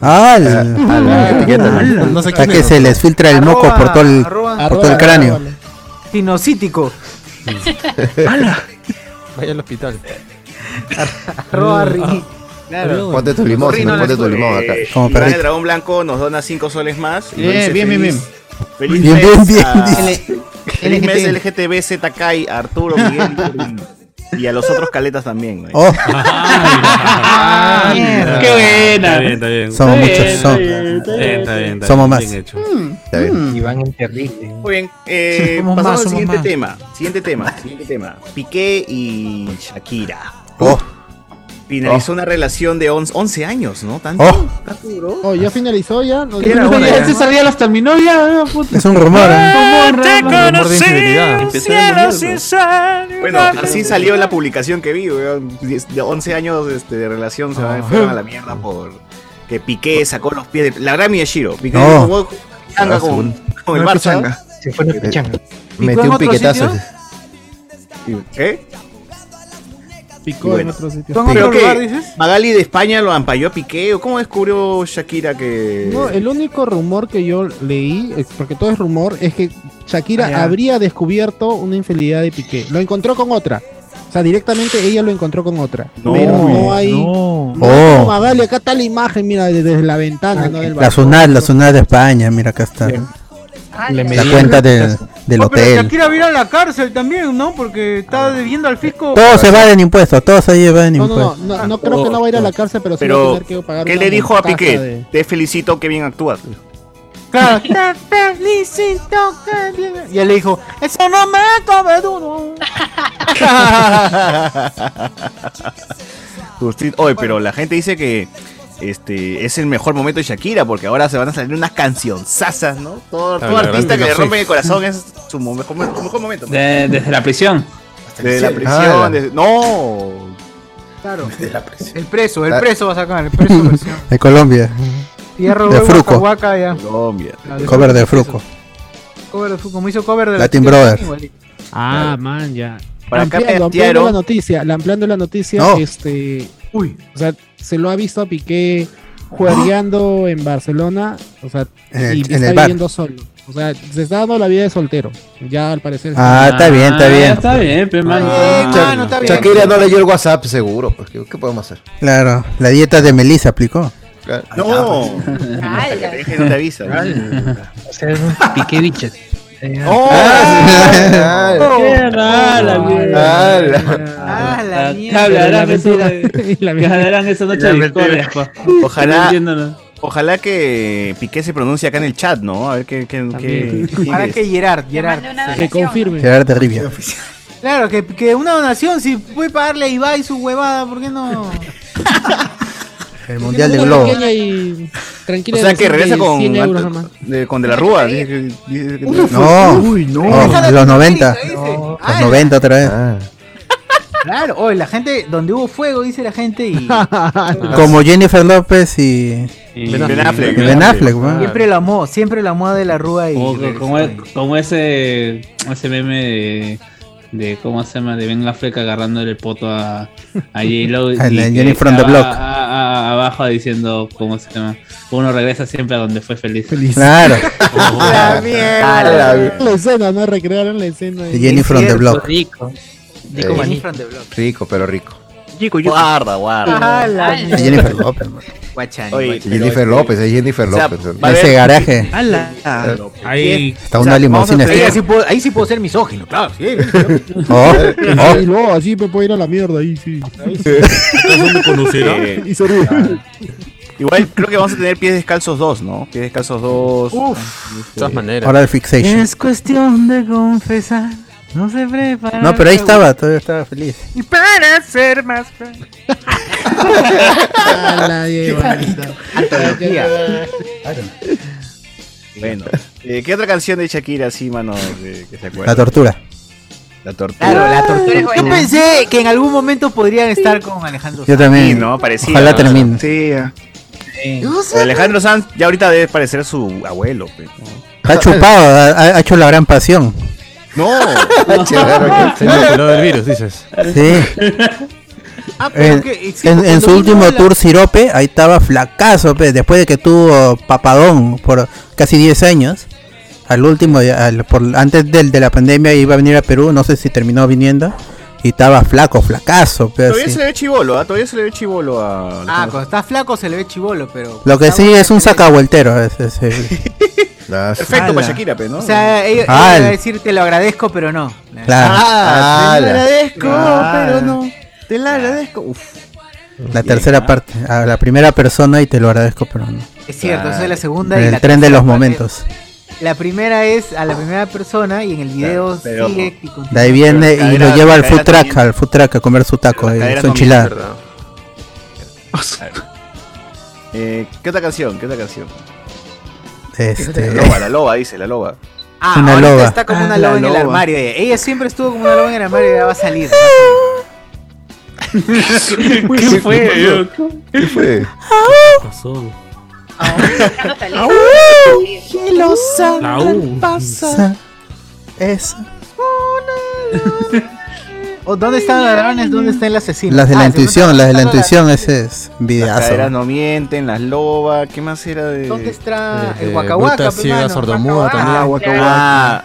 Speaker 4: ¡Ah!
Speaker 1: Ah, etiquétalo. No sé
Speaker 4: Hasta
Speaker 1: quién
Speaker 4: que
Speaker 1: es.
Speaker 4: se les filtra el moco por todo el,
Speaker 1: Arroba-
Speaker 4: por todo el
Speaker 1: arroba-
Speaker 4: cráneo.
Speaker 1: Sinocítico.
Speaker 6: ¡Hala! Vaya al hospital.
Speaker 1: Arroba Rini.
Speaker 5: Claro. Ponte tu limón, si no, ponte tu limón acá.
Speaker 2: eh,
Speaker 3: Como Iván el Dragón Blanco nos dona 5 soles más. y nos
Speaker 2: Bien,
Speaker 3: dice
Speaker 2: bien, bien,
Speaker 3: feliz-
Speaker 2: bien.
Speaker 3: Feliz
Speaker 2: Bien, bien,
Speaker 3: mes
Speaker 2: bien,
Speaker 3: a-
Speaker 2: dice.
Speaker 3: Feliz mes
Speaker 2: LGTB.
Speaker 3: LGTB ZKI, a Arturo, Miguel y a los otros caletas también. güey.
Speaker 4: Oh.
Speaker 3: mierda.
Speaker 7: ¡Qué buena!
Speaker 10: Está bien, está bien.
Speaker 4: Somos
Speaker 10: Está
Speaker 4: muchos,
Speaker 10: bien,
Speaker 4: somos-
Speaker 10: está bien, está bien, está bien, está
Speaker 4: somos
Speaker 10: bien,
Speaker 4: más.
Speaker 10: bien hecho.
Speaker 12: Mm,
Speaker 4: eh.
Speaker 2: Mm.
Speaker 15: Iván el terrible.
Speaker 3: Muy bien, eh,
Speaker 15: Somos
Speaker 3: pasamos
Speaker 15: más,
Speaker 3: al
Speaker 15: somos
Speaker 3: siguiente
Speaker 15: más.
Speaker 3: tema. Siguiente tema, siguiente tema. Piqué y Shakira. Finalizó una relación de 11, 11 años, ¿no? Tanto.
Speaker 12: Oh, ya finalizó ya. No,
Speaker 3: ¿Qué era ahora, ya?
Speaker 12: Este salía los terminó ya.
Speaker 4: Es un rumor. ¿eh?
Speaker 12: Te
Speaker 3: Bueno, así salió la publicación que vi, weón. Diez- De 11 años este, de relación se
Speaker 12: Ah.
Speaker 3: van- fueron a la mierda por que Piqué sacó los pies de. La gran Miyashiro. Piqué
Speaker 5: No.
Speaker 3: jugó pichanga con, con el
Speaker 5: Una
Speaker 3: Barça.
Speaker 5: pichanga.
Speaker 15: Se fue una pichanga.
Speaker 5: Metió un piquetazo.
Speaker 3: ¿Qué?
Speaker 12: Picó en otro sitio.
Speaker 3: ¿Pero
Speaker 12: Picó.
Speaker 3: qué?
Speaker 12: lugar, dices?
Speaker 3: Magali de España lo ampalló a Piqué. ¿o ¿Cómo descubrió Shakira que.?
Speaker 12: No, el único rumor que yo leí, eh, porque todo es rumor, es que Shakira
Speaker 3: Ah, ya.
Speaker 12: habría descubierto una infidelidad de Piqué. Lo encontró con otra. O sea, directamente ella lo encontró con otra.
Speaker 4: No,
Speaker 12: pero
Speaker 2: Oh,
Speaker 12: no hay.
Speaker 4: no.
Speaker 12: No,
Speaker 4: Oh. Ah,
Speaker 12: Magali, acá está la imagen, mira, de- desde la ventana, ¿no? Del
Speaker 4: La
Speaker 12: balcón.
Speaker 4: Sunat, la Sunat de España, mira acá está. La cuenta de- del
Speaker 1: Oh, Pero
Speaker 4: hotel.
Speaker 1: Shakira va a ir a la cárcel también, ¿no? Porque está debiendo al fisco.
Speaker 4: Todos se van en impuestos, todos se llevan en
Speaker 12: No, no, no,
Speaker 4: impuestos.
Speaker 12: no, no creo que no va a ir a la cárcel, pero sí va a
Speaker 3: Pero,
Speaker 12: tener que pagar
Speaker 3: ¿qué
Speaker 12: una
Speaker 3: le dijo a
Speaker 12: multaza
Speaker 3: Piqué?
Speaker 12: de-
Speaker 3: Te felicito, que bien actúas.
Speaker 1: Claro. Te felicito, que bien- Y él le dijo, eso no me cabe duro.
Speaker 3: Justin- Oye, pero la gente dice que Este, es el mejor momento de Shakira porque ahora se van a salir unas cancionzasas, ¿no? Todo,
Speaker 7: Claro,
Speaker 3: todo
Speaker 7: claro,
Speaker 3: artista
Speaker 7: claro,
Speaker 3: que le
Speaker 7: sí.
Speaker 3: rompe el corazón es su mo- mejor, mejor momento.
Speaker 7: De- Ah, desde la prisión.
Speaker 3: Desde la prisión, desde- no.
Speaker 1: Claro. El preso, el preso va a sacar, el preso versión.
Speaker 4: De Colombia.
Speaker 1: Fierro,
Speaker 4: Ah. de
Speaker 1: huevo,
Speaker 4: Fruco.
Speaker 1: cahuaca, ya.
Speaker 3: Colombia.
Speaker 1: Ah, de
Speaker 4: Cover de
Speaker 1: Fruco,
Speaker 4: Fruco.
Speaker 1: Cover de Fruco, como hizo cover de
Speaker 4: Latin
Speaker 1: de-
Speaker 4: Brother.
Speaker 1: igualito.
Speaker 12: Ah, man, ya.
Speaker 1: Para acá
Speaker 12: ampliando, ampliando
Speaker 1: plantearon-
Speaker 12: la noticia, la- ampliando la noticia,
Speaker 1: No.
Speaker 12: este. Uy. O sea, se lo ha visto a Piqué jugareando en Barcelona. O sea,
Speaker 4: En el-
Speaker 12: y
Speaker 4: en
Speaker 12: está
Speaker 4: el bar.
Speaker 12: viviendo solo. O sea, se está dando la vida de soltero. Ya al parecer.
Speaker 4: Ah, está bien, está bien.
Speaker 7: Está bien, pe, mano.
Speaker 1: Ah.
Speaker 5: Shakira no leyó el WhatsApp, seguro. pues, ¿Qué, qué podemos hacer? Ah,
Speaker 4: Claro, la dieta de Melissa aplicó.
Speaker 3: No. Hasta que te deje no te avisa.
Speaker 22: O sea, es un piqué biches.
Speaker 3: ¡Oh!
Speaker 22: ¡Qué rala, güey!
Speaker 7: ¡Ah, la mierda! Hablarán eso hablarán esa noche de discordia, pa. No
Speaker 3: Ojalá.
Speaker 7: entiendo nada.
Speaker 3: Ojalá que Piqué se pronuncie acá en el chat, ¿no? A ver qué. qué, qué-
Speaker 1: También. Ojalá
Speaker 3: qué-
Speaker 1: que Gerard, Gerard.
Speaker 4: Que
Speaker 12: confirme.
Speaker 4: Gerard de Rivia.
Speaker 1: Claro, que, que una donación, si puede pagarle a Ibai su huevada, ¿por qué no?
Speaker 4: El Mundial de
Speaker 12: Una
Speaker 4: Globo.
Speaker 12: pequeña y
Speaker 3: O
Speaker 12: Tranquila.
Speaker 3: sea que
Speaker 12: de
Speaker 3: regresa con
Speaker 12: 100 euros
Speaker 3: Anto-
Speaker 12: nomás.
Speaker 3: de, con de la Rúa. dice que- dice que-
Speaker 4: No, no, los 90. Los 90 otra vez.
Speaker 5: Ah,
Speaker 1: Ah, Claro, hoy la gente, donde hubo fuego, dice la gente, y.
Speaker 4: Como Jennifer López y.
Speaker 7: Y Ben Affleck.
Speaker 4: y Ben Affleck, weón.
Speaker 1: Siempre lo amó, siempre lo amó de la Rúa y.
Speaker 7: Como, como e- como ese, ese meme de, de. ¿Cómo se llama? De Ben Affleck agarrándole el poto a, a J-Lo. y
Speaker 4: A la
Speaker 7: que
Speaker 4: Jenny from the
Speaker 7: estaba
Speaker 4: block.
Speaker 7: a- a- abajo diciendo. ¿Cómo se llama? Uno regresa siempre a donde fue feliz.
Speaker 4: Claro.
Speaker 7: la
Speaker 4: A la mierda.
Speaker 12: La escena, no recrearon la escena.
Speaker 4: De Jenny from the Block.
Speaker 7: Rico.
Speaker 5: Dico Maní. Rico, pero rico.
Speaker 3: Guarda, guarda.
Speaker 4: De Jennifer López. man.
Speaker 1: Ah.
Speaker 3: Oye, pero
Speaker 5: Jennifer
Speaker 3: este-
Speaker 5: López, es Jennifer
Speaker 3: o sea,
Speaker 5: López.
Speaker 3: va a
Speaker 4: Ese
Speaker 3: haber-
Speaker 4: garaje.
Speaker 23: Ahí.
Speaker 4: Está una limusina.
Speaker 23: Ahí
Speaker 4: está.
Speaker 23: sí, puedo, ahí sí puedo ser misógino, claro. Sí,
Speaker 4: Oh, oh.
Speaker 12: Y luego así me puedo ir a la mierda ahí, sí.
Speaker 3: Eh,
Speaker 12: Y sonríe.
Speaker 6: Ah.
Speaker 3: Igual creo que vamos a tener pies descalzos dos, ¿no? Pies descalzos dos. Uf. De todas maneras.
Speaker 4: Ahora el fixation.
Speaker 1: Es cuestión de confesar. No se prepara.
Speaker 4: No, pero ahí estaba, todavía estaba feliz.
Speaker 1: Y para ser más.
Speaker 3: Bueno. eh, ¿Qué otra canción de Shakira, sí, mano, que, que se acuerda?
Speaker 4: La tortura.
Speaker 3: La tortura.
Speaker 1: Claro, la
Speaker 3: Pero
Speaker 1: tortura.
Speaker 3: es
Speaker 1: Yo
Speaker 3: buena.
Speaker 1: pensé que en algún momento podrían estar con Alejandro
Speaker 4: Yo
Speaker 1: Sanz.
Speaker 4: también.
Speaker 3: Sí, ¿no? Parecía,
Speaker 4: Ojalá
Speaker 3: ¿no?
Speaker 4: termine.
Speaker 3: Sí.
Speaker 1: sé.
Speaker 3: Alejandro Sanz ya ahorita debe parecer su abuelo. pe,
Speaker 4: Está chupado, ha, ha hecho la gran pasión.
Speaker 3: No.
Speaker 5: No.
Speaker 24: Se inoculó del virus, dices.
Speaker 4: Sí.
Speaker 1: Ah, pero
Speaker 4: En,
Speaker 1: que- sí,
Speaker 4: en- en
Speaker 1: cuando
Speaker 4: su
Speaker 1: vino
Speaker 4: último
Speaker 1: la-
Speaker 4: tour Sirope, ahí estaba flacazo, pe, después de que tuvo papadón por casi 10 años. Al último, ya- al- por- antes del, de la pandemia iba a venir a Perú, no sé si terminó viniendo. Y estaba flaco, flacazo. pe,
Speaker 3: Todavía
Speaker 4: así.
Speaker 3: se le ve chivolo, ¿ah? Todavía se le ve chivolo a.
Speaker 1: Ah, cuando está flaco se le ve chivolo, pero.
Speaker 4: Lo que sí es un sacavueltero. es- es- es-
Speaker 3: Perfecto para
Speaker 1: Ala.
Speaker 3: Shakira, pe, ¿no?
Speaker 1: O sea, ella, ella
Speaker 4: Ala.
Speaker 1: va a decir te lo agradezco, pero no.
Speaker 4: Ah, Claro.
Speaker 1: Ah, te lo
Speaker 4: Ala.
Speaker 1: agradezco,
Speaker 3: Ala.
Speaker 1: pero no. Te lo agradezco. Uf.
Speaker 4: la tercera parte, a la primera persona y te lo agradezco, pero no.
Speaker 1: Es cierto, esa es la segunda. y
Speaker 4: El
Speaker 1: la
Speaker 4: tren de
Speaker 1: tercera
Speaker 4: los
Speaker 1: parte-
Speaker 4: momentos.
Speaker 1: La primera es a la primera persona y en el video
Speaker 3: pero-
Speaker 1: sigue. y continúa.
Speaker 4: De ahí viene
Speaker 3: Pero
Speaker 4: y
Speaker 3: cadera-
Speaker 4: lo lleva al
Speaker 3: cadera
Speaker 4: food truck,
Speaker 3: también.
Speaker 4: al food truck a comer su taco, eh,
Speaker 3: cadera
Speaker 4: su
Speaker 3: también,
Speaker 4: enchilada.
Speaker 3: ¿verdad? Eh, ¿Qué otra canción? ¿Qué otra canción?
Speaker 4: Este,
Speaker 3: La loba, la loba, dice, la loba.
Speaker 1: Ah,
Speaker 4: una
Speaker 1: ahora
Speaker 4: loba.
Speaker 1: está como
Speaker 4: Ah,
Speaker 1: una
Speaker 4: la
Speaker 1: loba en el
Speaker 4: loba.
Speaker 1: armario. Ella. Ella siempre estuvo como una loba en el armario y ya va a salir.
Speaker 7: ¿Qué fue?
Speaker 5: ¿Qué fue?
Speaker 23: pasó?
Speaker 17: Que lo
Speaker 23: Au.
Speaker 17: saben pasa.
Speaker 4: Eso.
Speaker 1: ¿O Oh, ¿Dónde están los ladrones? ¿Dónde está el asesino?
Speaker 4: Las de la
Speaker 1: Ah, se
Speaker 4: intuición,
Speaker 1: encuentra-
Speaker 4: las de la
Speaker 1: está
Speaker 4: intuición, ese es
Speaker 3: Las caderas
Speaker 4: videazo.
Speaker 3: no mienten, las lobas, ¿qué más era de...?
Speaker 1: ¿Dónde está el
Speaker 24: Eh,
Speaker 1: guacahuaca?
Speaker 24: bruta
Speaker 1: pe,
Speaker 24: ciega,
Speaker 1: mano?
Speaker 24: sordomuda también.
Speaker 1: Ah,
Speaker 3: Ah,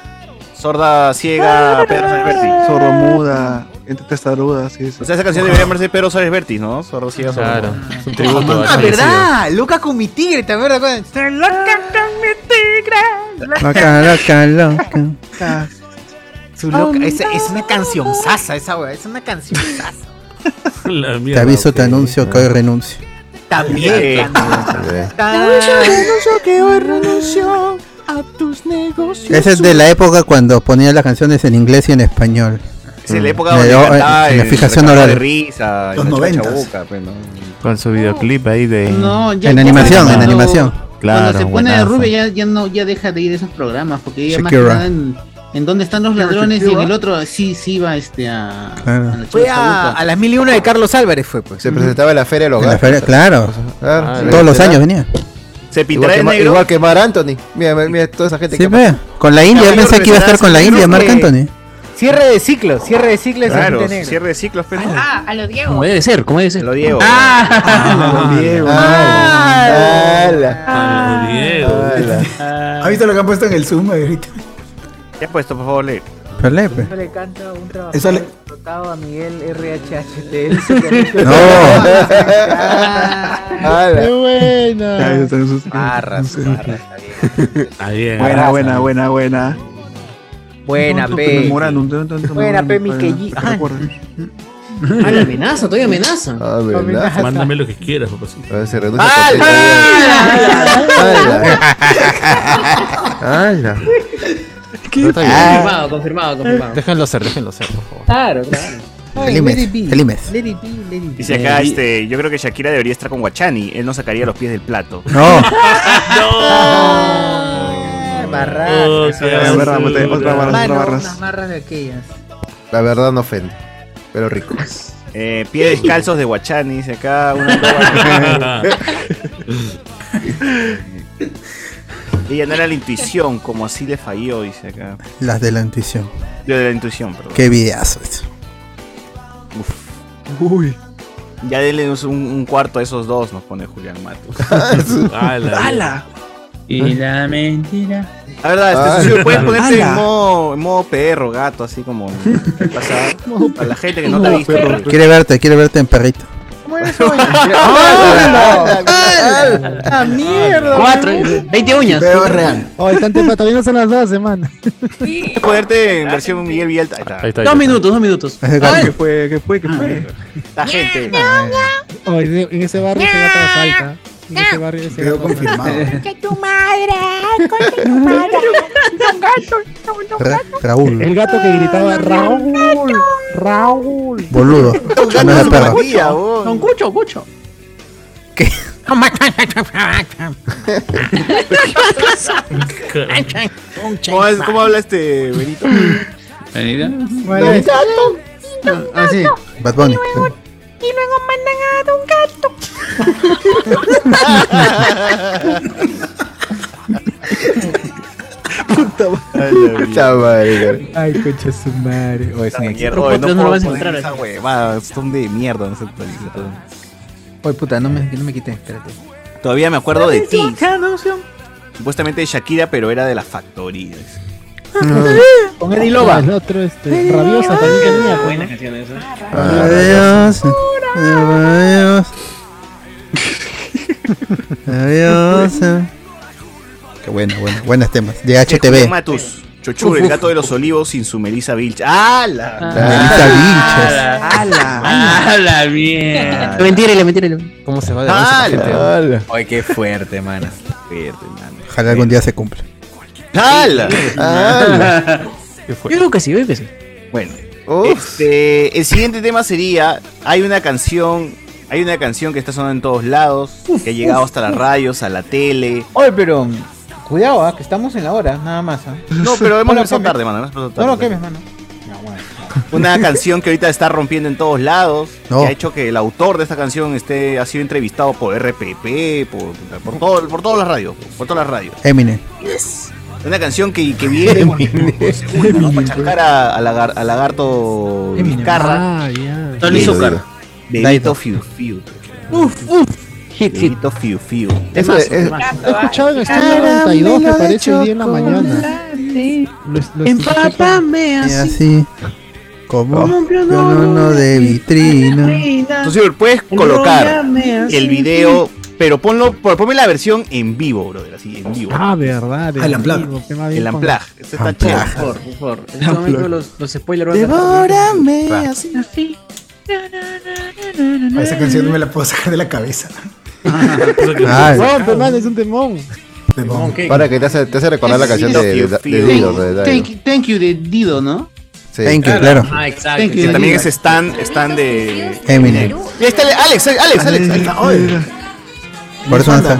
Speaker 3: sorda, ciega, Pedro Suárez Vértiz.
Speaker 25: Sordomuda, gente testaruda, sí, sí.
Speaker 3: O sea, esa canción debería llamarse Pedro Suárez Vértiz, ¿no? Sorda, ciega, sorda.
Speaker 24: Claro, es un tributo
Speaker 1: Ah, ¿verdad? Loca con mi tigre, ¿te acuerdas? Cuando- Estoy Loca con mi tigre.
Speaker 4: Loca, loca, loca.
Speaker 1: loca. Su loca. Es, es una canción sasa esa weá. Es una canción sasa.
Speaker 23: La
Speaker 4: Te
Speaker 23: mierda.
Speaker 4: aviso, te anuncio que hoy renuncio.
Speaker 1: También.
Speaker 17: que hoy renuncio a tus negocios.
Speaker 4: Ese es de la época cuando ponía las canciones en inglés y en español.
Speaker 3: Es en la época
Speaker 4: Me
Speaker 3: donde
Speaker 4: dio, eh,
Speaker 3: cantaba
Speaker 4: en la
Speaker 3: el
Speaker 4: fijación
Speaker 3: Recado de
Speaker 4: oral.
Speaker 3: risa,
Speaker 4: Los
Speaker 3: la
Speaker 4: noventas.
Speaker 3: chachabuca, pues, ¿no?
Speaker 14: Con su videoclip ahí de.
Speaker 2: No, ya-
Speaker 4: En animación, en
Speaker 2: cuando-
Speaker 4: animación.
Speaker 2: Cuando
Speaker 14: Claro,
Speaker 2: se pone de
Speaker 14: buenazo.
Speaker 2: rubia ya, ya no ya deja de ir a esos programas porque ella más que
Speaker 4: Shakira.
Speaker 2: nada en, en dónde están los
Speaker 1: Shakira,
Speaker 2: ladrones y en
Speaker 1: Shakira.
Speaker 2: el otro sí sí va este a,
Speaker 4: Claro.
Speaker 2: a la
Speaker 1: Fue
Speaker 2: chica
Speaker 1: a,
Speaker 2: Sabuca.
Speaker 1: a las mil y una de Carlos Álvarez fue pues.
Speaker 5: Se presentaba en la feria de los
Speaker 4: En la
Speaker 5: gatos.
Speaker 4: feria, claro.
Speaker 5: Ah,
Speaker 4: Todos
Speaker 5: sí.
Speaker 4: los
Speaker 5: ¿verdad?
Speaker 4: años venía.
Speaker 3: Se
Speaker 5: Igual
Speaker 3: pintará
Speaker 5: que,
Speaker 3: de
Speaker 5: Mar-
Speaker 3: negro.
Speaker 5: igual que Mar Anthony. Mira, mira toda esa gente
Speaker 4: Sí,
Speaker 5: que.
Speaker 4: ve, Con la India,
Speaker 5: Ya,
Speaker 4: yo pensé que iba a estar con la
Speaker 5: regresarás,
Speaker 4: India,
Speaker 5: creo
Speaker 4: Marc
Speaker 5: que-
Speaker 4: Anthony.
Speaker 1: Cierre de ciclo, cierre de ciclo de
Speaker 3: Claro,
Speaker 1: Serpiente Negra.
Speaker 3: cierre de ciclos, pero.
Speaker 21: Ah, a los Diego.
Speaker 14: debe ser, como debe ser.
Speaker 3: Lo Diego.
Speaker 18: ¿Has visto lo que han puesto en el Zoom ahorita?
Speaker 3: ¿Qué has puesto, por favor, leer?
Speaker 18: Pelepe.
Speaker 26: le canta un trabajo
Speaker 18: Eso le-
Speaker 26: dotado a Miguel
Speaker 18: No.
Speaker 26: ¡Qué
Speaker 18: Ya, ya están sus- sus- Buena, buena, buena, buena.
Speaker 1: Buena,
Speaker 18: Tonto
Speaker 1: pe.
Speaker 18: conmemorando, tonto, tonto,
Speaker 1: Buena, pe, mi
Speaker 18: para-
Speaker 1: Keiji.
Speaker 18: para que recuerden.
Speaker 27: Ah, la amenaza, todavía amenaza.
Speaker 10: Mándame lo que quieras, papacito.
Speaker 5: Se
Speaker 14: ¡Hala!
Speaker 27: Confirmado, confirmado, confirmado.
Speaker 6: Déjenlo ser, déjenlo ser, por favor.
Speaker 27: Claro, claro.
Speaker 4: Ay, Feliz mes, let it be, feliz mes.
Speaker 1: Let it be, let it
Speaker 3: Dice
Speaker 14: Eh,
Speaker 3: acá, este, yo creo que Shakira debería estar con Guachani. Él no sacaría los pies del plato.
Speaker 4: No.
Speaker 1: Ah,
Speaker 4: Ah,
Speaker 5: Otra barra, otra barra, otra
Speaker 26: Mano,
Speaker 5: barra.
Speaker 26: unas barras de aquellas.
Speaker 5: La verdad no ofende, pero rico.
Speaker 3: Eh, pies descalzos de Guachani, dice acá. Una Ella no era la intuición, como así le falló, dice acá.
Speaker 4: Las de la intuición.
Speaker 3: Yo de la intuición, perdón.
Speaker 4: Qué videazo eso.
Speaker 12: Pues-
Speaker 3: Uy. Ya denle un, un cuarto a esos dos, nos pone Julián Matos.
Speaker 6: Ah,
Speaker 7: ¡Hala! Y la mentira.
Speaker 3: La verdad, este, Sucio, puedes ponerte en
Speaker 7: ¡Hala!
Speaker 3: modo, en modo perro, gato, así como ¿qué pasa? para la gente que no te ha
Speaker 4: Modo
Speaker 3: visto.
Speaker 4: perro. Quiere verte, quiere verte en perrito.
Speaker 26: ¡Ah, mierda!
Speaker 27: Cuatro, 20 uñas.
Speaker 26: Pero
Speaker 27: es real.
Speaker 12: Oh, están todavía son las 12, man.
Speaker 3: Puedes ponerte en versión Miguel Villalta. Ahí está.
Speaker 27: Dos minutos, dos minutos.
Speaker 12: Ay.
Speaker 18: ¿Qué fue? ¿Qué fue? ¿Qué fue?
Speaker 3: La gente.
Speaker 12: Oh, en en ese barrio se gata salta. En ese barrio se
Speaker 18: Quedó
Speaker 12: gata
Speaker 18: confirmado.
Speaker 26: ¡Que tu madre! ¡Corte tu madre! ¡Don gato! ¡Don
Speaker 4: Ra- Raúl.
Speaker 12: El gato que gritaba Raúl. Raúl.
Speaker 4: Boludo. Ah, No es perro.
Speaker 27: Don Cucho, Cucho.
Speaker 3: ¿Cómo, es- cómo habla este Benito?
Speaker 26: gato! ¡Don
Speaker 5: Ah, sí.
Speaker 26: gato!
Speaker 4: Bad Bunny.
Speaker 26: Y luego mandan a Don Gato.
Speaker 5: Puta madre,
Speaker 12: Ay, coche su madre.
Speaker 3: Oye,
Speaker 12: sí,
Speaker 3: mierda,
Speaker 12: otro
Speaker 3: oye, no,
Speaker 12: podcast pues no
Speaker 3: puedo
Speaker 12: lo vas a
Speaker 3: poner
Speaker 12: encontrar
Speaker 3: esa
Speaker 12: aquí.
Speaker 3: huevada, son de mierda. no se actualiza.
Speaker 1: Oye, puta, no me, no me quité, espérate.
Speaker 3: Todavía me acuerdo de ti. Supuestamente de Shakira, pero era de la factoría.
Speaker 12: Con Eddie Loba. El otro, este, rabiosa también tenía. Buena canción
Speaker 4: Adiós. Adiós. Adiós. Qué bueno, bueno. Buenos temas. De
Speaker 3: Julián
Speaker 4: HTV.
Speaker 3: Matus. Chochur, el gato de los olivos sin su Melissa Vilch. ¡Hala!
Speaker 12: Ah.
Speaker 4: Melissa Vilches.
Speaker 7: ¡Hala! ¡Hala, Ah, mierda!
Speaker 27: Mentírele, mentírele.
Speaker 6: ¿Cómo se va de
Speaker 3: ¡Hala!
Speaker 6: ¡Hala!
Speaker 3: Oye, qué fuerte, man. Fuerte, man.
Speaker 4: Ojalá algún día se cumpla.
Speaker 3: ¡Hala!
Speaker 4: ¡Hala!
Speaker 3: ¿Qué fue?
Speaker 27: Yo creo que sí, yo creo que sí.
Speaker 3: Bueno, este, el siguiente tema sería, hay una canción, hay una canción que está sonando en todos lados, que ha llegado
Speaker 1: uf,
Speaker 3: hasta las
Speaker 1: uf.
Speaker 3: radios, a la tele.
Speaker 1: Oye, pero cuidado, ah, que estamos en la hora, nada más. ah.
Speaker 3: No, pero hemos
Speaker 1: lo
Speaker 3: empezado
Speaker 1: quemes.
Speaker 3: tarde, mano, hemos empezado
Speaker 1: No lo
Speaker 3: tarde.
Speaker 1: quemes, mano.
Speaker 3: Una canción que ahorita está rompiendo en todos lados,
Speaker 4: No.
Speaker 3: que ha hecho que el autor de esta canción esté, ha sido entrevistado por RPP, por, por, todo- por todas las radios, por todas las radios.
Speaker 4: Eminem.
Speaker 3: Una canción que, que viene por- por segunda, ¿no? Para chancar a, a lagar- a Lagarto Vizcarra.
Speaker 7: Tony
Speaker 3: Dilo,
Speaker 7: Zúcar.
Speaker 3: dilo. Dedito Fiu Fiu.
Speaker 27: Uf, uf.
Speaker 3: Hit, Dedito Fiu Fiu.
Speaker 26: Eso es-
Speaker 3: Temazo,
Speaker 26: es- Lo he escuchado en Estudio
Speaker 12: 92, me
Speaker 26: de
Speaker 12: parece, hoy día en la mañana. Lo- lo escuché con-
Speaker 27: Empápame
Speaker 4: Y
Speaker 27: así.
Speaker 4: así. Como un no de vitrina.
Speaker 3: Entonces, puedes colocar
Speaker 27: Enróllame así.
Speaker 3: el video, pero ponlo, pon- ponme la versión en vivo, brother, así, en vivo.
Speaker 12: Ah, verdad.
Speaker 3: Ah, el Unplugged.
Speaker 12: antiguo, qué más bien
Speaker 3: El
Speaker 12: con-
Speaker 3: amplag. Este está chido.
Speaker 27: Por favor, por favor. En este momento los, los spoilers van a Devórame Va. así. así.
Speaker 18: Ah, Esa canción no me la puedo sacar de la cabeza.
Speaker 5: Ay.
Speaker 12: Temón, pe, man, es un temón.
Speaker 5: Para que te hace, te hace recordar la canción de, de, de Dido, de Dido.
Speaker 2: Thank, thank you de Dido, ¿no?
Speaker 4: Thank you, claro.
Speaker 3: Ah, exacto.
Speaker 4: Thank
Speaker 3: Que
Speaker 4: you.
Speaker 3: también es stand, stand de.
Speaker 4: Eminem.
Speaker 3: Y ahí está Alex, Alex, Alex. ahí está. Oye.
Speaker 4: Por eso no está.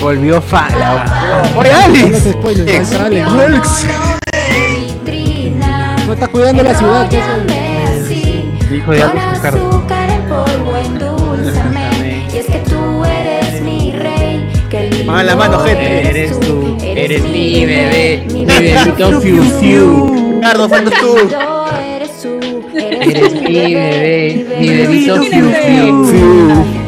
Speaker 1: Volvió Fala.
Speaker 3: Oye, Alex.
Speaker 12: Alex.
Speaker 3: Alex.
Speaker 12: No está cuidando la ciudad. ¿qué hace?
Speaker 15: Hijo de Aldo Carlos.
Speaker 17: Y es que tú eres mi rey. Que el
Speaker 3: Pongan la mano, gente.
Speaker 17: Eres tú.
Speaker 3: Eres
Speaker 17: mi bebé, mi
Speaker 3: bebecito fiu fiu. Carlos, faltas tú.
Speaker 17: Eres tú. Eres mi bebé,
Speaker 15: mi bebito fiu
Speaker 1: este.
Speaker 15: fiu.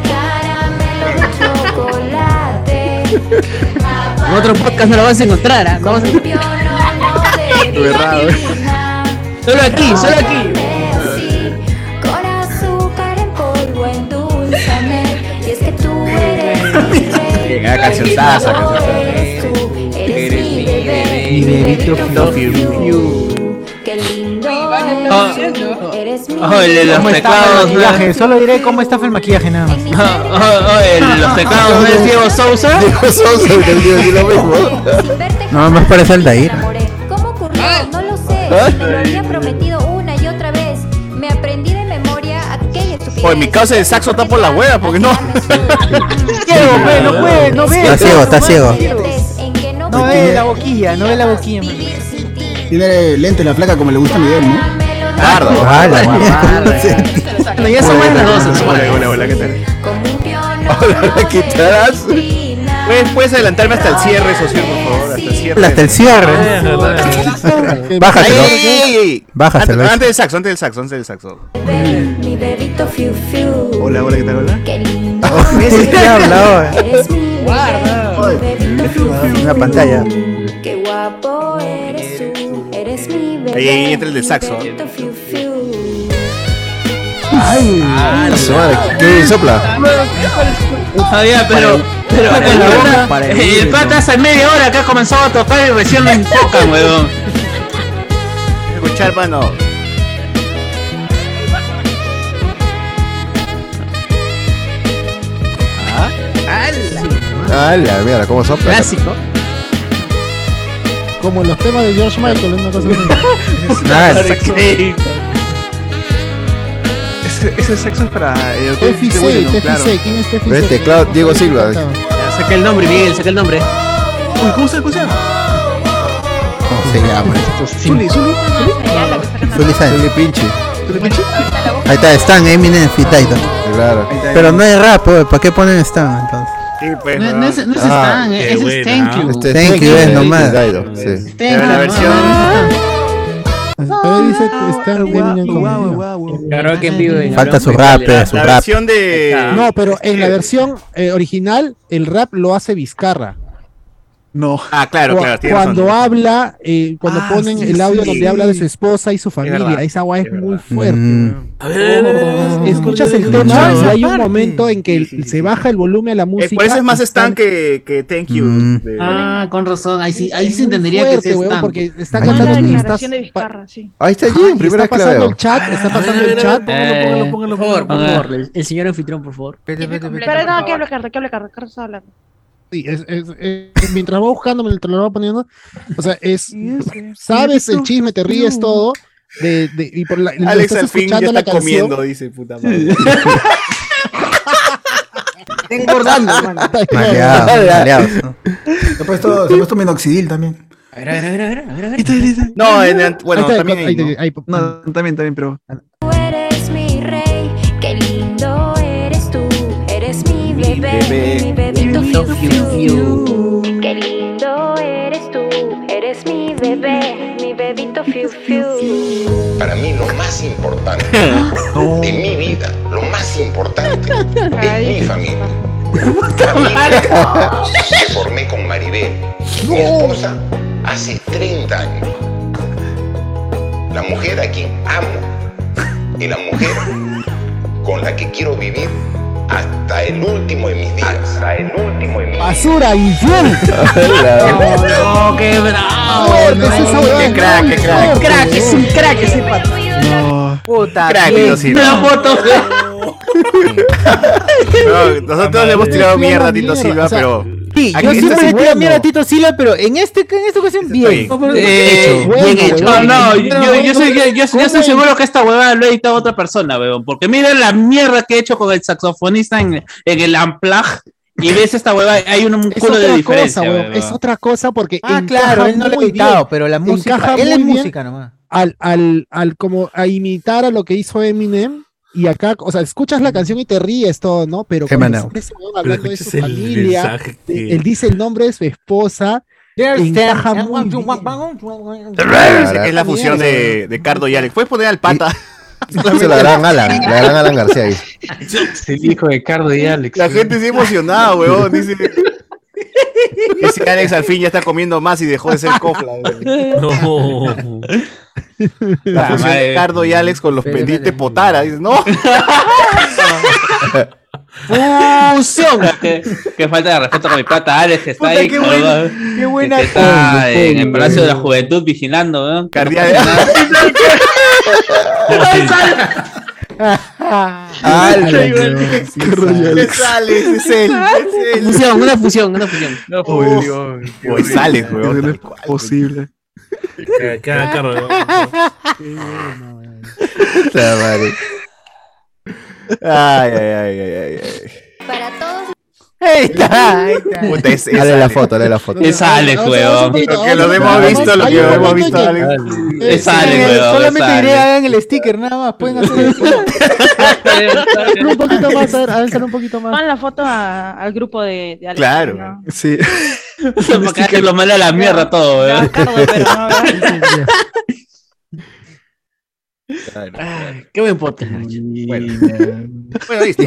Speaker 27: En otro podcast no lo vas a encontrar, ¿ah? Vamos a- Solo aquí, solo aquí.
Speaker 17: Con azúcar en polvo endulzame. Y es que tú eres mi rey.
Speaker 3: Venga, cancionzaza, cancionzaza.
Speaker 17: Eres tú, eres mi bebé.
Speaker 3: Mi bebito fiu fiu.
Speaker 17: Qué lindo.
Speaker 1: Ah.
Speaker 17: Eres mi
Speaker 1: Oye, los
Speaker 17: ¿Cómo está?
Speaker 1: teclados,
Speaker 17: Maquillaje,
Speaker 1: maquillaje. Solo diré cómo está el maquillaje nada más.
Speaker 7: los teclados, ¿no es Diego Sousa?
Speaker 5: Diego Sousa, que el Diego, yo lo mismo.
Speaker 4: No, más parece el de ahí.
Speaker 17: ¿Cómo ocurrió? No lo sé. Me lo había prometido una y otra vez. Me aprendí de memoria aquella estupidez.
Speaker 3: Oye, Pues, mi causa de saxo está por la hueva, porque no.
Speaker 1: Ciego, pe, no puede, no ve.
Speaker 4: Está ciego, está ciego.
Speaker 1: No ve la boquilla, no ve la boquilla. man.
Speaker 18: Tiene lente la flaca como le gusta a Miguel, ¿no?
Speaker 3: Tardo.
Speaker 4: Ala,
Speaker 17: Bueno, ya
Speaker 3: Hola,
Speaker 17: somos
Speaker 3: ¿qué
Speaker 17: las
Speaker 3: tal?
Speaker 17: dos.
Speaker 3: Hola, hola, hola, ¿qué tal? Hola, ¿qué tal?
Speaker 17: Pues,
Speaker 3: ¿Puedes, Pues, puedes adelantarme hasta el cierre, socio, por favor? Hasta el cierre.
Speaker 4: Hasta el cierre. Bájatelo.
Speaker 3: Ey, ey, ey, ey.
Speaker 4: Bájatelo,
Speaker 3: Antes,
Speaker 4: eso.
Speaker 3: antes del saxo, antes del saxo, antes del saxo.
Speaker 17: Mi bebito fiu fiu.
Speaker 3: Hola, hola, ¿qué tal? Hola.
Speaker 17: Qué lindo.
Speaker 11: Ah,
Speaker 4: ¿Qué habla, oye?
Speaker 17: Eres mi bebé, mi bebito
Speaker 4: Una pantalla.
Speaker 17: Qué guapo eres tú, eres mi bebé.
Speaker 3: Ahí, ahí entra el de
Speaker 17: mi
Speaker 3: saxo.
Speaker 17: bebito fiu, fiu.
Speaker 5: Ay, la su madre, ¿qué sopla?
Speaker 7: Sabía, pero. Pero
Speaker 5: Para
Speaker 7: el
Speaker 5: el
Speaker 7: pata-
Speaker 5: boca, para el
Speaker 7: el
Speaker 5: vidrio.
Speaker 7: pata hace media hora acá ha comenzado a tocar y recién lo enfocan, weón.
Speaker 3: Escuchar, mano.
Speaker 5: Ala, mira, cómo sopla.
Speaker 12: Clásico. Como los temas de George Michael, una cosa así.
Speaker 11: Ese, ese sexo es para. eh,
Speaker 12: TFC,
Speaker 11: bueno,
Speaker 12: TFC,
Speaker 11: claro.
Speaker 12: ¿quién es TFC?
Speaker 5: Ve teclado, Diego Silva.
Speaker 27: Saca el nombre, Miguel, saca el nombre.
Speaker 11: Uy, ¿cómo se cómo se llama?
Speaker 4: ¿Cómo se llama?
Speaker 11: Zuli, Zuli, Zuli.
Speaker 4: Zully Sáenz.
Speaker 5: Dale pinche.
Speaker 11: Zuli Pinche.
Speaker 4: Ahí está, Stan, Eminem y Titan.
Speaker 5: Claro.
Speaker 4: Pero no hay rap, oye, ¿para qué ponen Stan entonces?
Speaker 3: pues, No,
Speaker 2: no es, no es
Speaker 4: Ah,
Speaker 2: Stan,
Speaker 4: qué
Speaker 2: eh, ese es
Speaker 4: buena.
Speaker 2: Thank You.
Speaker 4: Este, Thank you, es nomás.
Speaker 5: Sí.
Speaker 2: Thank
Speaker 3: La
Speaker 2: You.
Speaker 3: versión.
Speaker 12: Pero dice Stan Eminem
Speaker 11: Ah,
Speaker 12: como.
Speaker 27: Claro que en vivo. en
Speaker 4: Falta
Speaker 27: Hablamos
Speaker 4: su
Speaker 27: de
Speaker 4: rap,
Speaker 27: calidad.
Speaker 4: su rap.
Speaker 6: Ah.
Speaker 3: de.
Speaker 12: No, pero en la versión eh, original, el rap lo hace Vizcarra.
Speaker 11: No.
Speaker 3: Ah, claro,
Speaker 12: Cu-
Speaker 3: claro, tiene razón.
Speaker 12: cuando habla, eh, cuando
Speaker 11: Ah,
Speaker 12: ponen
Speaker 11: sí,
Speaker 12: el audio
Speaker 11: sí.
Speaker 12: donde habla de su esposa y su familia,
Speaker 11: verdad,
Speaker 12: esa agua es, muy fuerte.
Speaker 11: A ver,
Speaker 1: Mm.
Speaker 12: Escuchas el tema y hay un momento en que el- se baja el volumen a la
Speaker 3: Eh,
Speaker 12: música.
Speaker 3: por eso es más
Speaker 12: y
Speaker 3: Stan que, que Thank You.
Speaker 4: Mm.
Speaker 3: de-
Speaker 2: Ah, con razón. Ahí sí, ahí
Speaker 12: Es
Speaker 2: sí
Speaker 12: muy
Speaker 2: entendería que
Speaker 12: fuerte,
Speaker 2: es
Speaker 12: weón,
Speaker 2: Stan.
Speaker 12: porque está
Speaker 5: Ahí
Speaker 12: cantando
Speaker 5: está.
Speaker 12: y estás-
Speaker 21: Declaración de Vizcarra, sí.
Speaker 5: Ahí está
Speaker 12: y
Speaker 5: Jim, primera
Speaker 12: está
Speaker 5: vez que la
Speaker 12: pasando
Speaker 5: veo.
Speaker 12: el chat, está pasando el chat.
Speaker 27: Póngalo, póngalo, póngalo, póngalo, por
Speaker 7: Eh.
Speaker 27: favor. El, el señor anfitrión, por favor.
Speaker 21: Pero no, que hable Carlos, que hable Carlos, Carlos está hablando.
Speaker 12: Sí, es- es- es- mientras va buscando, mientras lo va poniendo, o sea, es, sabes el chisme, te ríes todo, de, de- y por la, lo
Speaker 3: Alex
Speaker 12: estás
Speaker 3: al fin ya
Speaker 12: escuchando
Speaker 3: está
Speaker 12: la canción,
Speaker 3: comiendo, dice puta madre.
Speaker 12: está engordando, hermano.
Speaker 4: Maleados, maleados.
Speaker 18: Se ha puesto, se ha puesto minoxidil también.
Speaker 27: A ver, a ver, a ver, a ver, a ver, a ver.
Speaker 3: No, en- en- bueno,
Speaker 12: Ahí está,
Speaker 3: también ahí,
Speaker 12: ahí
Speaker 3: ¿no?
Speaker 12: está, ahí-
Speaker 11: No, también, también, pero.
Speaker 17: Tú eres mi rey, qué lindo eres tú, eres mi bebé,
Speaker 3: bebé.
Speaker 17: mi bebito
Speaker 27: Bebito
Speaker 17: fiu,
Speaker 27: fiu,
Speaker 17: fiu. Qué lindo eres tú, eres mi bebé, mi bebito fiu fiu.
Speaker 9: Para mí lo más importante de mi vida, lo más importante es mi familia. Familia que formé con Maribel, mi esposa, hace 30 años. La mujer a quien amo y la mujer con la que quiero vivir hasta el último de mis días. Hasta el último de mis
Speaker 12: Basura, infiel.
Speaker 27: No, qué bravo.
Speaker 3: Qué crack, qué crack.
Speaker 27: Crack, es un crack ese pato.
Speaker 11: No.
Speaker 27: Puta.
Speaker 3: Crack,
Speaker 27: qué-
Speaker 3: yo sí, no.
Speaker 27: Una foto.
Speaker 3: No, nosotros le hemos tirado
Speaker 12: Te tira
Speaker 3: mierda
Speaker 12: la
Speaker 3: a Tito
Speaker 12: mierda,
Speaker 3: Silva,
Speaker 12: o sea,
Speaker 3: pero
Speaker 1: Sí,
Speaker 3: Aquí
Speaker 1: yo
Speaker 3: está
Speaker 1: siempre le tiro
Speaker 3: bueno.
Speaker 1: mierda a Tito Silva, pero en, este, en esta ocasión bien.
Speaker 7: Eh,
Speaker 1: Bueno,
Speaker 7: No,
Speaker 1: huevón.
Speaker 7: no, yo, yo, soy- yo- yo- yo estoy
Speaker 1: Bueno.
Speaker 7: seguro que esta huevada lo ha editado otra persona, weón. Porque miren la mierda que he hecho con el saxofonista en, en el Amplag. Y ves esta huevada, hay un,
Speaker 12: Es
Speaker 7: culo de
Speaker 12: otra
Speaker 7: diferencia,
Speaker 12: cosa, weón.
Speaker 7: huevón.
Speaker 12: Es otra cosa porque.
Speaker 1: Ah,
Speaker 12: encaja
Speaker 1: claro, él no lo ha
Speaker 12: muy
Speaker 1: editado,
Speaker 12: bien.
Speaker 1: pero la música-
Speaker 12: Encaja
Speaker 1: él es
Speaker 12: muy bien
Speaker 1: música nomás.
Speaker 12: Al, al, al, como a imitar a lo que hizo Eminem. Y acá, o sea, escuchas la canción y te ríes todo, ¿no? Pero cuando
Speaker 4: Eminem.
Speaker 12: está ese weón hablando de su
Speaker 4: Escuchas el
Speaker 12: familia,
Speaker 4: mensaje
Speaker 12: de-
Speaker 4: que-
Speaker 12: él dice el nombre de su esposa, encaja muy bien.
Speaker 3: Es la fusión de, de Cardo y Alex. Puedes poner al pata.
Speaker 5: Hizo la gran Alan, la gran Alan García ahí.
Speaker 15: El hijo de Cardo y Alex.
Speaker 3: La gente se ha emocionado, weón. Dice, dice Alex al fin ya está comiendo más y dejó de ser cofla. weón. La
Speaker 7: Ah,
Speaker 3: fusión de
Speaker 7: madre.
Speaker 3: Cardo y Alex con los pendientes potara. Dice, no.
Speaker 7: Fusión. Qué, qué falta de respeto con mi pata Alex, que está
Speaker 3: Puta,
Speaker 7: ahí.
Speaker 3: qué buena-
Speaker 7: huevón.
Speaker 3: qué buena
Speaker 7: Que está
Speaker 3: combo,
Speaker 7: en el
Speaker 3: combo,
Speaker 7: Palacio de la
Speaker 3: huevón.
Speaker 7: Juventud vigilando, weón.
Speaker 3: Es Alex, es él. Es él.
Speaker 27: Fusión, una fusión, una fusión.
Speaker 3: Oh, Oh, es Alex, weón.
Speaker 11: No es posible.
Speaker 10: Cada- cada carro, ¿no?
Speaker 5: Puta madre.
Speaker 3: Ay, ay, ay, ay, ay, ay.
Speaker 1: Ahí está, ahí está.
Speaker 3: Puta, es, es
Speaker 5: Dale la
Speaker 3: Alex.
Speaker 5: foto, dale la foto.
Speaker 7: Es Alex, weón.
Speaker 3: Lo que lo hemos visto, lo que lo hemos visto, Alex.
Speaker 7: Es
Speaker 1: Sí,
Speaker 7: Alex, weón.
Speaker 1: Solamente
Speaker 7: es
Speaker 1: diré
Speaker 7: Alex.
Speaker 1: hagan el sticker, nada más. Pueden hacer el sticker.
Speaker 12: un poquito más, a ver, a ver, sale un poquito más.
Speaker 21: Pon la foto a- al grupo de, de Alex, ¿no?
Speaker 11: Sí.
Speaker 7: Porque Alex lo manda a la mierda todo, weón.
Speaker 27: Ay, Qué buen podcast. Bueno,
Speaker 3: listo.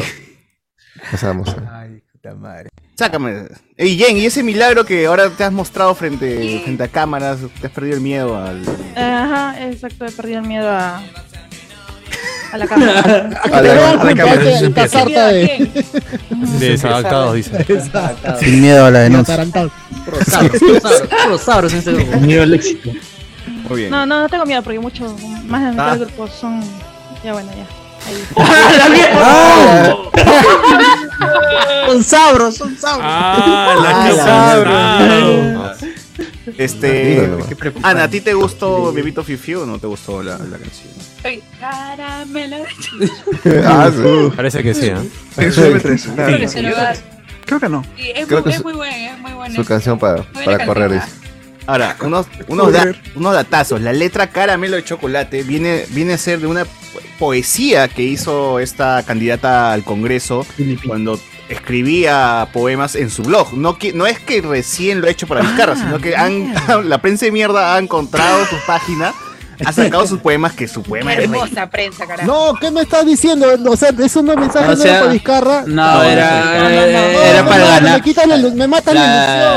Speaker 5: Pasamos.
Speaker 3: Sácame. Y Jen, ¿y ese milagro que ahora te has mostrado frente, frente a cámaras? ¿Te has perdido el miedo al.
Speaker 21: Eh, Ajá, exacto, he perdido el miedo a, a la cámara.
Speaker 3: A la- a la cámara,
Speaker 12: Esta-
Speaker 3: eso
Speaker 12: esta
Speaker 3: empieza.
Speaker 12: sarta de-
Speaker 6: Desadaptados, dice.
Speaker 12: Desadaptados.
Speaker 4: Sin miedo a la denuncia.
Speaker 12: Atarantados.
Speaker 27: sabros en este grupo.
Speaker 4: Miedo al éxito.
Speaker 3: Muy bien.
Speaker 21: No, no, no tengo miedo porque mucho más de la mitad
Speaker 3: Ah.
Speaker 21: del grupo son. Ya bueno, ya. Ahí.
Speaker 27: Son sabros, son sabros.
Speaker 10: Ah, la que
Speaker 3: Ah. Este.
Speaker 10: Dígalo.
Speaker 3: qué pre- Ana, ¿a ti te gustó Bebito Fifi o no te gustó la, la canción?
Speaker 21: Ay, Caramelo.
Speaker 5: Ah, sí.
Speaker 6: Parece que sí, ¿eh?
Speaker 5: Es un M3, claro.
Speaker 21: Creo que se lo das.
Speaker 11: Creo que no.
Speaker 21: Sí, es,
Speaker 5: Creo
Speaker 21: muy,
Speaker 5: que
Speaker 21: es
Speaker 5: su-
Speaker 21: muy buena, es muy buena.
Speaker 5: Su canción para,
Speaker 21: Buena
Speaker 5: para
Speaker 21: canción.
Speaker 5: correr, dice.
Speaker 3: Ahora,
Speaker 12: Ah,
Speaker 3: unos, unos, da- unos datazos. La letra caramelo de chocolate viene, viene a ser de una po- poesía que hizo esta candidata al Congreso cuando escribía poemas en su blog. No, qui- no es que recién lo ha hecho para
Speaker 12: Ah,
Speaker 3: Vizcarra, sino que han, la prensa de mierda ha encontrado su página, ha sacado sus poemas, que su poema es re-
Speaker 21: Hermosa prensa, carajo.
Speaker 12: No, ¿qué me estás diciendo? O sea, es un mensaje
Speaker 7: O
Speaker 12: nuevo
Speaker 7: sea,
Speaker 12: Ah, para Vizcarra.
Speaker 7: No, era, era
Speaker 12: no,
Speaker 7: para
Speaker 12: no,
Speaker 7: ganar.
Speaker 12: Me quitan la luz, me matan la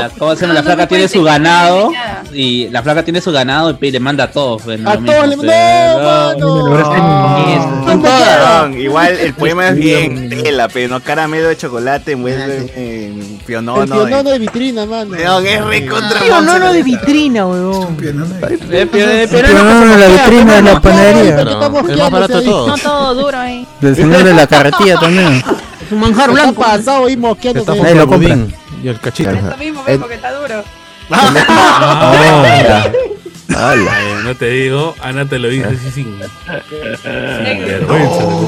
Speaker 7: La, ¿Cómo se llama? La flaca tiene su ganado. Y la flaca tiene su ganado y pe- le manda a todos. pues, no
Speaker 12: A
Speaker 7: lo
Speaker 12: todos
Speaker 7: mismo,
Speaker 12: le-
Speaker 7: pues,
Speaker 12: ¡No,
Speaker 7: no.
Speaker 3: No, perdón, Igual el poema es bien tela, pero no caramelo de chocolate envuelve en pionono.
Speaker 12: El pionono
Speaker 3: en-
Speaker 12: de vitrina, mano.
Speaker 3: No, es re contra
Speaker 1: Tío, no, no,
Speaker 3: Monster.
Speaker 1: de vitrina, huevón.
Speaker 3: Eh, pero- eh, pero-
Speaker 4: No, la vitrina de la panadería.
Speaker 6: el más barato de
Speaker 21: No
Speaker 6: todos.
Speaker 21: todo duro ahí.
Speaker 4: Del señor de la carretilla también.
Speaker 21: Su manjar
Speaker 12: Está pasado ahí mosqueando.
Speaker 6: Está
Speaker 4: Ahí
Speaker 6: junto
Speaker 4: lo
Speaker 6: al
Speaker 4: compran.
Speaker 6: budín y el cachito.
Speaker 21: Lo mismo, ve, porque está duro.
Speaker 10: Ay, no te digo, Ana te lo dice así sin.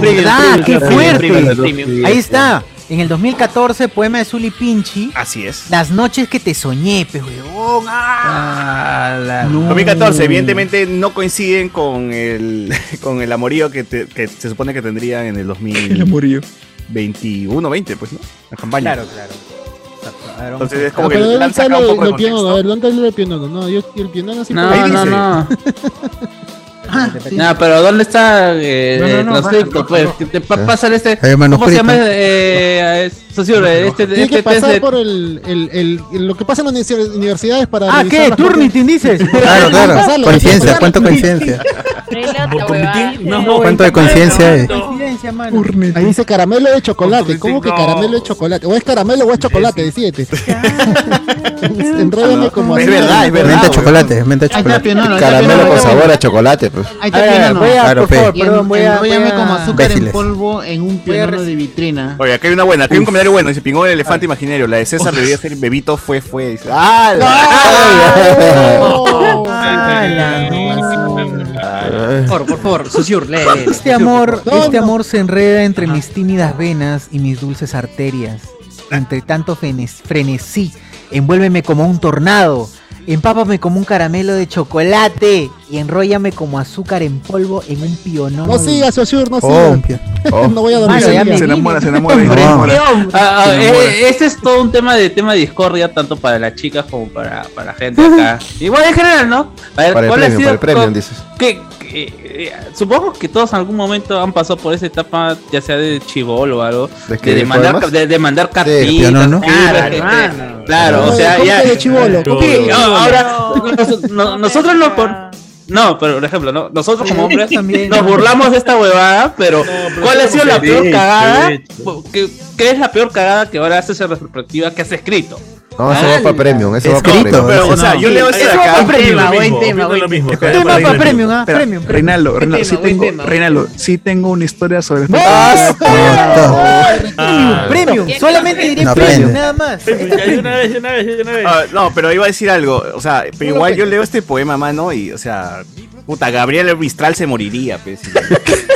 Speaker 1: ¿Verdad? ¡Qué fuerte!
Speaker 10: Premium.
Speaker 1: Ahí está. En el 2014, poema de Zully Pinchi.
Speaker 3: Así es.
Speaker 1: Las noches que te soñé, pe, huevón.
Speaker 3: Oh, Ah, la-
Speaker 1: No.
Speaker 3: 2014, evidentemente no coinciden con el, con el amorío que, te- que se supone que tendrían en el 2021, 20, pues, ¿no? La campaña.
Speaker 1: Claro, claro.
Speaker 3: Entonces es
Speaker 12: Ah,
Speaker 3: como que
Speaker 12: pero
Speaker 3: le
Speaker 12: ¿dónde
Speaker 3: han
Speaker 12: está
Speaker 3: sacado un
Speaker 12: lo-
Speaker 3: poco de
Speaker 12: lo
Speaker 3: contexto.
Speaker 12: pionono? A ver, ¿dónde está el pionono? No, yo el pionono sí
Speaker 7: No,
Speaker 12: puedo-
Speaker 7: no, no. No, pero ¿dónde está eh,
Speaker 12: No, no,
Speaker 7: el
Speaker 12: no, Eh,
Speaker 7: transcripto? Pues, que te pa- pásale este.
Speaker 4: Hay un
Speaker 7: ¿Cómo se llama?
Speaker 4: manuscrito.
Speaker 7: Eh, eh, socio, este,
Speaker 12: Tiene
Speaker 7: este
Speaker 12: que
Speaker 7: test
Speaker 12: pasar
Speaker 7: de.
Speaker 12: por el, el, el, el- lo que pasa en las universi- universidades para.
Speaker 1: Ah,
Speaker 12: revisar
Speaker 1: ¿qué?
Speaker 12: las copias.
Speaker 1: Turnitin dices.
Speaker 4: Claro, claro.
Speaker 12: Pasarlo,
Speaker 4: Coincidencia,
Speaker 12: pasarlo.
Speaker 4: cuánto coincidencia.
Speaker 12: Por
Speaker 4: ¿Cuánto de conciencia hay?
Speaker 1: diferencia, mano?
Speaker 12: Ahí dice caramelo de chocolate. ¿Cómo que caramelo de chocolate? O es caramelo o es chocolate, decídete. Este, Enróllame como
Speaker 5: Es verdad, es verdad.
Speaker 4: Menta chocolate, menta
Speaker 5: Ahí está,
Speaker 4: chocolate.
Speaker 5: Pianolo, ahí está, Caramelo Pianolo. con sabor a chocolate, pues.
Speaker 2: Ahí
Speaker 5: A
Speaker 2: está
Speaker 5: ver,
Speaker 2: Pianolo.
Speaker 5: voy a- Claro, por fe. favor,
Speaker 2: En-
Speaker 1: perdón, voy a-
Speaker 2: enróllame
Speaker 1: voy a-
Speaker 2: como azúcar en
Speaker 4: Béciles.
Speaker 2: polvo en un piano de vitrina.
Speaker 3: Oye, acá hay una buena, acá hay un comentario bueno. Dice, pingó el elefante imaginario. La de César debería ser bebito fue, fue. Dice, ¡Ah!
Speaker 12: Ah,
Speaker 27: Por favor, por favor, Susur, lee. lee, lee.
Speaker 1: Este amor,
Speaker 12: pues,
Speaker 1: este amor se enreda entre mis tímidas venas y mis dulces arterias. Entre tanto fenes- frenesí, envuélveme como un tornado, empápame como un caramelo de chocolate y enróllame como azúcar en polvo en un pionón.
Speaker 12: No sigas, Osur, no
Speaker 1: Oh,
Speaker 12: sigas.
Speaker 1: oh.
Speaker 12: No voy a dormir.
Speaker 1: Mano, ya
Speaker 12: ese día.
Speaker 1: me vine.
Speaker 7: Ah, ah,
Speaker 12: Se enamora.
Speaker 7: eh, este es todo un tema de tema de discordia, tanto para las chicas como para, para la gente acá. Igual en general, ¿no? A ver,
Speaker 5: Para el
Speaker 7: ¿cuál ha sido
Speaker 5: premium, para el premium,
Speaker 7: co-
Speaker 5: dices.
Speaker 7: qué- qué- eh, supongo que todos en algún momento han pasado por esa etapa, ya sea de chivolo o algo,
Speaker 5: ¿De
Speaker 7: de,
Speaker 5: escribir
Speaker 7: demandar,
Speaker 5: poemas?
Speaker 7: de, de mandar cartitas.
Speaker 5: Sí, pero no, ¿no?
Speaker 7: Claro,
Speaker 5: Sí,
Speaker 7: claro, claro, o sea,
Speaker 12: ¿Cómo
Speaker 7: ya.
Speaker 12: que de chibolo? ¿Cómo que de
Speaker 7: Sí,
Speaker 1: ah,
Speaker 12: chibolo?
Speaker 7: ahora, nos- no- nosotros no por. No, pero por ejemplo, ¿no? nosotros como hombres
Speaker 1: También.
Speaker 7: nos burlamos de esta huevada, pero ¿cuál ha sido la
Speaker 1: derecho,
Speaker 7: peor cagada?
Speaker 1: derecho.
Speaker 7: ¿Qué, qué es la peor cagada que ahora haces en retrospectiva que has escrito?
Speaker 5: No, eso va para premium, eso va para
Speaker 3: Escrito,
Speaker 5: premium.
Speaker 3: pero, o sea, yo leo
Speaker 7: Eso va para premium, buen tema, buen
Speaker 3: mismo.
Speaker 7: tema. Tema para premium, ah, premium, premium.
Speaker 11: Reinaldo,
Speaker 7: Buen
Speaker 11: Reinaldo, sí
Speaker 7: tema, buen
Speaker 11: tengo,
Speaker 7: tema.
Speaker 11: Reinaldo, sí tengo una historia sobre este esto.
Speaker 7: Ah,
Speaker 1: Premium, solamente diré
Speaker 3: No
Speaker 1: premium,
Speaker 3: aprende.
Speaker 1: nada más. Esto es premium.
Speaker 3: Ah, no, pero iba a decir algo. O sea, pero igual yo leo este poema, mano, y, o sea, puta, Gabriel Mistral se moriría, pues.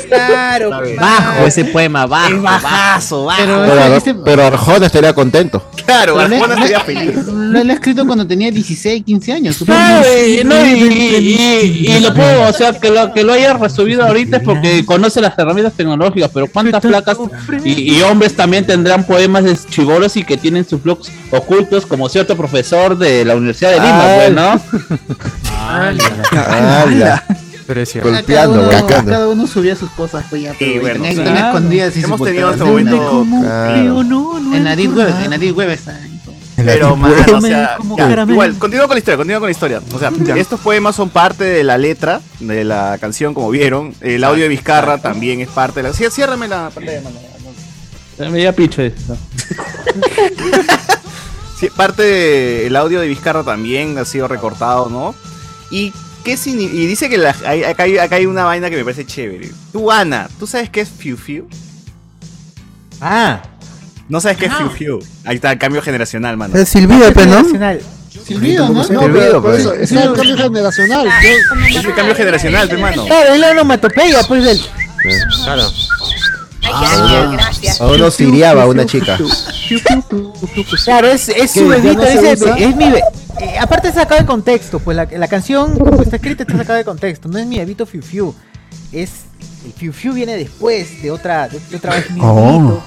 Speaker 1: Claro,
Speaker 27: Bajo ese poema, bajo. bajazo, bajo.
Speaker 5: Pero, pero Arjona estaría contento.
Speaker 3: Claro,
Speaker 2: Pero
Speaker 3: Arjona
Speaker 2: le-
Speaker 3: estaría
Speaker 2: le-
Speaker 3: feliz.
Speaker 2: Lo, lo he escrito cuando tenía 16, 15 años. supongo.
Speaker 7: Claro, y, no, y, y- y- y lo puedo, o sea, que lo, que lo hayas resubido ahorita es porque conoce las herramientas tecnológicas, pero cuántas placas y, y hombres también tendrán poemas de chivolos y que tienen sus blogs ocultos, como cierto profesor de la Universidad de Lima,
Speaker 5: Ay.
Speaker 7: pues, ¿no?
Speaker 5: ¡Hala!
Speaker 6: Pero es cierto.
Speaker 2: Cada
Speaker 5: Golpeando,
Speaker 2: uno,
Speaker 5: golpeando.
Speaker 2: cada uno subía sus cosas, pues ya, pero
Speaker 3: bueno,
Speaker 2: tenían-
Speaker 3: sí.
Speaker 2: tenían escondidas y
Speaker 3: Hemos
Speaker 2: se
Speaker 3: tenido
Speaker 2: ocultaban.
Speaker 3: hasta momento-
Speaker 2: ¿Dónde? ¿Cómo?
Speaker 5: Claro.
Speaker 2: Creo, no, no en
Speaker 12: he
Speaker 2: Adit
Speaker 12: escuchado.
Speaker 2: Web, en Adit Web está.
Speaker 3: Pero, mano, o sea,
Speaker 2: Como
Speaker 3: ya,
Speaker 2: caramelo.
Speaker 3: igual, continúa con la historia, continúa con la historia. O sea, estos poemas son parte de la letra de la canción, como vieron. El audio de Vizcarra también es parte de la. Sí, ciérrame la pantalla, mano.
Speaker 7: Media picho esto.
Speaker 3: Sí, parte del audio de Vizcarra también ha sido recortado, ¿no? Y, qué signi- y dice que la- hay- acá, hay, acá hay una vaina que me parece chévere. Tú, Ana, ¿tú sabes qué es Fiu Fiu?
Speaker 1: Ah.
Speaker 3: No sabes qué es Fiu Fiu. Ahí está el cambio generacional, mano.
Speaker 4: Es
Speaker 1: Este
Speaker 4: silbido, pe, ¿no?
Speaker 12: Silbido, ¿no?
Speaker 3: Silbido,
Speaker 12: No, pero
Speaker 3: pues.
Speaker 12: por eso, Es el cambio generacional.
Speaker 3: Es el cambio generacional, pe, mano.
Speaker 1: Claro, es la onomatopeya, pues del.
Speaker 3: Claro.
Speaker 5: A uno siriaba a una chica.
Speaker 1: Claro, es, es su
Speaker 5: ¿Qué, ya
Speaker 1: bebita,
Speaker 5: no se
Speaker 1: dice,
Speaker 5: usa?
Speaker 1: es mi be- eh, aparte está sacado de contexto, pues la, la canción como está escrita está sacada de contexto, no es mi bebito Fiu Fiu, es el Fiu Fiu viene después de otra, de, de otra vez mi
Speaker 4: Oh.
Speaker 1: bebito.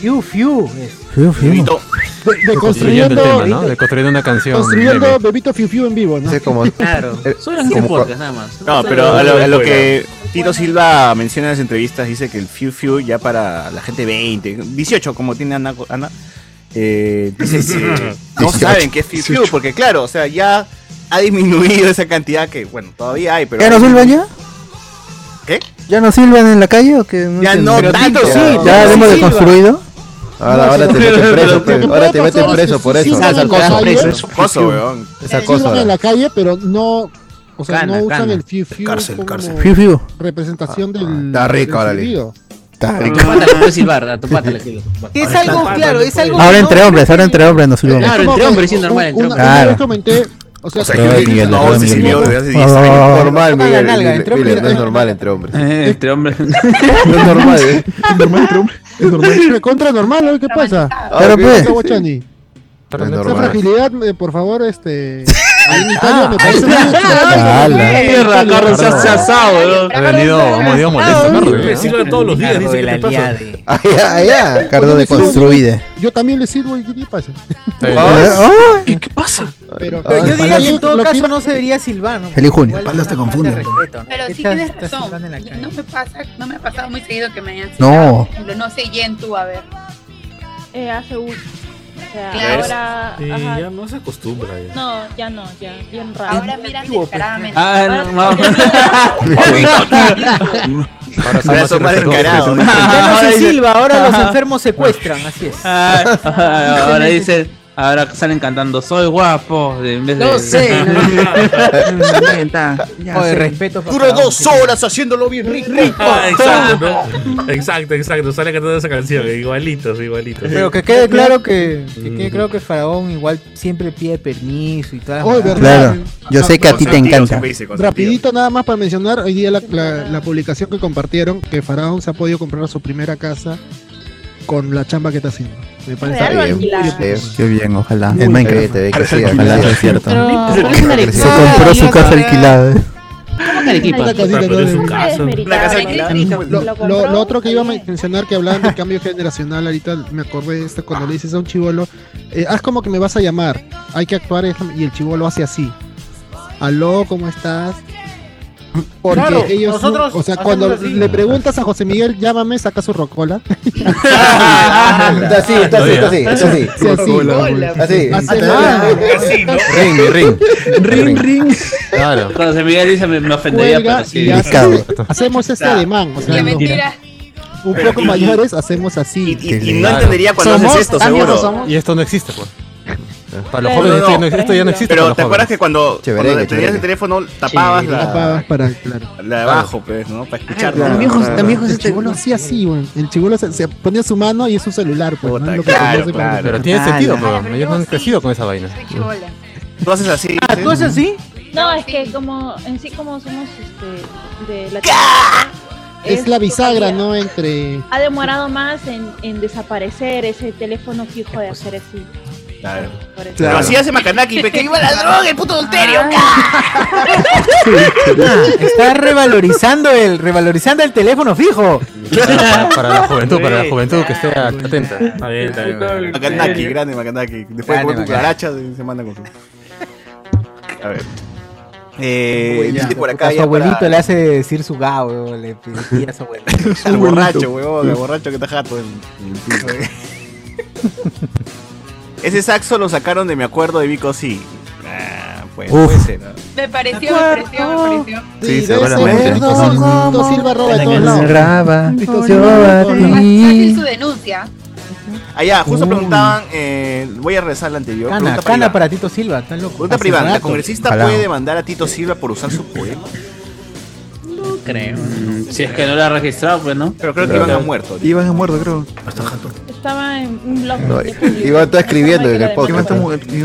Speaker 1: Fiu Fiu es.
Speaker 4: Fiu, fiu.
Speaker 6: Construyendo el tema,
Speaker 12: De
Speaker 6: ¿no?
Speaker 12: construyendo.
Speaker 6: De construyendo una canción.
Speaker 12: Construyendo
Speaker 6: meme.
Speaker 12: Bebito Fiu Fiu en vivo, ¿no?
Speaker 5: Claro.
Speaker 27: Solo en
Speaker 3: como
Speaker 27: el
Speaker 3: cua-
Speaker 27: podcast, nada más.
Speaker 3: No, pero a lo, a lo que Tito Silva menciona en las entrevistas, dice que el Fiu Fiu ya para la gente 20, 18, como tiene Ana, Ana, eh, dice, sí, no
Speaker 5: 18,
Speaker 3: saben qué es Fiu Fiu,
Speaker 5: 18.
Speaker 3: porque claro, o sea, ya ha disminuido esa cantidad que, bueno, todavía hay, pero...
Speaker 4: ¿Ya no silban ya?
Speaker 3: ¿Qué?
Speaker 4: ¿Ya no silban en la calle o qué?
Speaker 3: Ya
Speaker 4: entiendo.
Speaker 3: no Pero tanto, tanto, sí,
Speaker 4: ¿Ya
Speaker 3: sí
Speaker 4: hemos
Speaker 3: silban.
Speaker 4: deconstruido?
Speaker 5: Ahora, ahora te meten preso, pues. ahora te meten preso por eso.
Speaker 12: Ah, es acoso,
Speaker 5: preso.
Speaker 12: es
Speaker 3: acoso, weón.
Speaker 5: Es
Speaker 12: Silban
Speaker 5: acoso.
Speaker 12: en
Speaker 5: ahora.
Speaker 12: la calle, pero no. O sea,
Speaker 5: Cana,
Speaker 12: no usan
Speaker 5: cana.
Speaker 12: el Fiu Fiu.
Speaker 5: Cárcel,
Speaker 12: como
Speaker 5: cárcel.
Speaker 4: Fiu Fiu.
Speaker 12: Representación del.
Speaker 5: Está rico,
Speaker 12: del
Speaker 5: ahora,
Speaker 12: silbido.
Speaker 4: Está
Speaker 27: A tu pata le puedes silbar, a tu pata le puedes silbar.
Speaker 1: Es algo, claro, es algo
Speaker 4: Ahora
Speaker 1: que no-
Speaker 4: entre hombres, ahora entre hombres no silbamos.
Speaker 27: Claro, entre hombres, sí, normal, entre
Speaker 12: Una,
Speaker 27: hombres.
Speaker 12: una
Speaker 4: Claro.
Speaker 12: vez comenté. O sea,
Speaker 4: O sea, que- Ay, Miguel,
Speaker 5: No,
Speaker 4: no,
Speaker 5: sí,
Speaker 4: Miguel.
Speaker 5: Miguel, desde hace
Speaker 4: Ah,
Speaker 5: 10 años.
Speaker 4: ah, ah,
Speaker 5: Normal,
Speaker 4: toca la
Speaker 5: Miguel.
Speaker 4: nalga,
Speaker 5: Miguel,
Speaker 4: entre
Speaker 5: Miguel,
Speaker 4: hombres.
Speaker 5: No es normal entre hombres.
Speaker 7: Eh, Entre hombres.
Speaker 5: No es normal, ¿eh?
Speaker 12: es normal. Es contra normal, ¿no? ¿qué pasa?
Speaker 5: Pero,
Speaker 12: ¿Qué
Speaker 5: pues.
Speaker 12: pasa, Guachani?
Speaker 5: No es
Speaker 12: Esa
Speaker 5: normal.
Speaker 12: fragilidad, eh, por favor, este. Ahí en Italia me parece muy
Speaker 5: Ah, la-
Speaker 7: Mierda, Carlos, se hace
Speaker 3: Ah,
Speaker 7: asado, weón.
Speaker 6: Ha venido,
Speaker 12: Ah,
Speaker 6: hemos ido molestos, ¿no?
Speaker 10: Pero sí lo de todos los días, dice que te pasa.
Speaker 5: Ah, ya, ya.
Speaker 4: Cardo de construide.
Speaker 12: Yo también le sirvo y ¿qué pasa?
Speaker 4: Ay,
Speaker 12: ¿Qué pasa? Pero,
Speaker 1: Pero yo diría que en todo
Speaker 12: lo
Speaker 1: caso no se debería silbar, ¿no?
Speaker 4: Feliz junio.
Speaker 1: Igual
Speaker 18: Palas te
Speaker 1: una falta
Speaker 18: confunden.
Speaker 1: de respeto, ¿no?
Speaker 13: Pero sí
Speaker 1: Estás-
Speaker 13: tienes
Speaker 1: estás silbando este en la
Speaker 13: razón.
Speaker 1: calle.
Speaker 13: No me pasa, no me ha pasado muy seguido que me hayan
Speaker 4: No.
Speaker 13: Por ejemplo, no sé yen tú, a ver.
Speaker 21: Eh, hace uso. O sea,
Speaker 13: Claro.
Speaker 21: ahora.
Speaker 10: Sí,
Speaker 21: ajá.
Speaker 10: ya no se acostumbra. Ya.
Speaker 21: No, ya no, ya. Bien raro.
Speaker 13: Ahora miran descaradamente.
Speaker 7: Ah, no, no.
Speaker 1: Ahora
Speaker 3: Ahora
Speaker 1: somos
Speaker 3: son más
Speaker 1: irrespetuosos.
Speaker 3: encarados.
Speaker 12: Ah.
Speaker 1: Ya no se
Speaker 7: Ahora dice-
Speaker 1: silba, ahora los
Speaker 7: Ajá.
Speaker 1: enfermos secuestran, así es.
Speaker 7: Ah, ahora dicen, ahora salen cantando soy guapo de- en vez de.
Speaker 1: No sé, no.
Speaker 7: Oye,
Speaker 1: respeto.
Speaker 3: Duró dos horas haciéndolo bien rico.
Speaker 10: Ah, exacto,
Speaker 6: Ah,
Speaker 10: ¿no? exacto, exacto. Sale cantando esa canción. Igualitos, igualitos.
Speaker 1: Pero que quede claro que, que quede claro que Faraón igual siempre pide permiso y todas las
Speaker 12: Oye,
Speaker 1: huevadas.
Speaker 12: ¿verdad?
Speaker 4: yo sé que a ti te
Speaker 12: Consentido,
Speaker 4: encanta.
Speaker 12: siempre Rapidito nada más para mencionar, hoy día la, la- la publicación que compartieron, que Faraón se ha podido comprar su primera casa con la chamba que está haciendo. Me parece
Speaker 5: Está bien,
Speaker 12: increíble.
Speaker 5: está bien.
Speaker 14: Qué bien, ojalá.
Speaker 5: En Minecraft. Te ve que sí,
Speaker 14: Ojalá
Speaker 5: sí.
Speaker 14: sea cierto.
Speaker 5: Pero-
Speaker 14: Se compró su casa alquilada.
Speaker 12: Una casita
Speaker 14: Pero
Speaker 12: con-
Speaker 14: es un caso.
Speaker 12: Una casa con- Lo, Ah, lo- lo otro que iba a mencionar que hablaban del cambio generacional, ahorita me acordé de esto cuando le dices a un chivolo, haz como que me vas a llamar, hay que actuar eso", y el chivolo hace así. Aló, ¿cómo estás? Porque
Speaker 8: Claro,
Speaker 12: ellos,
Speaker 8: nosotros
Speaker 12: o sea,
Speaker 8: hacemos
Speaker 12: cuando
Speaker 8: así.
Speaker 12: le preguntas a José Miguel, llámame, saca su rocola.
Speaker 5: Está así, está así, está así, está así.
Speaker 12: Sí, así.
Speaker 5: Así.
Speaker 12: Hace-
Speaker 5: Ring, ring.
Speaker 7: Ring, ring. Claro. Cuando se Miguel dice me, me ofendería,
Speaker 12: Cuelga
Speaker 7: pero sí.
Speaker 12: y hace- hacemos este
Speaker 7: Claro.
Speaker 12: ademán. O sea,
Speaker 7: Qué
Speaker 12: no-
Speaker 7: mentira.
Speaker 12: Un
Speaker 7: Pero
Speaker 12: poco
Speaker 7: y-
Speaker 12: mayores hacemos así.
Speaker 6: Claro.
Speaker 3: Pues
Speaker 12: Somos- tan viejos somos.
Speaker 6: Y esto no existe, pues. Para los
Speaker 12: Claro,
Speaker 6: jóvenes,
Speaker 12: no,
Speaker 6: esto ya no-
Speaker 12: por
Speaker 6: esto ya no
Speaker 12: ejemplo.
Speaker 6: existe.
Speaker 3: Pero te acuerdas que cuando,
Speaker 5: Chévere,
Speaker 3: cuando
Speaker 5: que
Speaker 3: tenías
Speaker 5: chévere.
Speaker 3: el teléfono tapabas la,
Speaker 12: Tapabas para, claro.
Speaker 3: la de abajo, pues, ¿no? Para escuchar.
Speaker 12: Claro, claro. El
Speaker 3: este-
Speaker 12: chibolo hacía así, weón. El chibolo se, se ponía su mano y es su celular, pues. ¿no? Lo que conoce como-
Speaker 6: Pero tiene sentido, pues. Ellos no han crecido con esa vaina.
Speaker 3: Tú haces así.
Speaker 12: Ah, ¿tú haces así?
Speaker 16: No, es que como en sí como somos este, de la
Speaker 12: Es la bisagra, ¿no? Entre.
Speaker 16: Ha demorado más en, en desaparecer ese teléfono fijo de hacer así.
Speaker 3: Claro.
Speaker 16: Por eso.
Speaker 3: Pero así hace Macanaki, pe, que iba la droga, el puto adulterio.
Speaker 1: Está revalorizando el, revalorizando el teléfono fijo.
Speaker 6: Para, para la juventud, para la juventud que esté atenta.
Speaker 10: Está bien, está bien, está bien.
Speaker 3: Macanaki, grande Macanaki. Después
Speaker 6: Grande
Speaker 3: de comer tu
Speaker 6: Macanaki.
Speaker 3: cucaracha, se se manda con su. A ver. Eh,
Speaker 1: Ya,
Speaker 3: dice por acá.
Speaker 1: a su
Speaker 3: ya para-
Speaker 1: abuelito le hace decir su gao, weón, le pide a su abuelito.
Speaker 3: Al borracho, huevón, al borracho que está jato en, en el piso. eh. Ese saxo lo sacaron de mi acuerdo de Vico sí. Ah, pues,
Speaker 16: Uf.
Speaker 3: puede ser. ¿no?
Speaker 13: Me pareció, me pareció, me
Speaker 12: Oh,
Speaker 13: pareció.
Speaker 3: Sí,
Speaker 16: seguramente.
Speaker 12: Tito Silva roba de todos lados.
Speaker 16: Tito
Speaker 12: Silva,
Speaker 13: Fácil su denuncia.
Speaker 3: Allá, Ah, justo preguntaban, eh, voy a rezar la anterior.
Speaker 1: Cana,
Speaker 3: pregunta
Speaker 1: cana
Speaker 3: privada.
Speaker 1: para Tito Silva, está loco.
Speaker 3: Pregunta
Speaker 1: Hace
Speaker 3: privada, ¿la
Speaker 1: rato.
Speaker 3: congresista puede demandar a Tito Silva por usar su poema?
Speaker 7: No creo. Si es que no lo ha registrado, pues no.
Speaker 3: Pero creo que Iván ha muerto.
Speaker 14: Iban a muerto, creo.
Speaker 16: Estaba en un blog.
Speaker 5: No, Iván está escribiendo en el podcast.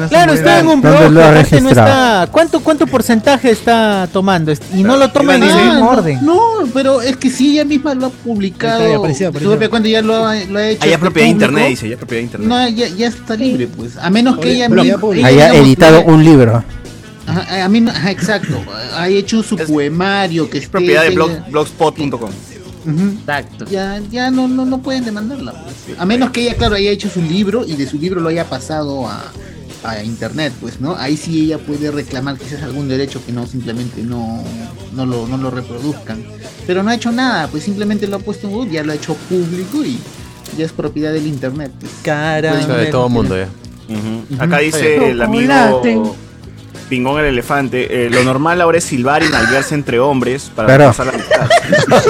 Speaker 1: Claro, está en un blog,
Speaker 5: ¿Dónde lo ha
Speaker 1: la gente no
Speaker 5: registrado?
Speaker 1: está. ¿Cuánto, ¿Cuánto porcentaje está tomando? Y no lo
Speaker 13: Ah,
Speaker 1: toma en el mismo orden.
Speaker 2: No, pero es que sí, ella misma lo ha publicado.
Speaker 1: Ahí está, ya apareció,
Speaker 2: Su
Speaker 1: apareció.
Speaker 2: propia cuenta ya lo ha, lo ha hecho.
Speaker 3: Ah, ya es propiedad de
Speaker 2: público.
Speaker 3: internet, dice, ya es propiedad de internet.
Speaker 2: No, ya, ya está libre, pues. A menos que
Speaker 12: Oye,
Speaker 2: ella
Speaker 12: pero
Speaker 2: misma.
Speaker 12: ya publicó.
Speaker 2: ella,
Speaker 4: Haya
Speaker 2: digamos,
Speaker 4: editado
Speaker 2: tuviera-
Speaker 4: un libro.
Speaker 2: Ajá, a mí no- ajá, exacto. Ha hecho su poemario que es
Speaker 3: Propiedad de blog- blogspot.com.
Speaker 2: Exacto. Ya, ya no, no, no pueden demandarla. pues. A menos que ella, claro, haya hecho su libro y de su libro lo haya pasado a, a internet, pues, ¿no? Ahí sí ella puede reclamar quizás algún derecho que no, simplemente no, no, lo, no lo reproduzcan. Pero no ha hecho nada, pues simplemente lo ha puesto en Google, ya lo ha hecho público y ya es propiedad del internet. pues.
Speaker 6: Eso de todo mundo ya.
Speaker 3: Acá dice el amigo Pingón el Elefante. eh, lo normal ahora es silbar y nalguearse entre hombres para
Speaker 4: Claro.
Speaker 3: pasar la amistad.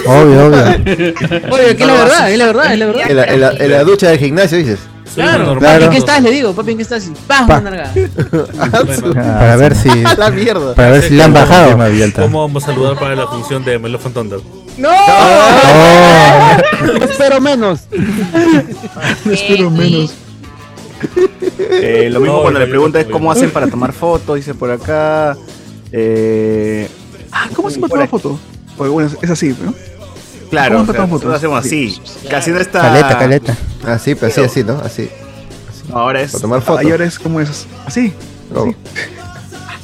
Speaker 4: Obvio, obvio.
Speaker 27: Oye, que es la verdad, es la verdad, es la verdad.
Speaker 5: En la, en la- en la ducha del gimnasio dices.
Speaker 27: Claro,
Speaker 5: Claro.
Speaker 27: papi, ¿en qué estás? Le digo, papi, ¿en qué estás? Y ¡Pam!
Speaker 5: Pa.
Speaker 27: Una nalgada.
Speaker 4: Para ver si.
Speaker 5: A la mierda.
Speaker 4: Para ver si le han
Speaker 10: ¿Cómo-
Speaker 4: bajado.
Speaker 10: ¿Cómo vamos a saludar para la función de Melofon Thunder?
Speaker 27: ¡No!
Speaker 12: Espero menos.
Speaker 27: Espero menos.
Speaker 3: Eh, lo mismo
Speaker 10: No,
Speaker 3: cuando
Speaker 10: yo-
Speaker 3: le pregunta es cómo hacen para tomar fotos, dice por acá. Eh,
Speaker 14: Ah, ¿cómo se mató la foto? Pues bueno, es así, ¿no?
Speaker 3: claro,
Speaker 14: ¿Cómo
Speaker 3: o sea,
Speaker 14: toman fotos?
Speaker 3: nosotros hacemos así. Casi no está.
Speaker 4: Ah.
Speaker 5: Caleta, caleta. Así, pues, así, así, ¿no? Así.
Speaker 3: Ahora es.
Speaker 5: Para tomar fotos.
Speaker 14: Y ahora es como es así.
Speaker 5: Luego.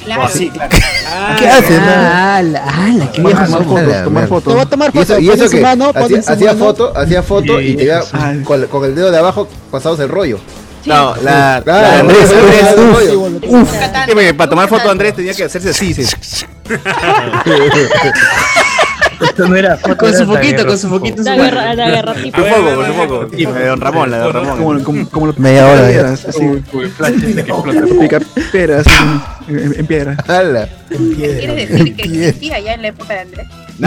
Speaker 3: Claro. Así, claro.
Speaker 14: ¿Qué
Speaker 1: Ah,
Speaker 14: haces?
Speaker 27: ¡Ala, ala! ¡Qué viejo!
Speaker 5: Tomar fotos, tomar fotos.
Speaker 12: Te voy a tomar
Speaker 5: Y eso,
Speaker 12: foto,
Speaker 5: y
Speaker 12: pones
Speaker 5: eso
Speaker 12: su
Speaker 5: que
Speaker 12: mano,
Speaker 5: hacía,
Speaker 12: pones su
Speaker 5: hacía
Speaker 12: mano.
Speaker 5: foto, hacía foto y te iba con, con el dedo de abajo pasados el rollo.
Speaker 3: No, la.
Speaker 5: Claro,
Speaker 3: la-
Speaker 5: Andrés,
Speaker 3: la-
Speaker 5: Andrés,
Speaker 3: la-
Speaker 5: uf,
Speaker 3: la-
Speaker 5: uf.
Speaker 3: la- Sí, porque Para tomar foto Andrés tenía que hacerse así. sí.
Speaker 27: Esto no era foto, Con su
Speaker 3: era
Speaker 27: foquito,
Speaker 3: daguerro-
Speaker 27: con su foquito.
Speaker 16: La guerra, la guerra tipo.
Speaker 3: Con foco, con su foco. Y la de Don Ramón, la de Don Ramón.
Speaker 14: Como, como, como lo
Speaker 4: Media hora, ya.
Speaker 14: piedras, así. Pica piedras en, en piedra.
Speaker 5: ¡Hala!
Speaker 13: ¿Quieres decir que existía ya en la época de Andrés?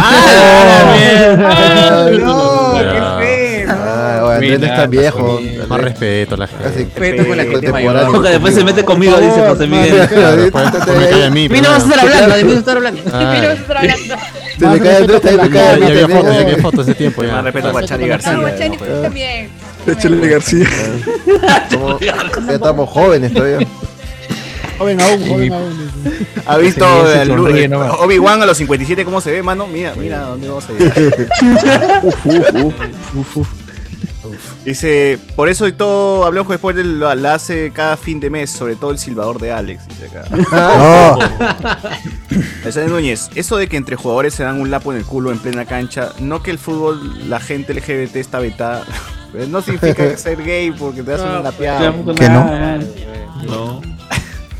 Speaker 5: ¡Ah,
Speaker 17: mierda!
Speaker 5: no!
Speaker 6: Ya.
Speaker 5: ¡Qué feo! Ah, oye, Andrés no es tan viejo.
Speaker 6: Más respeto a la gente.
Speaker 5: Respeto con la gente
Speaker 7: Porque después se mete conmigo, dice José Miguel.
Speaker 6: Pues me cae a mí.
Speaker 7: Mí no vas a estar hablando, de mí no vas a estar hablando.
Speaker 6: Ah.
Speaker 5: Se me cae Andrés, se me
Speaker 6: Ya
Speaker 5: cae
Speaker 6: había
Speaker 5: Andrés.
Speaker 6: fotos, ya había fotos de ese
Speaker 3: Pues
Speaker 6: tiempo. ya.
Speaker 14: Más respeto a Guachani
Speaker 13: Ah,
Speaker 14: García.
Speaker 13: Guachani también.
Speaker 14: Échale García.
Speaker 5: Como- Ya estamos jóvenes todavía.
Speaker 12: Joven aún, joven
Speaker 5: Y-
Speaker 12: aún.
Speaker 3: ¿Ha visto
Speaker 5: Sí, se
Speaker 3: al-
Speaker 5: sonríe nomás.
Speaker 3: Obi-Wan a los 57 cómo se ve, mano? Mira, mira dónde vamos a llegar.
Speaker 5: Uf, uf, uf, uf, uf.
Speaker 3: Dice, por eso y todo hablamos después del lo- la hace cada fin de mes, sobre todo el silbador de Alex. Dice acá.
Speaker 4: No.
Speaker 3: Alexander Núñez, eso de que entre jugadores se dan un lapo en el culo en plena cancha, no que el fútbol, la gente LGBT está vetada. Pues No significa ser gay porque te das una lapeada.
Speaker 7: pues,
Speaker 5: Que no.
Speaker 7: No.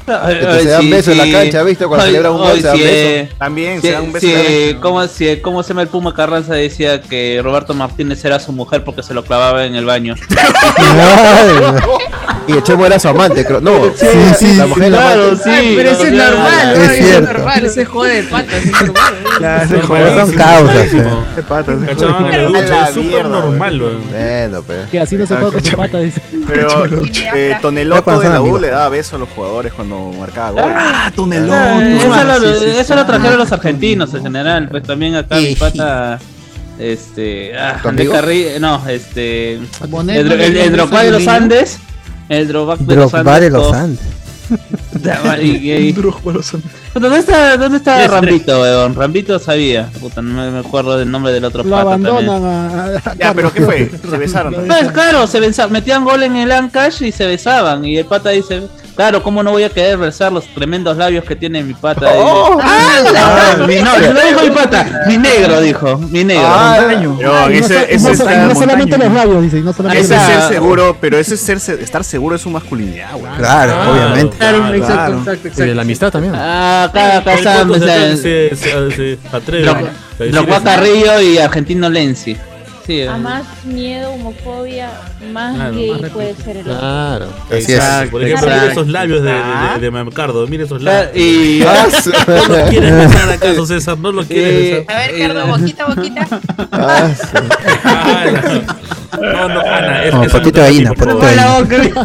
Speaker 5: Que se dan besos en la cancha, ¿viste? Cuando celebra un gol, se dan besos.
Speaker 7: También
Speaker 5: se dan un beso
Speaker 7: eh. Sí, eh,
Speaker 5: en la cancha.
Speaker 7: ¿cómo, si, ¿Cómo se llama el Puma Carranza? Decía que Roberto Martínez era su mujer porque se lo clavaba en el baño.
Speaker 5: Y el chemo era su amante, creo. No, sí, sí, la mujer era
Speaker 7: claro,
Speaker 5: amante.
Speaker 7: sí. Ay, pero ese es normal,
Speaker 5: Es
Speaker 7: ay,
Speaker 5: cierto.
Speaker 27: Normal, ese juego de patas.
Speaker 5: Pero son causas, eh.
Speaker 10: Cachaban en la ducha, es súper normal, weón.
Speaker 5: Bueno, pues.
Speaker 12: Que así no se juega con su pata, dice.
Speaker 3: Pero eh, Toneloto de
Speaker 12: Ya
Speaker 3: la U
Speaker 12: pasaron,
Speaker 3: le daba besos a los jugadores cuando marcaba gol.
Speaker 7: Ah,
Speaker 3: Toneloto.
Speaker 7: Eh, eso, lo, eso lo trajeron los argentinos en general. Pues también acá mi pata. Este. Ah,
Speaker 3: ¿Tu
Speaker 7: Andrés
Speaker 3: amigo?
Speaker 7: Carrillo. No, este. El,
Speaker 2: Bonet,
Speaker 7: dro-
Speaker 2: ¿no le
Speaker 7: el- el
Speaker 2: dio
Speaker 7: Drogba
Speaker 2: beso
Speaker 7: de
Speaker 2: al
Speaker 7: los
Speaker 2: niño?
Speaker 7: Andes. El Drogba de los Andes.
Speaker 4: Drogba de los
Speaker 7: con-
Speaker 4: Andes.
Speaker 7: Y- y- ¿Dónde está, dónde está Rambito, weón? Rambito sabía. Puta, no me acuerdo del nombre del otro
Speaker 12: Lo
Speaker 7: pata también.
Speaker 12: abandonan a, a- a
Speaker 3: Ya, pero ¿qué fue? Se besaron.
Speaker 12: Ah,
Speaker 7: Pues claro, se besa- metían gol en el Ancash y se besaban. Y el pata dice, claro, ¿cómo no voy a querer besar los tremendos labios que tiene mi pata?
Speaker 17: ¡Oh!
Speaker 7: Dice.
Speaker 17: ¡Ah!
Speaker 7: mi no, no dijo mi pata, mi negro dijo, mi negro.
Speaker 3: Ah, Montaño. no,
Speaker 12: Y
Speaker 3: ese-
Speaker 12: no, so- y
Speaker 3: ese
Speaker 12: no,
Speaker 3: está
Speaker 12: so- y no
Speaker 3: montaño.
Speaker 12: solamente los labios, dice, y no solamente
Speaker 3: Ese es
Speaker 12: los
Speaker 3: ser
Speaker 12: labios.
Speaker 3: seguro, pero ese es ser, estar seguro es su masculinidad, weón.
Speaker 4: Claro, obviamente.
Speaker 3: claro, claro.
Speaker 6: Y de la amistad también.
Speaker 7: Ah, acá, acá están,
Speaker 10: ¿Cuántos
Speaker 7: pues,
Speaker 10: se, se, se- se atreven
Speaker 7: Drogba-
Speaker 10: a decir
Speaker 7: Drogba
Speaker 10: eso?
Speaker 7: Carrillo y Argentino Lenzi. Sí,
Speaker 16: A
Speaker 7: eh.
Speaker 16: más miedo, homofobia, más
Speaker 10: Claro,
Speaker 16: gay
Speaker 10: más
Speaker 16: puede ser el otro.
Speaker 6: Claro.
Speaker 10: Así es. Por ejemplo, mira esos labios de, de, de Mamcardo, mira esos labios.
Speaker 7: Ah, Y-
Speaker 10: no lo quieres besar acaso, César, no lo quieres
Speaker 13: A ver, Cardo, boquita, boquita.
Speaker 10: besar. No, no, Ana, es
Speaker 4: Como
Speaker 10: es
Speaker 4: potito de gallina, potito de gallina.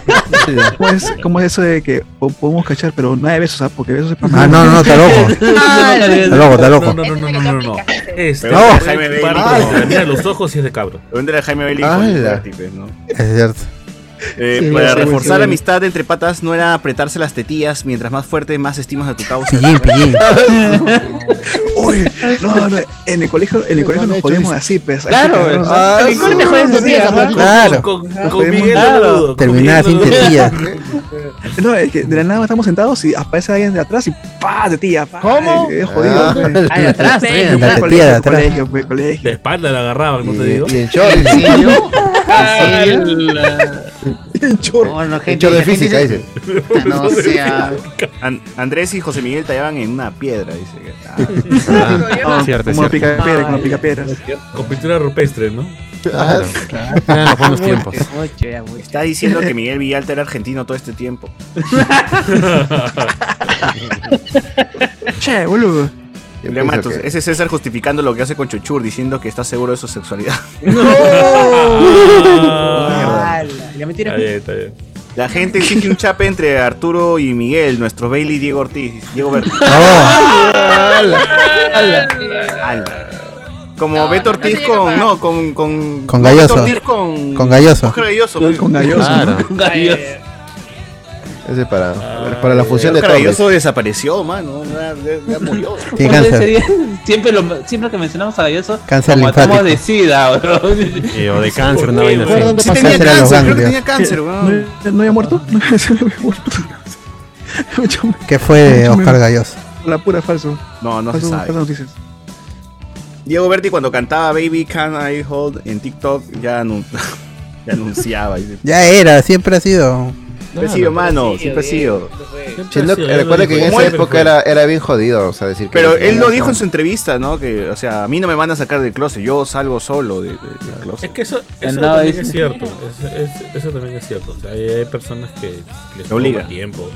Speaker 14: ¿Cómo es, cómo es eso de que po- podemos cachar, pero no hay besos, ah? Porque besos es para
Speaker 4: Ah, no, no, no, está loco. Está loco, está loco.
Speaker 10: No, no, no, no, no, no. Este,
Speaker 3: No.
Speaker 10: no.
Speaker 3: Jaime Bailey.
Speaker 10: mira los ojos y es de cabro.
Speaker 3: ¿Dónde era Jaime Bailey?
Speaker 10: Ala.
Speaker 3: con Liberty, pues, ¿no?
Speaker 4: Es cierto.
Speaker 3: Eh,
Speaker 4: Sí,
Speaker 3: para
Speaker 4: sí,
Speaker 3: reforzar
Speaker 4: sí.
Speaker 3: la amistad entre patas no era apretarse las tetillas, mientras más fuerte más estimas a tu causa.
Speaker 4: Pillín, pillín.
Speaker 14: Uy, no, no, en el colegio, en el colegio nos jodimos así, pues. hay que
Speaker 3: Claro,
Speaker 14: cagarnos.
Speaker 3: pues. Ah,
Speaker 14: Ay,
Speaker 3: sí, ¿cómo te jodes así,
Speaker 14: sí,
Speaker 3: ajá?
Speaker 14: sí,
Speaker 4: Claro.
Speaker 10: Con,
Speaker 14: con-
Speaker 4: con
Speaker 14: Miguel
Speaker 4: Claro.
Speaker 14: Boludo, con
Speaker 4: Terminaba
Speaker 14: Miguel
Speaker 4: sin
Speaker 14: Boludo.
Speaker 4: tetilla.
Speaker 14: No, es que de la nada estamos sentados y aparece alguien de atrás y ¡pa! tetilla, pa. ¿Cómo? Es jodido.
Speaker 10: Ah.
Speaker 14: pues.
Speaker 10: Ah, de atrás,
Speaker 14: Colegio,
Speaker 10: eh, de atrás.
Speaker 14: colegio,
Speaker 10: La tetilla de atrás.
Speaker 14: colegio, pues, colegio.
Speaker 10: De espalda la agarraban, no te digo.
Speaker 5: Y en short. Ah,
Speaker 10: Ah, No, no, gente,
Speaker 3: Chorro de
Speaker 10: gente
Speaker 3: física,
Speaker 10: dice-
Speaker 3: dice.
Speaker 10: No sea-
Speaker 3: An- Andrés y José Miguel tallaban en una piedra, dice.
Speaker 14: Ah, Cierto, como cierto. pica piedra, como pica piedra.
Speaker 6: Ah,
Speaker 10: Con pintura rupestre, ¿no?
Speaker 5: Ah,
Speaker 3: Claro.
Speaker 10: Eran los buenos
Speaker 3: tiempos. Está diciendo que Miguel Villalta era argentino todo este tiempo.
Speaker 14: Che, boludo.
Speaker 3: Andrea
Speaker 14: pienso
Speaker 3: Matos,
Speaker 14: que-
Speaker 3: ese César justificando lo que hace con Chuchur, diciendo que está seguro de su sexualidad.
Speaker 27: Ah, la mentira.
Speaker 3: La gente exige un chape entre Arturo y Miguel, nuestro Bailey y Diego Ortiz. Diego Berto.
Speaker 4: Oh,
Speaker 3: Como Beto Ortiz con. Eh, No, con. Con,
Speaker 4: Con
Speaker 3: no, Beto
Speaker 4: Galloso.
Speaker 3: Ortiz con.
Speaker 4: Con Galloso.
Speaker 3: Oscar Galloso.
Speaker 14: Con Galloso.
Speaker 3: Claro.
Speaker 7: Con Galloso.
Speaker 5: Ese
Speaker 10: Ah,
Speaker 5: para, para la función de
Speaker 3: Oscar
Speaker 5: Torres.
Speaker 3: Galloso desapareció, mano. Ya, ya- ya murió.
Speaker 4: Tiene
Speaker 7: Entonces,
Speaker 4: cáncer.
Speaker 7: sería- siempre, lo- siempre que mencionamos a Galloso,
Speaker 4: Cáncer
Speaker 7: lo matamos
Speaker 4: linfático.
Speaker 7: de sida, weón.
Speaker 6: o de cáncer, una vaina
Speaker 4: Recuerdo
Speaker 6: así.
Speaker 4: Sí tenía Cáncer a los cáncer, creo que ganglios. tenía
Speaker 3: cáncer,
Speaker 14: weón. ¿No, no había muerto? No había muerto.
Speaker 4: ¿Qué fue de Oscar Galloso?
Speaker 14: La pura falso.
Speaker 3: No, no se
Speaker 14: Falso-
Speaker 3: sabe.
Speaker 14: falsas noticias.
Speaker 3: Diego Berti cuando cantaba Baby Can I Hold en TikTok ya, anun- ya anunciaba.
Speaker 4: Ya era, siempre ha sido.
Speaker 3: Siempre he sido, mano. Siempre he sido.
Speaker 5: Che, no, recuerda que en esa época era, era bien jodido, o sea, decir que
Speaker 3: Pero
Speaker 5: no
Speaker 3: él lo
Speaker 5: tenías,
Speaker 3: dijo
Speaker 5: ¿no?
Speaker 3: en su entrevista, ¿no? Que, o sea, a mí no me van a sacar del closet, yo salgo solo de- de- del
Speaker 10: Es
Speaker 3: closet.
Speaker 10: que eso, eso
Speaker 7: No,
Speaker 10: también
Speaker 7: es-
Speaker 10: es, cierto. es- es- eso también es cierto. O sea, hay, hay personas que les toma
Speaker 3: obliga.
Speaker 10: tiempo.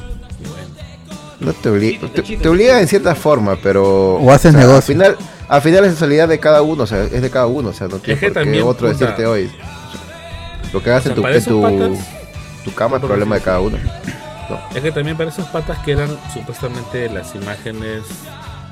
Speaker 10: y bueno.
Speaker 5: No te obliga, te, te obliga en cierta forma, pero.
Speaker 4: O haces
Speaker 5: sea,
Speaker 4: negocio.
Speaker 5: Al final, al final la sexualidad de cada uno, o sea, es de cada uno, o sea, no tiene
Speaker 10: que
Speaker 5: por qué
Speaker 10: también,
Speaker 5: otro
Speaker 10: puta.
Speaker 5: decirte hoy. Lo que hagas
Speaker 10: O sea,
Speaker 5: en tu,
Speaker 10: para
Speaker 5: en
Speaker 10: esos
Speaker 5: tu-
Speaker 10: patas-
Speaker 5: tu cama es problema de cada uno. No.
Speaker 10: Es que también para esos patas que eran supuestamente las imágenes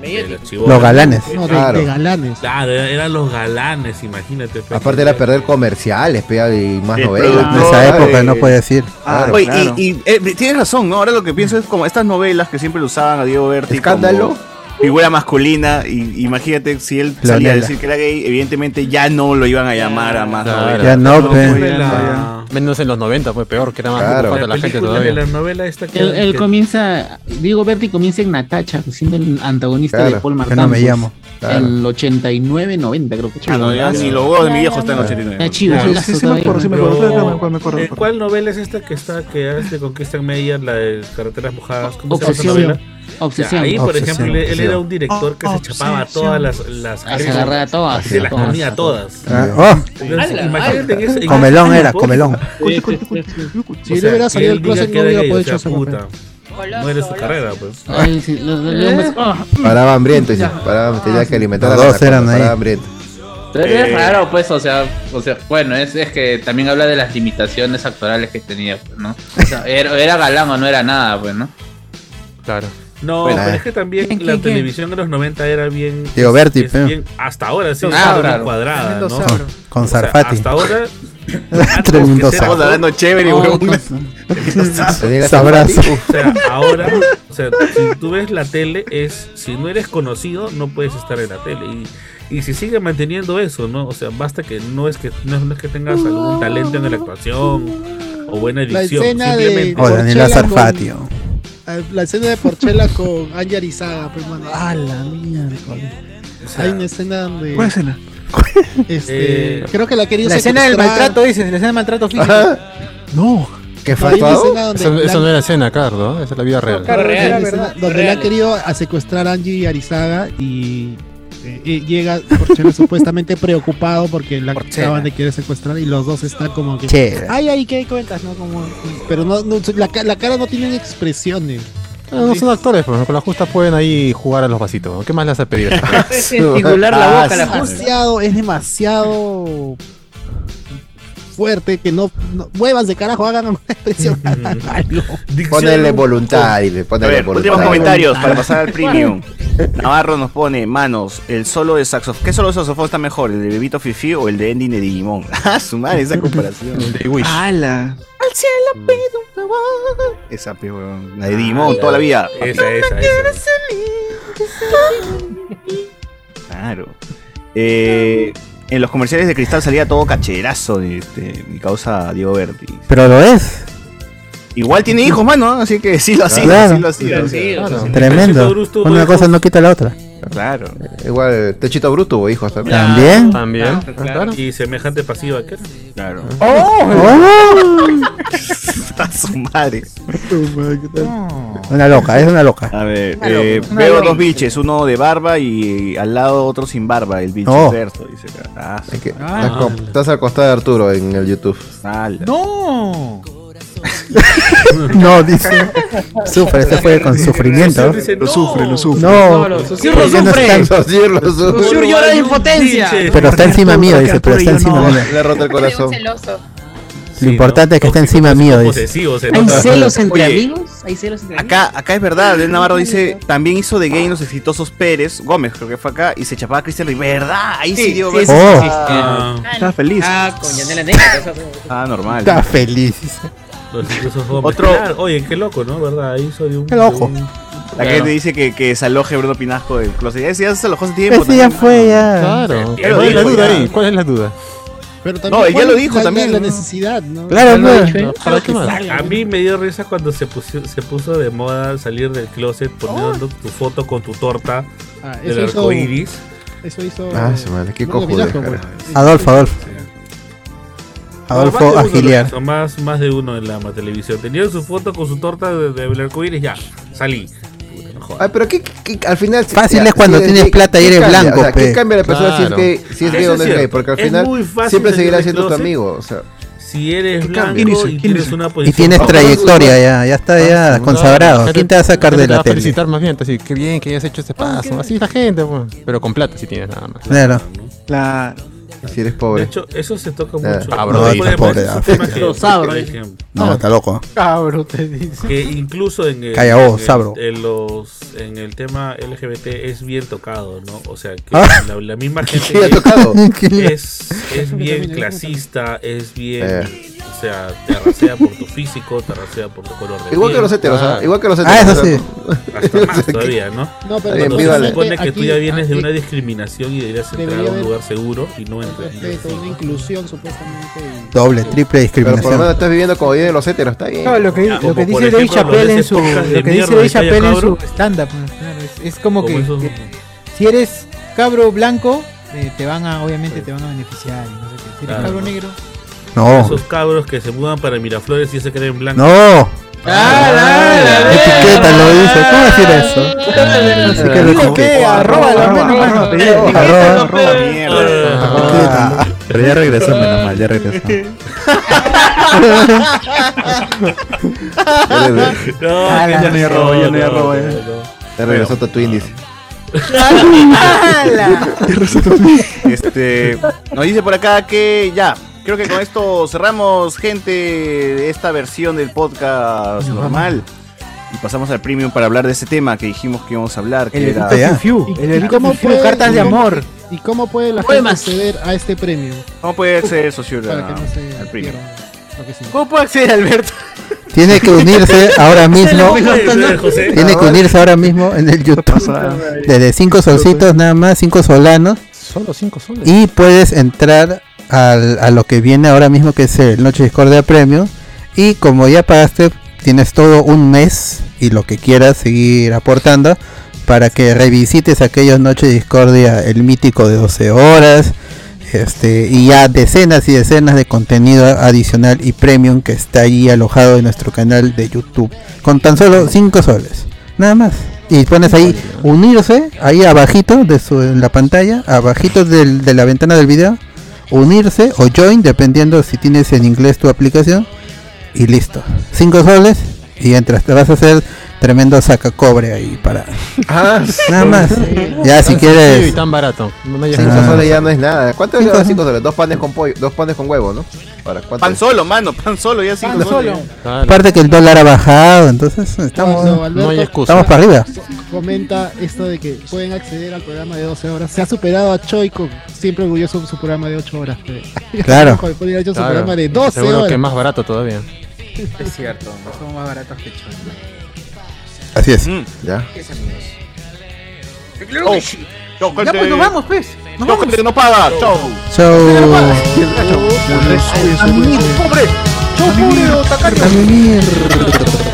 Speaker 10: de las chibolas.
Speaker 4: Los galanes.
Speaker 10: Eh,
Speaker 12: No, de-
Speaker 5: Claro.
Speaker 12: de galanes.
Speaker 10: ah, de- eran los galanes, imagínate. pues.
Speaker 5: Aparte era perder comerciales, pega, y más
Speaker 10: El
Speaker 5: novelas.
Speaker 4: productor En esa época de- no puede decir.
Speaker 3: Ah,
Speaker 5: Claro,
Speaker 3: oye,
Speaker 5: claro.
Speaker 3: Y, y, eh, tienes razón, ¿no? Ahora lo que pienso es como estas novelas que siempre lo usaban a Diego Berti.
Speaker 5: Escándalo.
Speaker 3: como Figura masculina, y imagínate si él
Speaker 4: Lo
Speaker 3: salía a
Speaker 4: nela.
Speaker 3: decir que era gay, evidentemente ya no lo iban a llamar a más
Speaker 6: Claro.
Speaker 3: novelas.
Speaker 4: Ya no, pe.
Speaker 6: Fue
Speaker 10: Ah.
Speaker 6: la- Menos en los 90, fue peor, que era más
Speaker 3: Claro.
Speaker 6: falta la,
Speaker 3: La
Speaker 6: gente
Speaker 3: película
Speaker 6: todavía.
Speaker 3: de la novela-
Speaker 10: Novela esta que-
Speaker 2: Él, él
Speaker 12: Este,
Speaker 10: que-
Speaker 2: comienza, Diego Berti comienza en Natacha, siendo el antagonista
Speaker 4: Claro,
Speaker 2: de Paul
Speaker 4: que
Speaker 2: Martin.
Speaker 4: no me llamo.
Speaker 5: Claro.
Speaker 2: El 89-90 creo que
Speaker 3: Ah, no, ya ni los huevos de mi viejo están en 89.
Speaker 2: Está chido,
Speaker 3: Claro.
Speaker 2: sí, sí, me acuerdo, sí, me acuerdo,
Speaker 10: Pero-
Speaker 2: me acuerdo, me acuerdo, me
Speaker 10: Eh,
Speaker 2: acuerdo.
Speaker 10: ¿Cuál novela es esta que está que hace Conquistan Meyer, la de Carreteras Mojadas? ¿Cómo se llama esa
Speaker 2: Obsesión.
Speaker 10: novela?
Speaker 2: Obsesión.
Speaker 10: Ya, Ahí, por
Speaker 2: Obsesión.
Speaker 10: ejemplo, él- él era
Speaker 2: Obsesión.
Speaker 10: un director que se chapaba
Speaker 2: Obsesión.
Speaker 10: todas las. las
Speaker 2: Ah, se agarraba todas.
Speaker 10: Se las
Speaker 2: Todas.
Speaker 10: comía todas.
Speaker 4: Ah, oh.
Speaker 10: Entonces,
Speaker 4: Ala,
Speaker 10: imagínate en ese- en
Speaker 4: Comelón
Speaker 10: ese
Speaker 4: era,
Speaker 10: tiempo,
Speaker 4: comelón.
Speaker 10: O
Speaker 12: Si él
Speaker 10: sea,
Speaker 12: hubiera
Speaker 10: que
Speaker 12: salido
Speaker 10: él
Speaker 12: del closet,
Speaker 10: diga que
Speaker 12: no
Speaker 10: era
Speaker 12: hubiera
Speaker 10: gay, o
Speaker 12: podido
Speaker 10: sea,
Speaker 12: echar esa
Speaker 10: puta. Muere su carrera, pues.
Speaker 2: Ay, sí, los- los- los- ah.
Speaker 5: Paraba hambriento, y se paraba, tenía que alimentar
Speaker 4: Los
Speaker 5: a la
Speaker 4: dos eran
Speaker 5: anaconda,
Speaker 4: ahí.
Speaker 5: Paraba hambriento.
Speaker 7: Es
Speaker 5: Eh.
Speaker 7: raro, pues, o sea, o sea bueno, es, es que también habla de las limitaciones actorales que tenía, pues, ¿no? O sea, era, era galán o no era nada, pues, ¿no?
Speaker 6: Claro.
Speaker 10: No,
Speaker 7: Bueno.
Speaker 10: pero es que también
Speaker 7: ¿Quién,
Speaker 10: la
Speaker 7: quién, quién?
Speaker 10: televisión de los 90 era bien.
Speaker 4: Digo, Berti,
Speaker 10: es
Speaker 4: pero-
Speaker 10: bien- hasta ahora sí,
Speaker 4: Ah,
Speaker 10: está bien
Speaker 4: claro.
Speaker 10: cuadrada.
Speaker 4: Tremendo
Speaker 10: ¿no?
Speaker 4: sabro. Con
Speaker 10: O sea,
Speaker 4: Sarfati.
Speaker 10: hasta ahora.
Speaker 4: Tremendo
Speaker 10: antes que sea-
Speaker 4: sabro. Estamos hablando chévere,
Speaker 2: Oh,
Speaker 10: No,
Speaker 4: huevón.
Speaker 10: con-
Speaker 4: Tenía Sabrás. Sarfati.
Speaker 10: O sea, ahora, o sea, si tú ves la tele, es si no eres conocido, no puedes estar en la tele. Y, y si sigue manteniendo eso, ¿no? O sea, basta que no es que no es, no es que tengas algún talento en la actuación o buena
Speaker 12: La
Speaker 10: edición.
Speaker 12: escena de-
Speaker 10: simplemente.
Speaker 4: O Daniela
Speaker 12: Porchela con-
Speaker 4: Sarfati. o-
Speaker 12: Eh, La escena de Porchela con Anya Arizaga, pues, mano. ¡Ah, la mierda!
Speaker 10: sea,
Speaker 12: Hay una escena donde.
Speaker 1: ¿Cuál escena?
Speaker 12: Este, creo que la quería
Speaker 1: La escena del maltrato, dices, la escena del maltrato físico.
Speaker 6: No.
Speaker 5: ¿Qué
Speaker 12: fue Hay una actuado? escena donde
Speaker 6: Eso,
Speaker 12: Blanca-
Speaker 6: eso no era escena, Cardo, ¿eh? esa es la vida real.
Speaker 12: Claro,
Speaker 1: real,
Speaker 12: era la
Speaker 1: ¿verdad?
Speaker 12: escena donde le
Speaker 1: Real.
Speaker 12: han querido a secuestrar a Angie Arizaga y eh, eh, llega Porchela supuestamente preocupado porque la acaban de querer secuestrar y los dos están como que.
Speaker 4: Che.
Speaker 12: Ay, ay, ¿qué cuentas? No, como, pero no, no, la, ca- la cara no tiene expresiones.
Speaker 6: No, no son actores, pero con la justa pueden ahí jugar a los vasitos. ¿no? ¿Qué más le hace pedir?
Speaker 12: Es demasiado, es demasiado fuerte que no, no- muevas de carajo, hagan una expresión. algo.
Speaker 5: Ponele voluntad, dile,
Speaker 3: A
Speaker 5: ponele
Speaker 3: ver,
Speaker 5: voluntad.
Speaker 3: últimos comentarios para pasar al premium. Navarro nos pone, manos, el solo de saxofón. ¿Qué solo de saxofón está mejor? ¿El de Bebito Fifi o el de Ending de Digimon? Ah, su madre, esa comparación. de Wish.
Speaker 27: ¡Hala!
Speaker 17: Al cielo pido un favor.
Speaker 3: Esa, pe, weón. La de Digimon, toda la vida.
Speaker 10: Esa, esa,
Speaker 17: Quiero
Speaker 10: esa.
Speaker 17: salir, que salir.
Speaker 3: Claro. Eh, en los comerciales de Cristal salía todo cacherazo de este, mi causa Diego Berti.
Speaker 4: Pero lo es.
Speaker 3: Igual tiene hijos, mano, así que sí lo hacía,
Speaker 4: Claro.
Speaker 3: sí lo hacía.
Speaker 4: Tremendo. Una cosa no quita la otra.
Speaker 3: Claro.
Speaker 5: Igual, Techito Bruto tuvo hijos también.
Speaker 4: También.
Speaker 6: También.
Speaker 10: Ah, ¿eh? Y semejante pasiva que era.
Speaker 3: Claro.
Speaker 10: Está
Speaker 3: su madre.
Speaker 4: Una loca, es una loca.
Speaker 3: A ver,
Speaker 4: Una
Speaker 3: eh,
Speaker 4: loca. Una
Speaker 3: veo
Speaker 4: loca.
Speaker 3: dos biches, uno de barba y al lado otro sin barba, el biche
Speaker 5: No.
Speaker 3: verso, dice acá. Ah, su madre.
Speaker 5: Estás, con- estás al costado de Arturo en el YouTube.
Speaker 3: Ala.
Speaker 1: No.
Speaker 4: No, dice. Sufre, se fue con sufrimiento.
Speaker 10: Lo sufre, lo
Speaker 4: sufre.
Speaker 1: No,
Speaker 4: No,
Speaker 1: lo
Speaker 4: porque
Speaker 1: sufre.
Speaker 4: no está-
Speaker 1: Sosur llora de impotencia.
Speaker 4: Pero está encima mío, dice, pero está encima mío.
Speaker 5: Le ha roto el corazón.
Speaker 4: Lo importante es que está encima mío, dice.
Speaker 3: ¿Hay celos
Speaker 27: entre
Speaker 3: Oye,
Speaker 27: amigos? ¿Hay celos entre amigos?
Speaker 3: Acá, acá es verdad, Abdel Navarro dice, también hizo de gay en los exitosos Pérez, Gómez creo que fue acá, y se chapaba a Cristian Rivera. ¿Verdad? Ahí sí,
Speaker 27: Sí,
Speaker 3: dio
Speaker 27: sí,
Speaker 3: verso.
Speaker 27: sí, sí, sí.
Speaker 3: Ah.
Speaker 27: Ah,
Speaker 3: Estaba feliz.
Speaker 27: Ah, con Yanela Negra, eso fue-
Speaker 3: Ah, normal.
Speaker 4: Está feliz.
Speaker 3: Otro-
Speaker 10: Otro. Oye, qué loco, ¿no? ¿Verdad? Ahí soy un.
Speaker 4: Qué loco.
Speaker 10: de un-
Speaker 3: La
Speaker 10: Claro.
Speaker 3: gente dice que, que se aloje Bruno Pinasco del closet. Ya, si ya se alojó hace
Speaker 1: Pues
Speaker 3: tiempo.
Speaker 4: Ese ya
Speaker 3: también.
Speaker 4: fue, ya.
Speaker 6: Claro.
Speaker 3: Ya lo
Speaker 6: ¿Cuál es la
Speaker 3: dijo,
Speaker 6: duda
Speaker 3: ya.
Speaker 6: ahí? ¿Cuál es la duda?
Speaker 12: Pero
Speaker 3: No, él ya
Speaker 12: ¿cuál
Speaker 3: lo
Speaker 12: es
Speaker 3: dijo
Speaker 12: la-
Speaker 3: también,
Speaker 12: La
Speaker 3: ¿no?
Speaker 12: necesidad, ¿no?
Speaker 4: Claro,
Speaker 12: no.
Speaker 4: pues.
Speaker 12: dicho, ¿eh?
Speaker 6: Ojalá que más.
Speaker 10: A mí me dio risa cuando se puso, se puso de moda salir del closet poniendo tu foto con tu torta
Speaker 12: Ah, eso
Speaker 10: del
Speaker 12: hizo-
Speaker 10: arco iris.
Speaker 12: Eso hizo.
Speaker 5: Ah, su madre, qué
Speaker 12: Bruno
Speaker 5: cojudo,
Speaker 12: Velasco,
Speaker 5: cara.
Speaker 12: pues.
Speaker 4: Adolfo, Adolfo. Adolfo
Speaker 10: más de uno lo
Speaker 4: Agiliar.
Speaker 10: hizo, Más, más de uno en la televisión. Tenía su foto con su torta de, de del arco iris, ya, salí.
Speaker 5: Ay, pero qué, qué- qué- al final.
Speaker 4: Fácil es cuando tienes plata y
Speaker 5: ¿qué
Speaker 4: eres
Speaker 5: cambia?
Speaker 4: blanco,
Speaker 5: O sea, ¿qué
Speaker 4: pe?
Speaker 5: cambia la persona si es
Speaker 4: Claro.
Speaker 5: gay, si es
Speaker 10: Eso
Speaker 5: gay o
Speaker 10: es
Speaker 5: no es gay?
Speaker 10: cierto.
Speaker 5: Porque al
Speaker 10: Es muy
Speaker 5: final
Speaker 10: fácil
Speaker 5: siempre
Speaker 10: salir
Speaker 5: seguirá
Speaker 10: del
Speaker 5: siendo tu
Speaker 10: closet.
Speaker 5: amigo. O sea,
Speaker 10: Si eres
Speaker 4: ¿Qué cambia?
Speaker 10: blanco
Speaker 4: ¿Quién hizo?
Speaker 10: y
Speaker 4: ¿Quién
Speaker 10: tienes
Speaker 4: hizo?
Speaker 10: una
Speaker 4: Y
Speaker 10: posición.
Speaker 4: tienes trayectoria ya, ya está Ah,
Speaker 19: Ah,
Speaker 6: Ah,
Speaker 4: ya consagrado.
Speaker 6: Pero-
Speaker 4: ¿Quién te va a sacar
Speaker 6: pero
Speaker 4: de
Speaker 6: te
Speaker 4: la
Speaker 6: va a
Speaker 4: tele?
Speaker 6: felicitar más bien, te va a decir, qué bien que hayas hecho
Speaker 12: Ah,
Speaker 6: este paso. Así la gente, pues. Pero con plata si tienes nada más.
Speaker 4: Claro.
Speaker 5: Si eres
Speaker 12: pues.
Speaker 5: pobre.
Speaker 10: De hecho, eso se
Speaker 4: Ah,
Speaker 10: toca
Speaker 5: Claro.
Speaker 10: mucho.
Speaker 5: Cabro,
Speaker 10: No,
Speaker 5: dice,
Speaker 10: por ejemplo,
Speaker 5: pobre,
Speaker 10: es un
Speaker 5: afecta.
Speaker 10: tema que-
Speaker 5: Lo sabro,
Speaker 10: por
Speaker 5: eh.
Speaker 10: ejemplo,
Speaker 4: No, está loco.
Speaker 10: Cabro, te dice. Que incluso en el,
Speaker 4: Calla vos,
Speaker 10: en el-
Speaker 4: sabro.
Speaker 10: en los, en el tema LGBT es bien tocado, ¿no? O sea, que
Speaker 4: Ah.
Speaker 10: la, la misma
Speaker 4: ¿Qué
Speaker 10: gente
Speaker 4: le ha
Speaker 10: gay
Speaker 4: tocado? ¿Qué le-
Speaker 10: es, es bien clasista, es bien.
Speaker 5: Eh.
Speaker 10: O sea, te arrasea por tu físico, te arrasea por tu color de
Speaker 5: Igual
Speaker 10: piel.
Speaker 5: que los heteros, ¿ah? Igual que los
Speaker 10: Ah,
Speaker 5: heteros.
Speaker 10: eso sí. Hasta
Speaker 5: O sea
Speaker 10: más
Speaker 5: que-
Speaker 10: todavía, ¿no?
Speaker 5: No, pero
Speaker 10: Cuando
Speaker 5: Bien,
Speaker 10: se
Speaker 5: vívale.
Speaker 10: supone que tú ya
Speaker 12: Aquí-
Speaker 10: vienes de una
Speaker 12: aquí-
Speaker 10: discriminación y deberías entrar
Speaker 12: Debería
Speaker 10: a un
Speaker 12: haber
Speaker 10: lugar seguro y no
Speaker 12: Un
Speaker 10: entras.
Speaker 12: respeto, una inclusión supuestamente. y-
Speaker 4: Doble, triple
Speaker 5: Pero por lo menos
Speaker 4: discriminación.
Speaker 5: estás viviendo como viven los heteros, está bien.
Speaker 1: No, lo que,
Speaker 5: Ah,
Speaker 1: lo que
Speaker 5: como por
Speaker 1: dice Dave
Speaker 5: ejemplo, los
Speaker 1: Chappelle
Speaker 5: de
Speaker 1: en
Speaker 5: ese
Speaker 1: su,
Speaker 5: podcast de
Speaker 1: lo que dice
Speaker 5: mierda
Speaker 1: Dave
Speaker 5: de Calla
Speaker 1: Chappelle en su
Speaker 5: Cabro.
Speaker 1: stand-up. pues, claro, es, es como
Speaker 10: Como
Speaker 1: que
Speaker 10: esos-
Speaker 1: que si eres cabro blanco, eh, te van a, obviamente te van a beneficiar. y no sé qué. Si eres
Speaker 10: Claro.
Speaker 1: cabro negro,
Speaker 4: No.
Speaker 10: Esos cabros que se mudan para Miraflores y se creen blancos.
Speaker 4: No. Etiqueta lo dice. ¿Cómo decir eso? Así que lo
Speaker 1: ¿Qué? Arróbalo, al menos, mano.
Speaker 19: Arroba, arroba,
Speaker 4: Ah.
Speaker 19: Pero ya regresó, menos mal, ya regresó.
Speaker 10: No,
Speaker 19: Ah,
Speaker 10: que
Speaker 19: ya no hay arroba, ya no hay arroba,
Speaker 10: no,
Speaker 19: eh.
Speaker 10: no.
Speaker 5: Te regresó tu Twindies.
Speaker 3: Este, nos dice por acá que ya, creo que con esto cerramos, gente, esta versión del podcast normal. Y pasamos al premium para hablar de ese tema que dijimos que íbamos a hablar.
Speaker 1: El
Speaker 3: Que era...
Speaker 4: Ah,
Speaker 1: bebito fiu, fiu, el bebito fiu, fiu, cartas de
Speaker 12: cómo-
Speaker 1: amor.
Speaker 12: ¿Y cómo puede la gente acceder a este premio?
Speaker 3: ¿Cómo puede ser socio
Speaker 12: Para que no se
Speaker 3: al premium?
Speaker 1: ¿Cómo puedo acceder, Alberto?
Speaker 4: Tiene que unirse ahora mismo. Tiene que unirse ahora mismo en el YouTube. Desde 5 solcitos nada más, 5 solanos.
Speaker 6: Solo 5 soles.
Speaker 4: Y puedes entrar al- a lo que viene ahora mismo, que es el Noche Discordia Premium. Y como ya pagaste, tienes todo un mes y lo que quieras seguir aportando para que revisites aquellos Noche Discordia, el mítico de 12 horas. Este, y ya decenas y decenas de contenido adicional y premium que está ahí alojado en nuestro canal de YouTube. Con tan solo 5 soles. Nada más. Y pones ahí unirse, ahí abajito de su, en la pantalla, abajito del- de la ventana del video, unirse o join, dependiendo si tienes en inglés tu aplicación. Y listo. 5 soles y entras. Te vas a hacer tremendo sacacobre ahí para...
Speaker 5: Ah,
Speaker 4: Nada más. Ya si
Speaker 6: Tan sencillo
Speaker 4: quieres...
Speaker 6: Y tan barato. No me
Speaker 4: Cinco
Speaker 10: Ah.
Speaker 6: nada.
Speaker 4: soles
Speaker 5: Ya no es nada. ¿Cuánto es
Speaker 10: pues.
Speaker 5: 5 soles? Dos panes con pollo, dos panes con huevo, ¿no? Para, ¿cuánto
Speaker 3: Pan
Speaker 5: es?
Speaker 3: solo, mano, pan solo, ya cinco soles.
Speaker 4: Aparte que el dólar ha bajado, entonces estamos,
Speaker 12: Cuando Alberto
Speaker 4: estamos para arriba.
Speaker 12: Comenta esto de que pueden acceder al programa de 12 horas. Se ha superado a Choico, siempre orgulloso de su programa de 8 horas. pero-
Speaker 4: Ah. Claro.
Speaker 12: Ojo, podría haber hecho su
Speaker 6: Claro.
Speaker 12: programa de 12
Speaker 6: Seguro
Speaker 12: horas.
Speaker 6: que es más barato todavía.
Speaker 8: Es cierto, somos más baratos que Choico.
Speaker 4: Así es.
Speaker 5: Ya.
Speaker 8: ¿Qué es, amigos?
Speaker 3: Oh, chao, gente.
Speaker 8: pues, nos vamos, pues.
Speaker 3: Chao, gente que no paga. Chao.
Speaker 4: Chau.
Speaker 8: ¡Pobre! ¡Yo, pobre, tacaño!
Speaker 4: A venir.